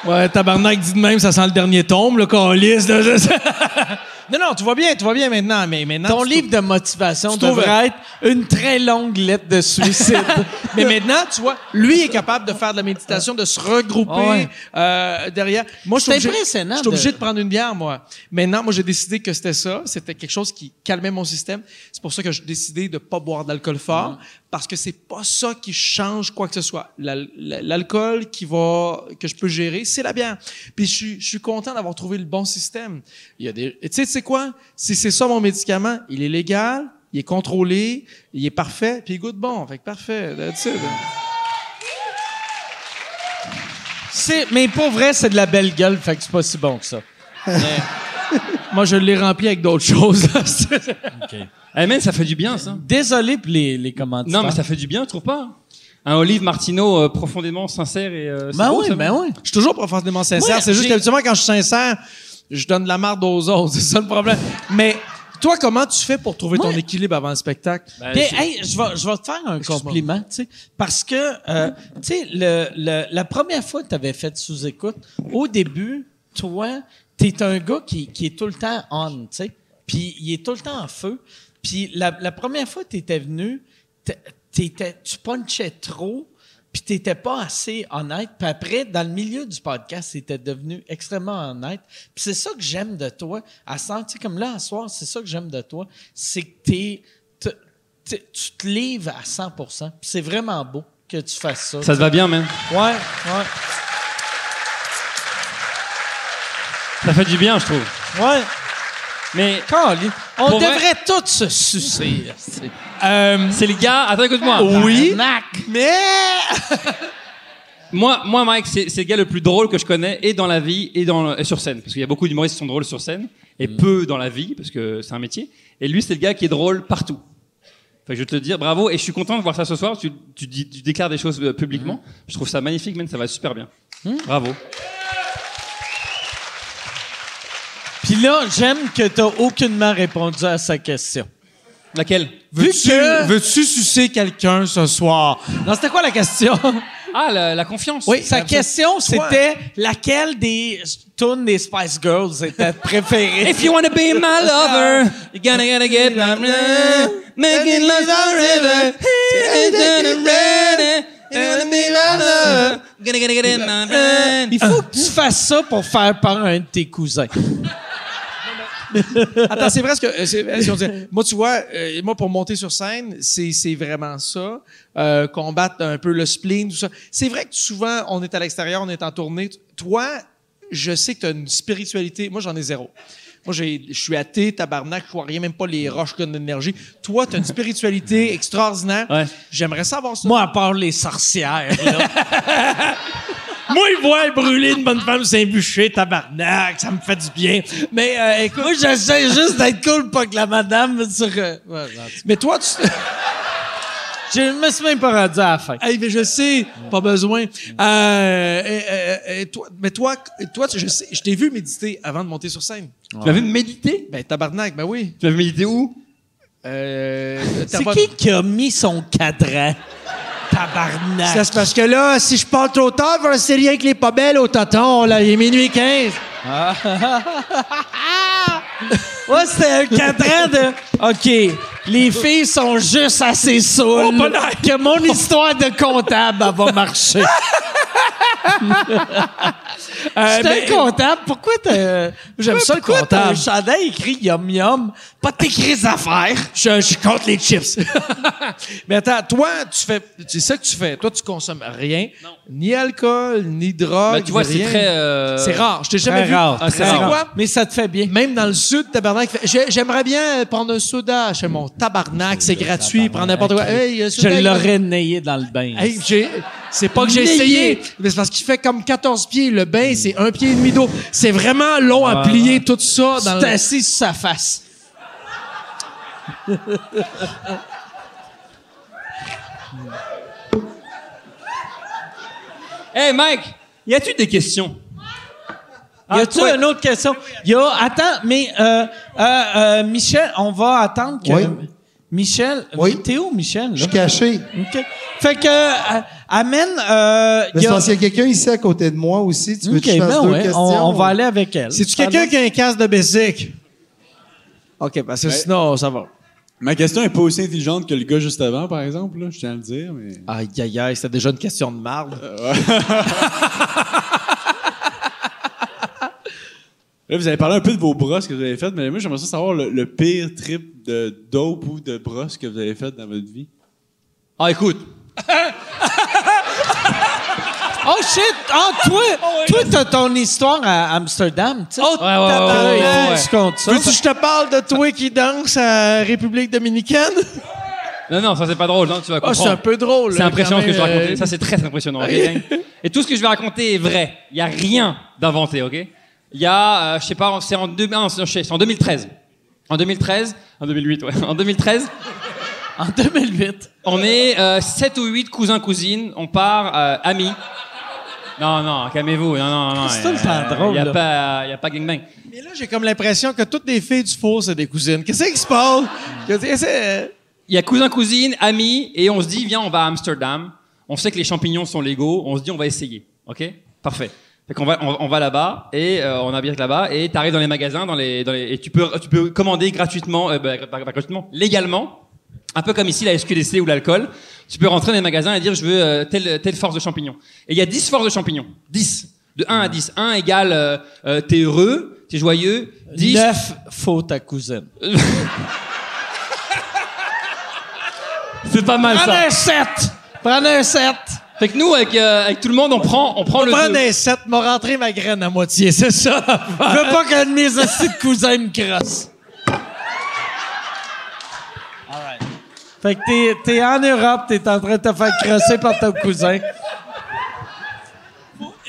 D: Ouais, tabarnak dit de même, ça sent le dernier tombe, le calice. là, je- non, non, tout va bien, tout va bien maintenant, mais maintenant.
C: Ton
D: Ah, tu
C: livre de motivation
D: tu trouves-
C: devrait être une très longue lettre de suicide.
D: trouves- Mais maintenant, tu vois, lui est capable de faire de la méditation, de se regrouper
C: Ah ouais.
D: euh, derrière. Moi, je suis
C: C'est
D: obligé-
C: impressionnant
D: Je suis obligé
C: de-
D: de prendre une bière, moi. Maintenant, moi, j'ai décidé que c'était ça. C'était quelque chose qui calmait mon système. C'est pour ça que j'ai décidé de pas boire d'alcool fort, parce que c'est pas ça qui change quoi que ce soit. L'al- L'alcool qui va, que je peux gérer, c'est la bière. Puis je suis, je suis content d'avoir trouvé le bon système. Il y a des, tu sais, tu sais quoi? Si c'est ça mon médicament, il est légal, il est contrôlé, il est parfait, puis il goûte bon. Fait que parfait. That's it.
C: C'est- mais pour vrai, c'est de la belle gueule, fait que c'est pas si bon que ça.
D: Moi, je l'ai rempli avec d'autres choses.
E: Eh, man, ça fait du bien, ça.
C: Désolé pour les, les commentaires.
E: Non, mais ça fait du bien, tu trouves pas Un Olive Martineau euh, profondément sincère et. euh, c'est
D: Bah
C: Ben
E: beau,
C: oui,
E: ça.
C: ben oui.
D: Je suis toujours profondément sincère.
C: Moi,
D: c'est juste
C: j'ai-
D: qu'habituellement, quand je suis sincère, je donne de la marde aux autres. C'est ça le problème. Mais toi, comment tu fais pour trouver
C: Moi-
D: ton équilibre avant le spectacle?
E: Ben,
C: Puis,
E: c'est-
C: hey, je vais, je vais te faire un compliment, tu sais, parce que, euh, tu sais, le, le- la première fois que tu avais fait sous-écoute, au début, toi, tu es un gars qui, qui est tout le temps on, tu sais, puis il est tout le temps en feu. Puis la, la première fois que tu étais venu, t'é- t'étais- tu punchais trop, puis tu n'étais pas assez honnête. Puis après, dans le milieu du podcast, tu étais devenu extrêmement honnête. Puis c'est ça que j'aime de toi, à sentir comme là, à soir, c'est ça que j'aime de toi, c'est que tu es tu tu te livres à 100 puis c'est vraiment beau. que tu fasses ça.
E: Ça te va bien, man.
C: Ouais, ouais,
E: Ça fait du bien, je trouve.
C: ouais.
E: Mais
C: Caliste. On
E: Pour vrai-
C: devrait tous se sucer. esti.
E: c'est le gars. Attends, écoute-moi.
C: Oui.
E: Moi, moi, Mike, c'est c'est le gars le plus drôle que je connais, et dans la vie, et, dans, le- et sur scène. Parce qu'il y a beaucoup d'humoristes qui sont drôles sur scène, et peu dans la vie, parce que c'est un métier. Et lui, c'est le gars qui est drôle partout. Fait que je vais te le dire, bravo, et je suis content de voir ça ce soir. Tu, tu, dis- tu déclares des choses euh, publiquement. Je trouve ça magnifique, man, ça va super bien. Bravo.
C: Puis là, j'aime que t'as aucunement répondu à sa question.
E: Laquelle
D: Veux-tu
C: que-
D: veux-tu sucer quelqu'un ce soir?
C: Non, c'était quoi la question?
E: Ah, la, la confiance.
C: Oui, sa question, c'était laquelle des tunes des Spice Girls était préférée?
E: If you wanna be my lover, you gonna gonna get my making love forever. Gonna gonna get in my
C: Il faut que tu fasses ça pour faire peur à un de tes cousins.
D: Attends, c'est vrai ce que. euh, c'est vrai ce qu'on disait. moi, tu vois, euh, moi, pour monter sur scène, c'est c'est vraiment ça. Euh, combattre un peu le spleen, tout ça. C'est vrai que souvent, on est à l'extérieur, on est en tournée. Toi, je sais que tu as une spiritualité. Moi, j'en ai zéro. Moi, j'ai- je suis athée, tabarnak, je vois rien, même pas les roches qui donnent de l'énergie. Toi, tu as une spiritualité extraordinaire.
E: Ouais.
D: J'aimerais savoir ça.
C: Moi, à part les sorcières, là.
D: Moi, il voit brûler une bonne femme Saint-Bûcher, tabarnak, ça me fait du bien. Mais euh, écoute.
C: Moi, j'essaie juste d'être cool, pas que la madame sur. euh, ouais, non, tu-
D: Mais toi, tu.
C: Je me suis même pas rendu à la fin.
D: Hey, mais je sais, pas besoin. Euh, euh, euh, euh, toi, mais toi, toi, tu- je sais, je t'ai vu méditer avant de monter sur scène.
E: Tu l'avais médité
D: Ben tabarnak, ben oui.
E: Tu l'avais médité où
D: Euh,
C: C'est qui qui a mis son cadran? Tabarnak.
D: C'est parce que là, si je parle trop tard, il va rester rien avec les pas belles au tonton, là, il est minuit 15.
C: Ouais, c'était un cadran de. OK. Les filles sont juste assez saoules que mon histoire de comptable elle va marcher. Euh, J'étais
D: mais-
C: comptable. Pourquoi t'as. J'aime
D: ça, le
C: T'as un
D: comptable.
C: chandail écrit yum yum. Pas t'écris des affaires.
D: Je, je compte les chips. mais attends, toi, tu fais, c'est ça que tu fais. Toi, tu consommes rien, ni alcool, ni drogue.
E: Bah, Tu vois,
D: ni
E: c'est
D: rien.
E: très. euh,
D: C'est rare. Je t'ai jamais
C: Très
D: vu.
C: rare,
D: Ah,
E: très
D: c'est
E: rare.
D: quoi?
C: Mais ça te fait bien.
D: Même dans le sud, tabarnak, fait, j'ai- j'aimerais bien prendre un soda chez mon tabarnak, c'est gratuit, prends n'importe quoi. Hey, un
C: Je
D: soda, il-
C: l'aurais naillé dans le bain.
D: Hey, j'ai- c'est pas que j'ai
C: Naillé.
D: essayé, mais c'est parce qu'il fait comme 14 pieds, le bain, c'est un pied et demi d'eau. C'est vraiment long à plier tout ça dans
C: Tu
D: le...
C: t'es assis sur sa face.
E: Hey, Mike, y a-tu des questions
C: Y a-tu
E: Ah, ouais.
C: une autre question? Y a, attends, mais euh, euh, euh, Michel, on va attendre que.
B: Oui.
C: Michel, euh,
B: Oui.
C: t'es où, Michel? là?
B: Je suis caché.
C: OK. Fait que, euh, amène. Euh,
B: Mais
C: y
B: c'est
C: a-
B: parce qu'il y a quelqu'un ici à côté de moi aussi. Tu veux
C: OK,
B: que je fasse
C: ben
B: deux
C: ouais, on,
B: questions?
C: on va aller avec elle.
D: C'est-tu quelqu'un qui a un casque de basic? OK, parce que sinon, ça va.
M: Ma question est pas aussi intelligente que le gars juste avant, par exemple, là, je tiens à le dire, mais.
D: Aïe, aïe, aïe, c'était déjà une question de marde.
M: Là, vous avez parlé un peu de vos brosses que vous avez faites, mais moi, j'aimerais ça savoir le, le pire trip de dope ou de brosse que vous avez fait dans votre vie.
E: Ah, écoute.
C: Oh shit! Oh, toi, toi, t'as ton histoire à Amsterdam, tu sais.
M: Oh,
E: Ouais, ouais, ouais, ouais, ouais, ouais.
C: Tu comptes ça?
D: Veux-tu que je te parle de toi qui danse à République Dominicaine?
E: Non, non, ça c'est pas drôle, non, tu vas
D: Ah,
E: comprendre.
D: c'est un peu drôle.
E: C'est
D: là,
E: impressionnant ce
D: quand
E: que je vais
D: même,
E: raconter.
D: euh,
E: Ça, c'est très impressionnant. ok, gang? Et tout ce que je vais raconter est vrai. Il n'y a rien d'inventé, OK? Il y a, euh, je sais pas, c'est en, deux- non, c'est- c'est en 2013. En 2013, en 2008, ouais. En 2013,
C: En 2008.
E: on est euh, sept ou huit cousins-cousines. On part euh, amis. Non, non, calmez-vous. Non, non, non.
C: C'est tout le temps drôle,
E: Il n'y a,
C: là.
E: pas- y a pas gangbang.
D: Mais là, j'ai comme l'impression que toutes les filles du four, c'est des cousines. Qu'est-ce qui se passe? Que- Euh, qu'est-ce que-
E: Il y a cousin, cousine, amis, et on se dit, viens, on va à Amsterdam. On sait que les champignons sont légaux. On se dit, on va essayer. OK? Parfait. Fait qu'on va, on, on va là-bas, et euh, on habite là-bas, et t'arrives dans les magasins, dans les, dans les, et tu peux, tu peux commander gratuitement, euh, bah, pas- pas gratuitement, légalement. Un peu comme ici, la SQDC ou l'alcool. Tu peux rentrer dans les magasins et dire, je veux euh, telle, telle force de champignons. Et il y a 10 forces de champignons. 10. De 1 à 10. 1 égale, euh, euh, t'es heureux, t'es joyeux. 10.
C: Neuf, faut ta cousine.
E: C'est pas mal ça.
C: Ah, sept!
D: Prendre un 7.
E: Fait que nous, avec, euh, avec tout le monde, on prend, on prend le
D: Prendre
E: 2.
D: un 7. M'a rentré ma graine à moitié, c'est ça.
C: Je veux pas qu'un de mes assis de cousins me crosse. Fait que t'es, t'es en Europe, t'es en train de te faire crosser par ton cousin.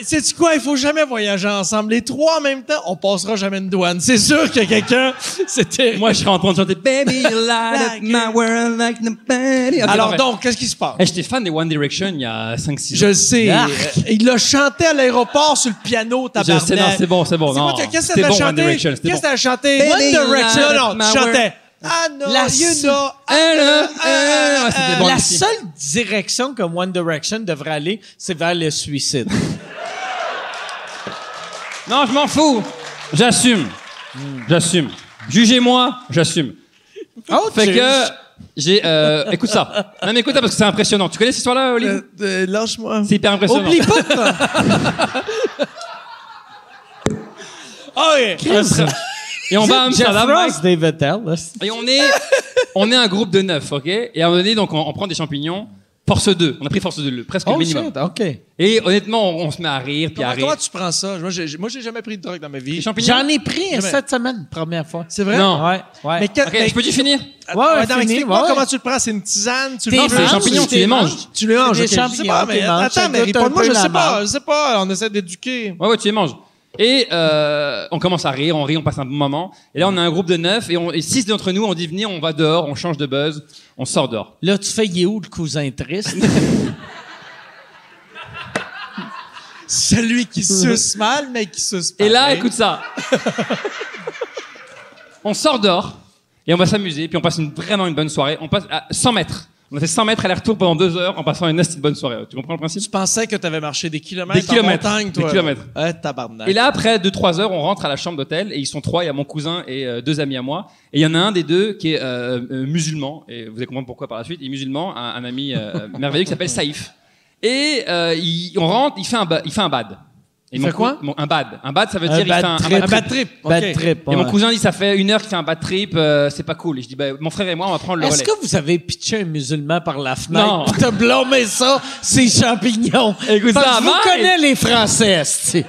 D: Sais-tu quoi? Il faut jamais voyager ensemble. Les trois en même temps, on passera jamais une douane. C'est sûr que quelqu'un, c'était.
E: Moi, je serais en train de chanter Baby, you light up my world like nobody. Ok,
D: Alors
E: parfait.
D: donc, qu'est-ce qui se passe?
E: Eh, J'étais fan des One Direction il y a 5-6 ans.
D: Je le sais.
E: Ah,
D: Euh, Il l'a chanté à l'aéroport sur le piano,
E: Je
D: tabarnak.
E: sais, non, c'est bon, c'est bon.
D: C'est
E: non.
D: quoi que- Qu'est-ce que
E: C'était
D: t'as
E: bon, One
D: chanté?
E: Direction,
D: Qu'est-ce
E: c'était
D: que
E: bon.
D: t'as chanté?
E: Baby,
D: One
E: you light
D: Direction. Non,
E: up
D: non,
E: my
D: tu chantais.
E: world.
D: Ah non,
C: La
D: you
C: seule-
D: know,
E: Ah, là,
D: ah, ah,
E: ah, ouais, c'était
D: ah,
E: bon
C: La
E: aussi.
C: seule direction que One Direction devrait aller, c'est vers le suicide.
E: Non, je m'en fous. J'assume. J'assume. Jugez-moi, j'assume.
C: Oh,
E: Fait que j'ai. euh, écoute ça. Non, mais écoute ça parce que c'est impressionnant. Tu connais cette histoire-là, Olivier
D: Euh, euh, Lâche-moi.
E: C'est hyper impressionnant.
D: Oublie pas. toi. OK.
E: On sera- Et on va à
C: Jeff
E: Amsterdam, Mike.
C: Ross, David Tell. là.
E: Et on est, on est un groupe de neuf, ok Et à un moment donné, donc, on, on prend des champignons. Force 2. On a pris force 2, le- presque le
C: Oh
E: minimum.
C: shit, OK.
E: Et honnêtement, on, on se met à rire, puis à
D: Comment
E: rire.
D: toi, tu prends ça? Moi, j'ai moi, j'ai jamais pris de drogue dans ma vie.
E: Les champignons
C: J'en ai pris un
D: Jamais.
C: cette semaine, première fois.
D: C'est vrai?
E: Non.
C: Ouais, ouais.
D: Mais que-
E: Ok,
D: mais-
E: je peux-tu finir
D: Attends,
C: Ouais, ouais,
D: attends,
C: fini,
D: explique-moi
C: ouais.
D: comment tu le prends. C'est une tisane, tu le
E: Non,
D: manges.
E: c'est les
C: manges,
E: champignons, tu
C: t'es
E: les
C: manges.
E: manges.
D: Tu les manges,
C: C'est
D: ok,
C: des
D: je sais pas,
C: champignons,
D: mais
C: tu manges, ça
D: attends, mais
C: goûte un
D: réponds-moi,
C: peu
D: je
C: la
D: sais pas,
C: marde.
D: je sais pas, on essaie d'éduquer.
E: Ouais, ouais, tu les manges. Et euh, on commence à rire, on rit, on passe un bon moment. Et là, on a un groupe de neuf, et, on, et six d'entre nous, on dit venez, on va dehors, on change de buzz, on sort dehors.
C: Là, tu fais « Il est où le cousin triste?
D: Celui qui suce mal, mais qui suce pas.
E: Et là, écoute ça. on sort dehors et on va s'amuser, puis on passe une, vraiment une bonne soirée. On passe à 100 mètres. On a fait 100 mètres aller-retour pendant deux heures en passant une hostie de bonne soirée. Tu comprends le
D: Tu
E: principe
D: pensais que t'avais marché des kilomètres
E: Des kilomètres,
D: en montagne,
E: des
D: toi.
E: kilomètres.
D: Ouais, tabarnak.
E: Et là, après 2-3 heures, on rentre à la chambre d'hôtel et ils sont trois. Il y a mon cousin et euh, deux amis à moi. Et il y en a un des deux qui est euh, euh, musulman. Et vous allez comprendre pourquoi par la suite. Il est musulman, un, un ami euh, merveilleux qui s'appelle Saïf. Et euh, il- on rentre, il fait un, ba- il fait un bad. Et
D: Il
E: mon
D: fait quoi
E: cou- mon- Un bad. Un bad, ça veut dire il fait
C: bad
E: un, un
C: trip.
D: un bad trip.
C: Bad
D: ok.
C: trip.
E: Et mon
C: ouais.
E: cousin dit ça fait une heure qu'il fait un bad trip, euh, c'est pas cool. Et je dis bah, mon frère et moi on va prendre le
C: Est-ce
E: relais.
C: que vous avez pitché un musulman par la fenêtre?
E: Non.
C: Puis t'as blâmé ça, ces champignons.
E: Écoute
C: Parce
E: ça,
C: que je vous
E: Mike.
C: connais les Français, esti.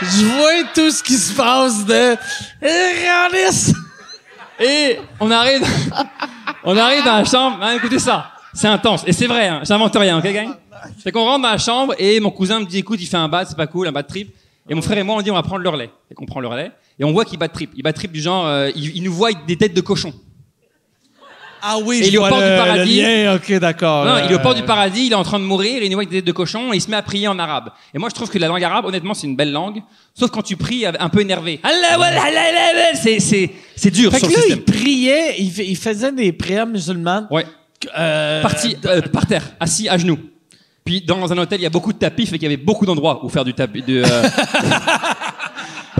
C: Je vois tout ce qui se passe de... Eh, regardez ça.
E: Et on arrive, on arrive dans la chambre. hein, écoutez ça, c'est intense et c'est vrai. Hein, J'invente rien, ok gang. C'est qu'on rentre dans la chambre et mon cousin me dit écoute il fait un bad, c'est pas cool, un bad trip. Et mon frère et moi on dit on va prendre le relais. Et qu'on prend le relais et on voit qu'il bat trip. Il bat trip du genre euh, il, il nous voit avec des têtes de cochon.
D: Ah oui,
E: Et
D: je vois
E: Léopard
D: le,
E: du Paradis.
D: le lien, ok,
C: Oh
D: d'accord.
E: Non,
D: Euh,
E: il est au port du paradis, il est en train de mourir, il nous voit avec des têtes de cochon et il se met à prier en arabe. Et moi, je trouve que la langue arabe, honnêtement, c'est une belle langue. Sauf quand tu pries un peu énervé. Allah, wallah, Allah, Allah, Allah, C'est, c'est, c'est dur
C: Fait que
E: sur
C: là,
E: le
C: il
E: système.
C: priait, il, fait- il faisait des prières musulmanes.
E: Ouais.
C: Euh,
E: Parti, euh, par terre, assis à genoux. Puis dans un hôtel, il y a beaucoup de tapis, fait qu'il y avait beaucoup d'endroits où faire du tapis. De, euh,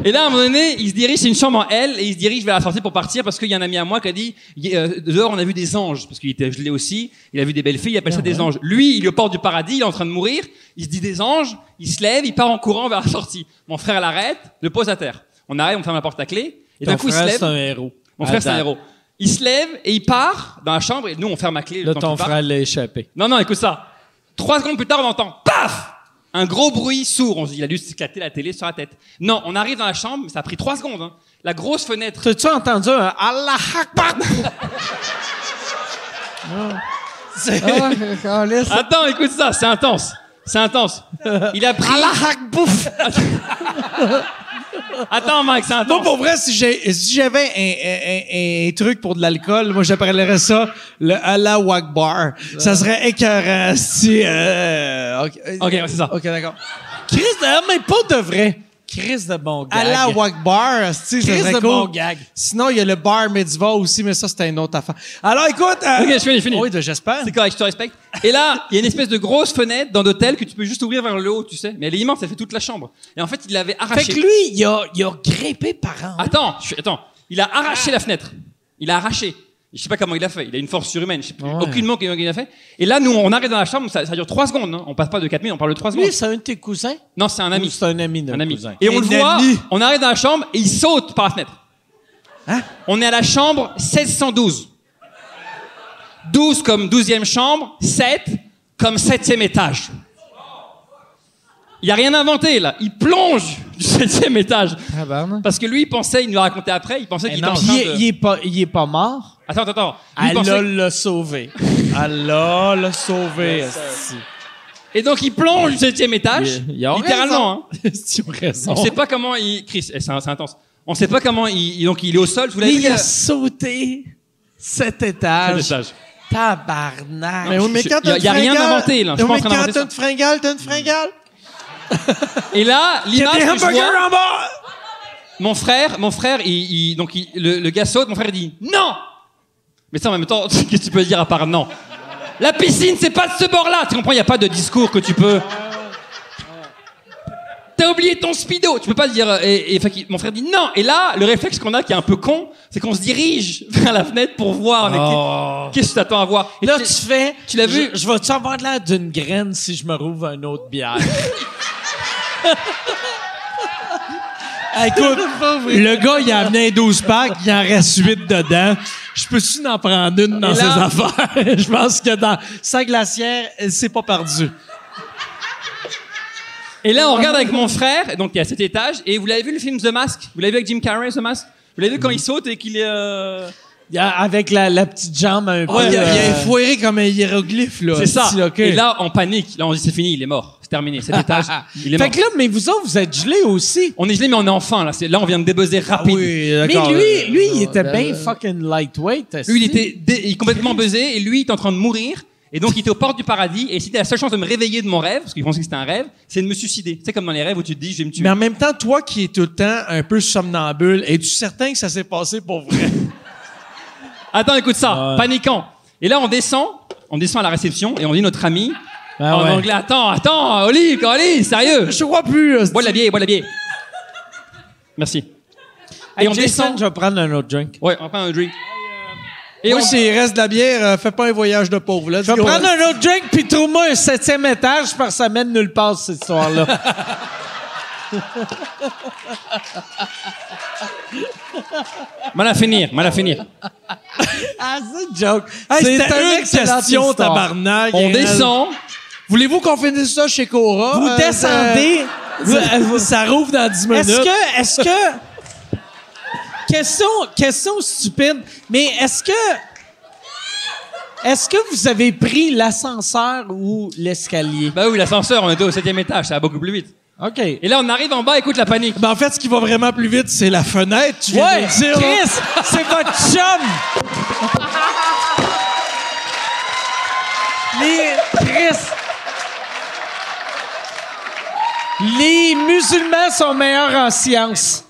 E: Et là, à un moment donné, il se dirige, c'est une chambre en L, et il se dirige vers la sortie pour partir parce qu'il y a un ami à moi qui a dit, il- euh, dehors, on a vu des anges, parce qu'il était gelé aussi, il a vu des belles filles, il appelle ça
C: Ah
E: des anges. Lui, il est au port du paradis, il est en train de mourir, il se dit des anges, il se lève, il part en courant vers la sortie. Mon frère l'arrête, le pose à terre. On arrive, on ferme la porte à clé, et d'un
C: ton
E: coup, il se
C: frère,
E: lève.
C: c'est un héros.
E: Mon frère, c'est un
C: Attends.
E: héros. Il se lève et il part dans la chambre, et nous, on ferme la clé. le
C: Là,
E: temps
C: ton
E: qu'il parte.
C: frère l'a échappé.
E: Non, non, écoute ça. Trois secondes plus tard, on entend paf Un gros bruit sourd. On se dit, il a dû s'éclater la télé sur la tête. Non, on arrive dans la chambre, mais ça a pris trois secondes. hein. La grosse fenêtre.
C: T'as-tu entendu un Allah Akbar?
K: Ah, on laisse.
E: Attends, écoute ça, c'est intense. C'est intense. Il a pris. Attends, Mike, c'est
D: Moi,
E: intense.
D: pour vrai, si j'ai- si j'avais un, un- un- un truc pour de l'alcool, moi, j'appellerais ça le Allah Wagbar. Ça serait écœurant si... Euh, ok,
E: Ok, ouais, c'est ça.
D: Ok, d'accord.
C: Chris, de... mais pas de vrai. Chris de bon gars.
D: Allah Wagbar, si ça
C: Chris
D: serait
C: de
D: cool.
C: bon gag.
D: Sinon, il y a le bar mitzvah aussi, mais ça, c'est une autre affaire. Alors, écoute... euh,
E: Ok, je finis, je finis.
D: Oui, de- j'espère.
E: C'est correct, je te respecte. Et là, il y a une espèce de grosse fenêtre dans l'hôtel que tu peux juste ouvrir vers le haut, tu sais. Mais elle est immense, elle fait toute la chambre. Et en fait, il l'avait
C: Fait
E: arrachée.
C: que lui, il a, il a grimpé par
D: Ah,
C: an.
E: Attends, je suis- attends. Il a arraché la fenêtre. Il a arraché. Je sais pas comment il a fait. Il a une force surhumaine. Je sais plus aucunement comment il a fait. Et là, nous, on arrive dans la chambre. Ça, ça dure trois secondes. hein. On passe pas de 4 minutes, on parle de trois secondes.
C: Lui, c'est un de tes cousins?
E: Non, c'est un
C: Ou
E: ami.
C: C'est un ami d'un
E: Un ami.
C: cousin.
E: Et on le
D: Un
E: voit.
D: ami.
E: On arrive dans la chambre et il saute par la fenêtre.
C: Hein?
E: On est à la chambre 1612. 12 comme 12e chambre, 7. comme septième étage. Il a rien inventé, là. Il plonge du septième étage. Parce que lui, il pensait, il nous a raconté après, il pensait
C: Eh
E: qu'il était
C: non,
E: en
C: il,
E: train
C: est,
E: de...
C: il est pas, il est Ah, pas mort.
E: Attends, attends, attends. Lui, il pensait
C: Allah l'a sauvé. Allah l'a sauvé. esti.
E: Et donc, il plonge du septième étage.
C: Il- il a
E: littéralement, hein.
C: Esti, on raison.
E: On sait pas comment il... Chris, eh, c'est c'est intense. On sait pas comment il... il- Donc, il est au sol. Vous l'avez
C: Mais
E: vu,
C: il a
E: euh,
C: sauté cet
E: septième
C: étage.
E: étage.
C: Tabarnak.
E: Non, je- je- y a- y a rien inventé, là. Je suis pas en train d'inventer ça.
D: une fringale, t'as une fringale.
E: Et là, l'image que je vois...
D: en bas!
E: Mon frère, mon frère, il, il- donc il- le, le gars saute, mon frère il dit non. Mais ça en même temps, qu'est-ce que tu peux dire à part non La piscine, c'est pas de ce bord-là. Tu comprends Il y a pas de discours que tu peux. T'as oublié ton speedo. Tu peux pas dire. euh, Et, et- fait qu'il- mon frère dit non. Et là, le réflexe qu'on a, qui est un peu con, c'est qu'on se dirige vers la fenêtre pour voir. mais qu'est- Qu'est-ce que tu t'attends à voir Et
C: Là,
E: tu-
C: Oh. tu fais.
E: Oh. tu l'as vu?
C: Je, je vais-tu avoir l'air d'une graine si je me rouvre un autre bière? Ah,
D: Écoute, le gars, il a amené 12 packs, il en reste 8 dedans. Je peux-tu en prendre une dans
E: Et
D: ses
E: là-
D: affaires? Je pense que dans sa glacière, elle s'est pas perdue.
E: Et là, on regarde avec mon frère, et donc il est à cet étage, et vous l'avez vu le film The Mask Vous l'avez vu avec Jim Carrey, The Mask Vous l'avez vu quand il saute et qu'il est... euh,
C: Il y a- Avec la, la petite jambe un peu.
D: Ouais, il, a, il a
C: euh,
D: foiré comme un hiéroglyphe, là.
E: C'est ça.
D: petit, là, ok.
E: Et là, on panique. Là, on dit c'est fini, il est mort. C'est terminé. Cet étage, il est mort.
C: Fait que là, mais vous autres, vous êtes gelés aussi.
E: On est gelé, mais on est enfant. Là, C'est- là on vient de débuzzer
C: Ah
E: rapide.
D: Oui,
C: Mais
D: d'accord.
E: euh,
C: lui, lui, il était bien fucking lightweight. esti.
E: ben, Lui, il était dé- il est complètement buzzé et lui, il est en train de mourir. Et donc, il était aux portes du paradis. Et c'était la seule chance de me réveiller de mon rêve, parce qu'il pensait que c'était un rêve, c'est de me suicider. C'est comme dans les rêves où tu te dis, je vais me tuer.
D: Mais en même temps, toi qui es tout le temps un peu somnambule, es-tu certain que ça s'est passé pour vrai?
E: Attends, écoute ça. Paniquant. Et là, on descend. On descend à la réception et on dit notre ami
C: Ah
E: en
C: ouais.
E: anglais. Attends, attends, Olive, Olive, sérieux.
D: Je te crois plus. euh,
E: Bois de la bière, bois de la bière. Merci.
C: Hey,
E: Et on
C: Jason,
E: descend.
C: Je vais prendre un autre drink.
E: Ouais, on prend un drink. Et
D: Moi,
E: on-
D: s'il reste de la bière, euh, fais pas un voyage de pauvre. Là,
C: Je vais prendre un autre drink puis trouve-moi un septième étage par semaine nulle part cette histoire-là.
E: Mal à finir, mal à finir.
C: ah, c'est une joke.
D: Hey, c'était
C: un
D: une
C: excellent
D: question,
C: histoire.
D: tabarnak.
E: On
D: Gaël.
E: descend.
D: Voulez-vous qu'on finisse ça chez Cora?
C: Vous
D: Euh,
C: descendez. Vous-
D: ça- Ça rouvre dans 10 minutes.
C: Oh, euh, Est-ce que, est-ce que, question, question stupide, mais est-ce que, est-ce que vous avez pris l'ascenseur ou l'escalier?
E: Bah oui, l'ascenseur, on était au septième étage, ça va beaucoup plus vite.
C: OK.
E: Et là, on arrive en bas, écoute la panique.
D: Ben, en fait, ce qui va vraiment plus vite, c'est la fenêtre. Tu viens de
C: Ouais,
D: le dire. là.
C: Chris, c'est votre chum! Les, Chris! Les musulmans sont meilleurs en science.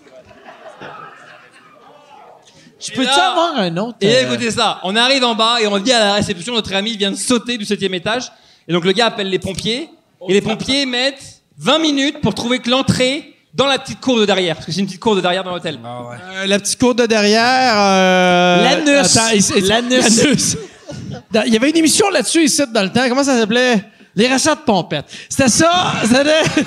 C: Je peux-tu
E: là-
C: avoir un autre?
E: Et
C: euh,
E: écoutez ça, on arrive en bas et on dit à la réception, notre ami vient de sauter du septième étage. Et donc le gars appelle les pompiers. Et les pompiers mettent 20 minutes pour trouver que l'entrée dans la petite cour de derrière. Parce que c'est une petite cour de derrière dans l'hôtel.
D: Euh, la petite cour de derrière. euh,
C: L'anus.
D: attends, ici- ici-
C: L'anus.
D: Dans- Il y avait une émission là-dessus ici dans le temps. Comment ça s'appelait? Les rachats de pompettes. C'était ça. C'était...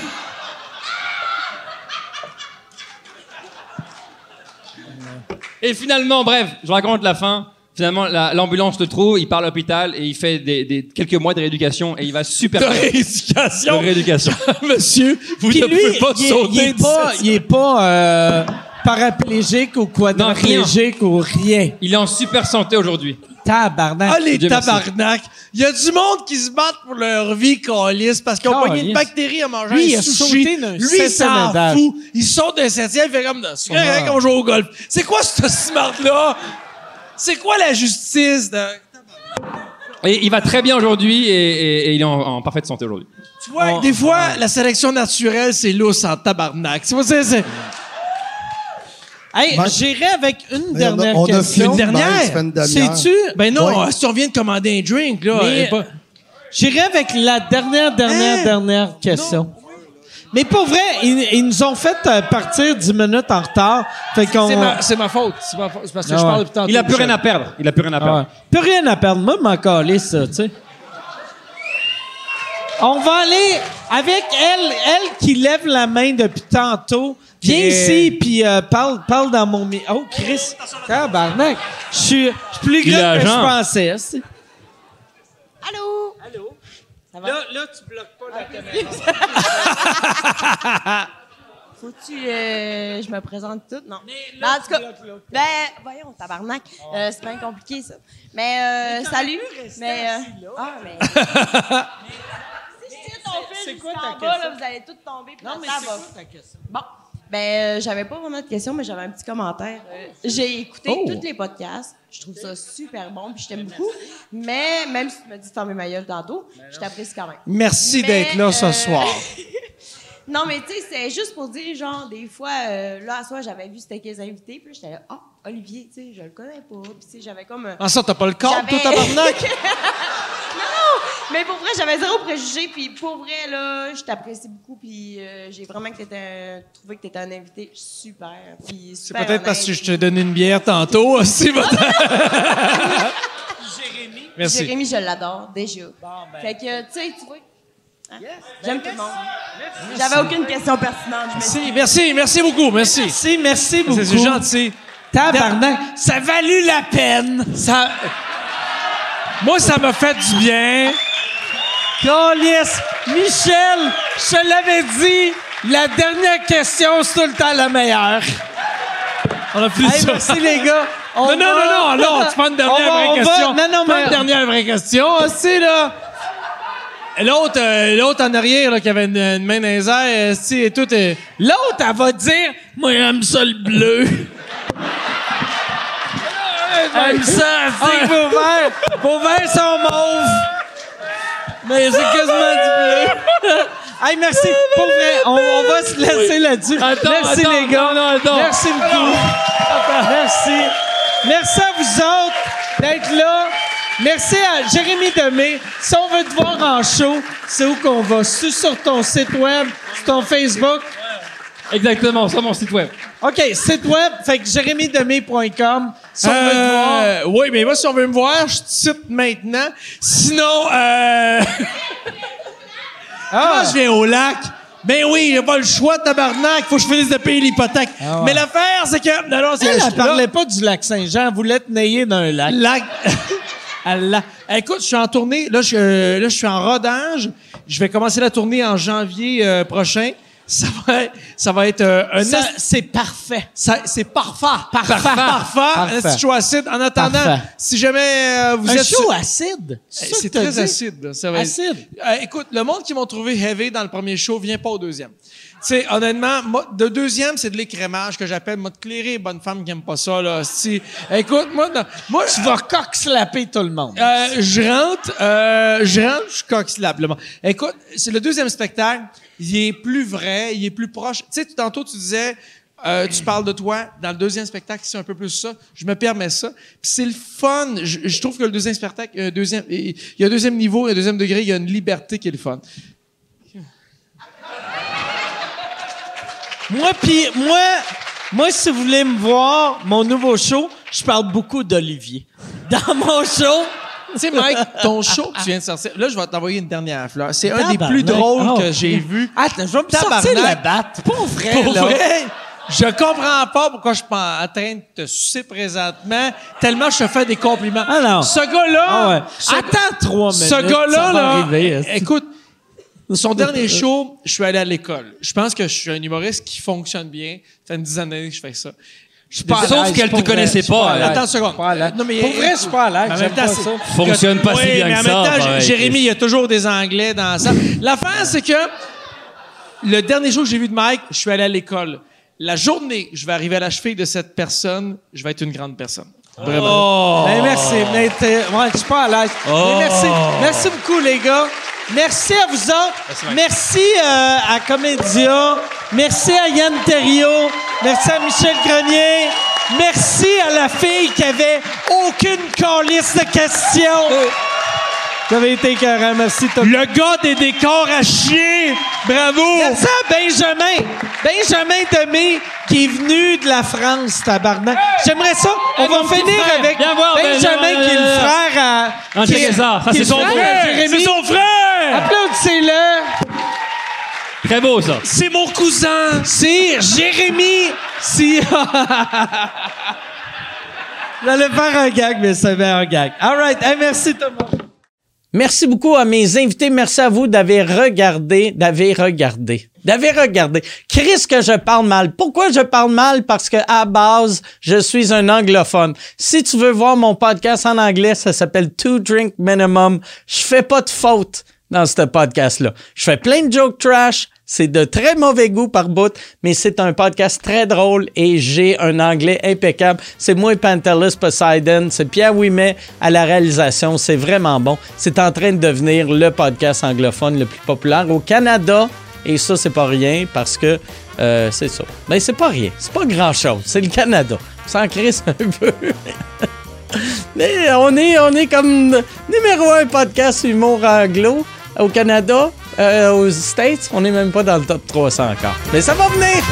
E: Et finalement, bref, je raconte la fin. Finalement, la- l'ambulance le trouve, il part à l'hôpital et il fait des, des- quelques mois de rééducation et il va super bien. De
D: rééducation.
E: rééducation.
D: Monsieur, vous
C: Puis
D: ne
C: lui,
D: pouvez pas
C: il est-
D: sauter
C: il est
D: d'ici.
C: pas, il est pas euh, paraplégique ou quadriplégique ou rien.
E: Il est en super santé aujourd'hui.
C: Tabarnak.
D: Ah, les
E: Dieu merci.
D: tabarnak! Il y a du monde qui se battent pour leur vie, câlisse, parce qu'ils ont
C: Câlisse.
D: pogné une bactérie à manger
C: Lui, il
D: un
C: a
D: sushi.
C: sauté d'un
D: Lui, il
C: septième
D: s'en
C: étage.
D: fout. Il saute d'un septième, il fait comme... C'est correct, on joue au golf. C'est quoi cette smart-là? C'est quoi la justice? De...
E: Et il va très bien aujourd'hui et, et- et il est en, en parfaite santé aujourd'hui.
D: Tu vois, des fois, la sélection naturelle, c'est lousse en tabarnak. Tu vois, c'est... c'est-
C: Hey,
N: Ben-
C: j'irai avec une
N: Mais
C: dernière
N: on a, on a
C: question.
N: fini,
D: Une dernière?
N: ben, ça fait une demi-heure.
C: Sais-tu?
D: Ben non,
N: Ouais.
D: euh, si on vient de commander un drink, là...
C: Mais-
D: euh, pas-
C: J'irai avec la dernière, dernière,
D: Hein?
C: dernière question. Mais pour vrai, ils, ils nous ont fait euh, partir 10 minutes en retard. Fait qu'on.
D: C'est ma, c'est ma faute. C'est ma faute. C'est parce que je parle depuis tantôt.
E: Il a plus
D: Michel.
E: rien à perdre. Il a plus rien à
C: Ah ouais.
E: perdre.
C: Plus rien à perdre. Moi, m'en caler, ça, tu sais. On va aller avec elle, elle qui lève la main depuis tantôt. Viens ici, puis euh, parle, parle dans mon... mi- Oh, Chris, tabarnak. Je suis je suis plus
E: Il est
C: grand que je
E: agent.
C: pensais. c'est-
O: Allô? Allô?
N: Ça va?
C: Là, là, tu bloques pas la caméra.
N: Faut-tu euh, je me présente toute? Non.
C: Mais
N: Ben,
C: là,
N: en tout
C: tu
N: cas,
C: bloques, là. Ah.
N: ben, voyons, tabarnak. Euh, c'est bien compliqué, ça. Mais, euh, salut. Mais, euh, ah, mais. Si je tire ton fil
C: c'est quoi
N: jusqu'en
C: ta
N: bas,
C: question?
N: là, vous allez tous tomber. puis
C: Non,
N: la
C: mais
N: table
C: c'est
N: va-
C: quoi ta question?
N: Bon. Ben, euh, j'avais pas vraiment de question, mais j'avais un petit commentaire. Euh, J'ai écouté tous les podcasts. Je trouve ça super bon, puis je t'aime
C: Ben,
N: beaucoup. Mais même si tu me dis de fermer ma gueule tantôt, je t'apprécie quand même.
D: Merci
N: Mais,
D: d'être là ce
N: euh,
D: soir.
N: Non, mais tu sais, c'est juste pour dire, genre, des fois, euh, là, à soi, j'avais vu c'était qu'ils invités, puis là, j'étais là, ah, Olivier, tu sais, je le connais pas. Puis, tu sais, j'avais comme. euh,
D: En ça, t'as pas le corps,
N: j'avais-
D: toi, tabarnak?
N: non! Mais pour vrai, j'avais zéro préjugé, puis pour vrai, là, je t'apprécie beaucoup, puis euh, j'ai vraiment que t'étais un- trouvé que t'étais un invité super. Puis
D: C'est
N: super.
D: peut-être parce que
N: honnête.
D: je t'ai donné une bière tantôt. aussi, votre-
C: Jérémy.
D: Merci.
N: Jérémy, je l'adore, déjà.
C: Bon, ben.
N: Fait que, tu sais, tu vois. hein, J'aime tout le monde.
C: Merci.
N: J'avais aucune question pertinente. Je me
D: Merci, merci, merci beaucoup, merci.
C: Merci, merci beaucoup.
D: C'est gentil.
C: Tabarnak, ça valut la peine.
D: Ça... Moi, ça m'a fait du bien.
C: Calice, Michel, je te l'avais dit, la dernière question, c'est tout le temps la meilleure.
D: On a plus
C: Hey,
D: ça.
C: merci les gars. On
D: Non, non,
C: va-
D: non, non, non, tu prends une dernière
C: On va- on
D: vraie
C: va-
D: question.
C: Non, non,
D: Prends
C: mais-
D: une dernière vraie question aussi, là. L'autre, euh, l'autre en arrière, là, qui avait une, une main dans les airs, euh, si, et tout est...
C: L'autre, elle va dire, moi, j'aime ça le bleu. J'aime ça, c'est vos verres. Vos verres sont mauves. Mais c'est quasiment du bleu. hey, merci. Pour vrai, on, on va se laisser là-dessus.
E: Attends,
C: merci
E: attends,
C: les gars.
E: non, non, attends.
C: Merci beaucoup. Merci. Merci à vous autres d'être là. Merci à Jérémy Demé. Si on veut te voir en show, c'est où qu'on va? C'est sur ton site web, sur ton Facebook.
E: Exactement, sur mon site web.
C: OK, site web, fait que jérémydemé.com. Si on veut te voir.
D: Euh, Oui, mais moi, si on veut me voir, je te cite maintenant. Sinon, euh...
C: Ah.
D: Moi, je viens au lac. Ben oui, j'ai pas le choix, tabarnak. Faut que je finisse de payer l'hypothèque.
C: Ah
D: Mais l'affaire, c'est que... Non, non, c'est...
C: Elle ne
D: je- là-
C: parlait pas du lac Saint-Jean, elle voulait te nailler d'un lac.
D: Lac. Allah. Eh, Écoute, je suis en tournée. Là, je, euh, là, je suis en rodage. Je vais commencer la tournée en janvier euh, prochain. Ça va, être- ça va être euh, un
C: Ça,
D: est-
C: c'est parfait.
D: ça- c'est parfait. Parfait. Parfait.
C: Parfait.
D: Un petit show acide. En attendant,
C: Parfait.
D: si jamais euh, vous
C: Un
D: êtes...
C: show acide.
D: Eh,
C: ça
D: C'est
C: que t'as
D: très
C: dit?
D: acide. là. Ça va être-
C: Acide.
D: Euh, écoute, le monde qui m'ont trouvé heavy dans le premier show vient pas au deuxième. Tu sais, honnêtement, moi, le deuxième, c'est de l'écrémage que j'appelle mode clairé, bonne femme qui aime pas ça, là. Si, écoute, moi, non, moi,
C: Tu vas coq-slapper tout le monde.
D: euh, je rentre, euh, je rentre, je suis coxlable. là. Écoute, c'est le deuxième spectacle. Il est plus vrai, il est plus proche. Tu sais, tout- tantôt tu disais, euh, tu parles de toi. Dans le deuxième spectacle, c'est un peu plus ça. Je me permets ça. Puis c'est le fun. Je, je trouve que le deuxième spectacle, euh, deuxième, il y a un deuxième niveau, il y a un deuxième degré, il y a une liberté qui est le fun.
C: Moi, puis moi, moi, si vous voulez me voir, mon nouveau show, je parle beaucoup d'Olivier. Dans mon show,
D: Tu sais, Mike, ton show que tu viens de sortir, là, je vais t'envoyer une dernière fleur. C'est un des plus
C: Tabarnak.
D: drôles
C: Oh.
D: que j'ai vu.
C: Attends, je vais me
D: Tabarnak.
C: sortir la batte. Pas vrai,
D: Pour
C: là.
D: vrai, je comprends pas pourquoi je suis pas en train de te sucer présentement, tellement je te fais des compliments.
C: Ah non.
D: Ce gars-là,
C: Ah ouais.
D: ce,
C: Attends trois minutes.
D: ce gars-là,
C: ça va
D: là,
C: arriver, hein, est-ce que-
D: écoute, son dernier show, je suis allé à l'école. Je pense que je suis un humoriste qui fonctionne bien. Ça fait une dizaine d'années que je fais ça. Je suis pas à
E: Sauf
D: l'aise, Ah,
E: qu'elle
D: je suis
E: te
D: vrai.
E: connaissait
D: Je suis
E: pas,
C: hein.
D: à l'aise.
E: elle.
D: Attends une seconde. Non, mais,
C: Pour vrai, je suis pas à l'aise,
D: Mais en
C: j'aime
D: même temps,
C: pas
D: c'est-
C: ça.
E: Fonctionne pas si
D: Oui,
E: bien
D: mais en
E: que
D: même
E: ça,
D: temps,
E: pareil,
D: Jérémy, il y a toujours des Anglais dans ça. L'affaire, c'est que le dernier jour que j'ai vu de Mike, je suis allé à l'école. La journée, je vais arriver à la cheville de cette personne, je vais être une grande personne. Vraiment.
C: Ben, merci. Mais t'es- ouais, je suis pas à l'aise. Mais Merci. Merci beaucoup, les gars. Merci à vous autres. Merci, euh, à Comédia. Merci à Yann Terriot. Merci à Michel Grenier. Merci à la fille qui avait aucune calice de questions. Vous avez été écœurant. Merci, Tom.
D: Le gars des décors à chier! Bravo!
C: Merci à Benjamin. Benjamin Demé qui est venu de la France, tabarnak. J'aimerais ça. On
E: Hey,
C: va
E: mon petit
C: finir
E: frère.
C: avec
E: Viens voir,
C: Benjamin
E: Benjamin,
C: qui est le
E: euh,
C: frère à...
E: André
C: qui est-
E: Lézard. Ça,
C: qui est
E: c'est son
C: frère
E: frère.
C: à Jérémy.
D: C'est son frère!
C: Applaudissez-le.
E: Très beau, ça.
D: C'est mon cousin!
C: C'est Jérémy. Si... J'allais faire un gag, mais c'est un gag. All right. Hey, merci, Thomas.
A: Merci beaucoup à mes invités. Merci à vous d'avoir regardé, d'avoir regardé, d'avoir regardé. Chris que je parle mal. Pourquoi je parle mal? Parce que à base, je suis un anglophone. Si tu veux voir mon podcast en anglais, ça s'appelle Two Drink Minimum. Je fais pas de faute dans ce podcast-là. Je fais plein de jokes trash. C'est de très mauvais goût par bout, mais c'est un podcast très drôle et j'ai un anglais impeccable. C'est moi, Pantalus Poseidon. C'est Pierre Ouimet à la réalisation. C'est vraiment bon. C'est en train de devenir le podcast anglophone le plus populaire au Canada. Et ça, c'est pas rien parce que euh, c'est ça. Mais c'est pas rien. C'est pas grand-chose. C'est le Canada. Sans crise un peu. Mais on est, on est comme numéro un podcast humour anglo au Canada, euh, aux States. On n'est même pas dans le top 300 encore. Mais ça va venir!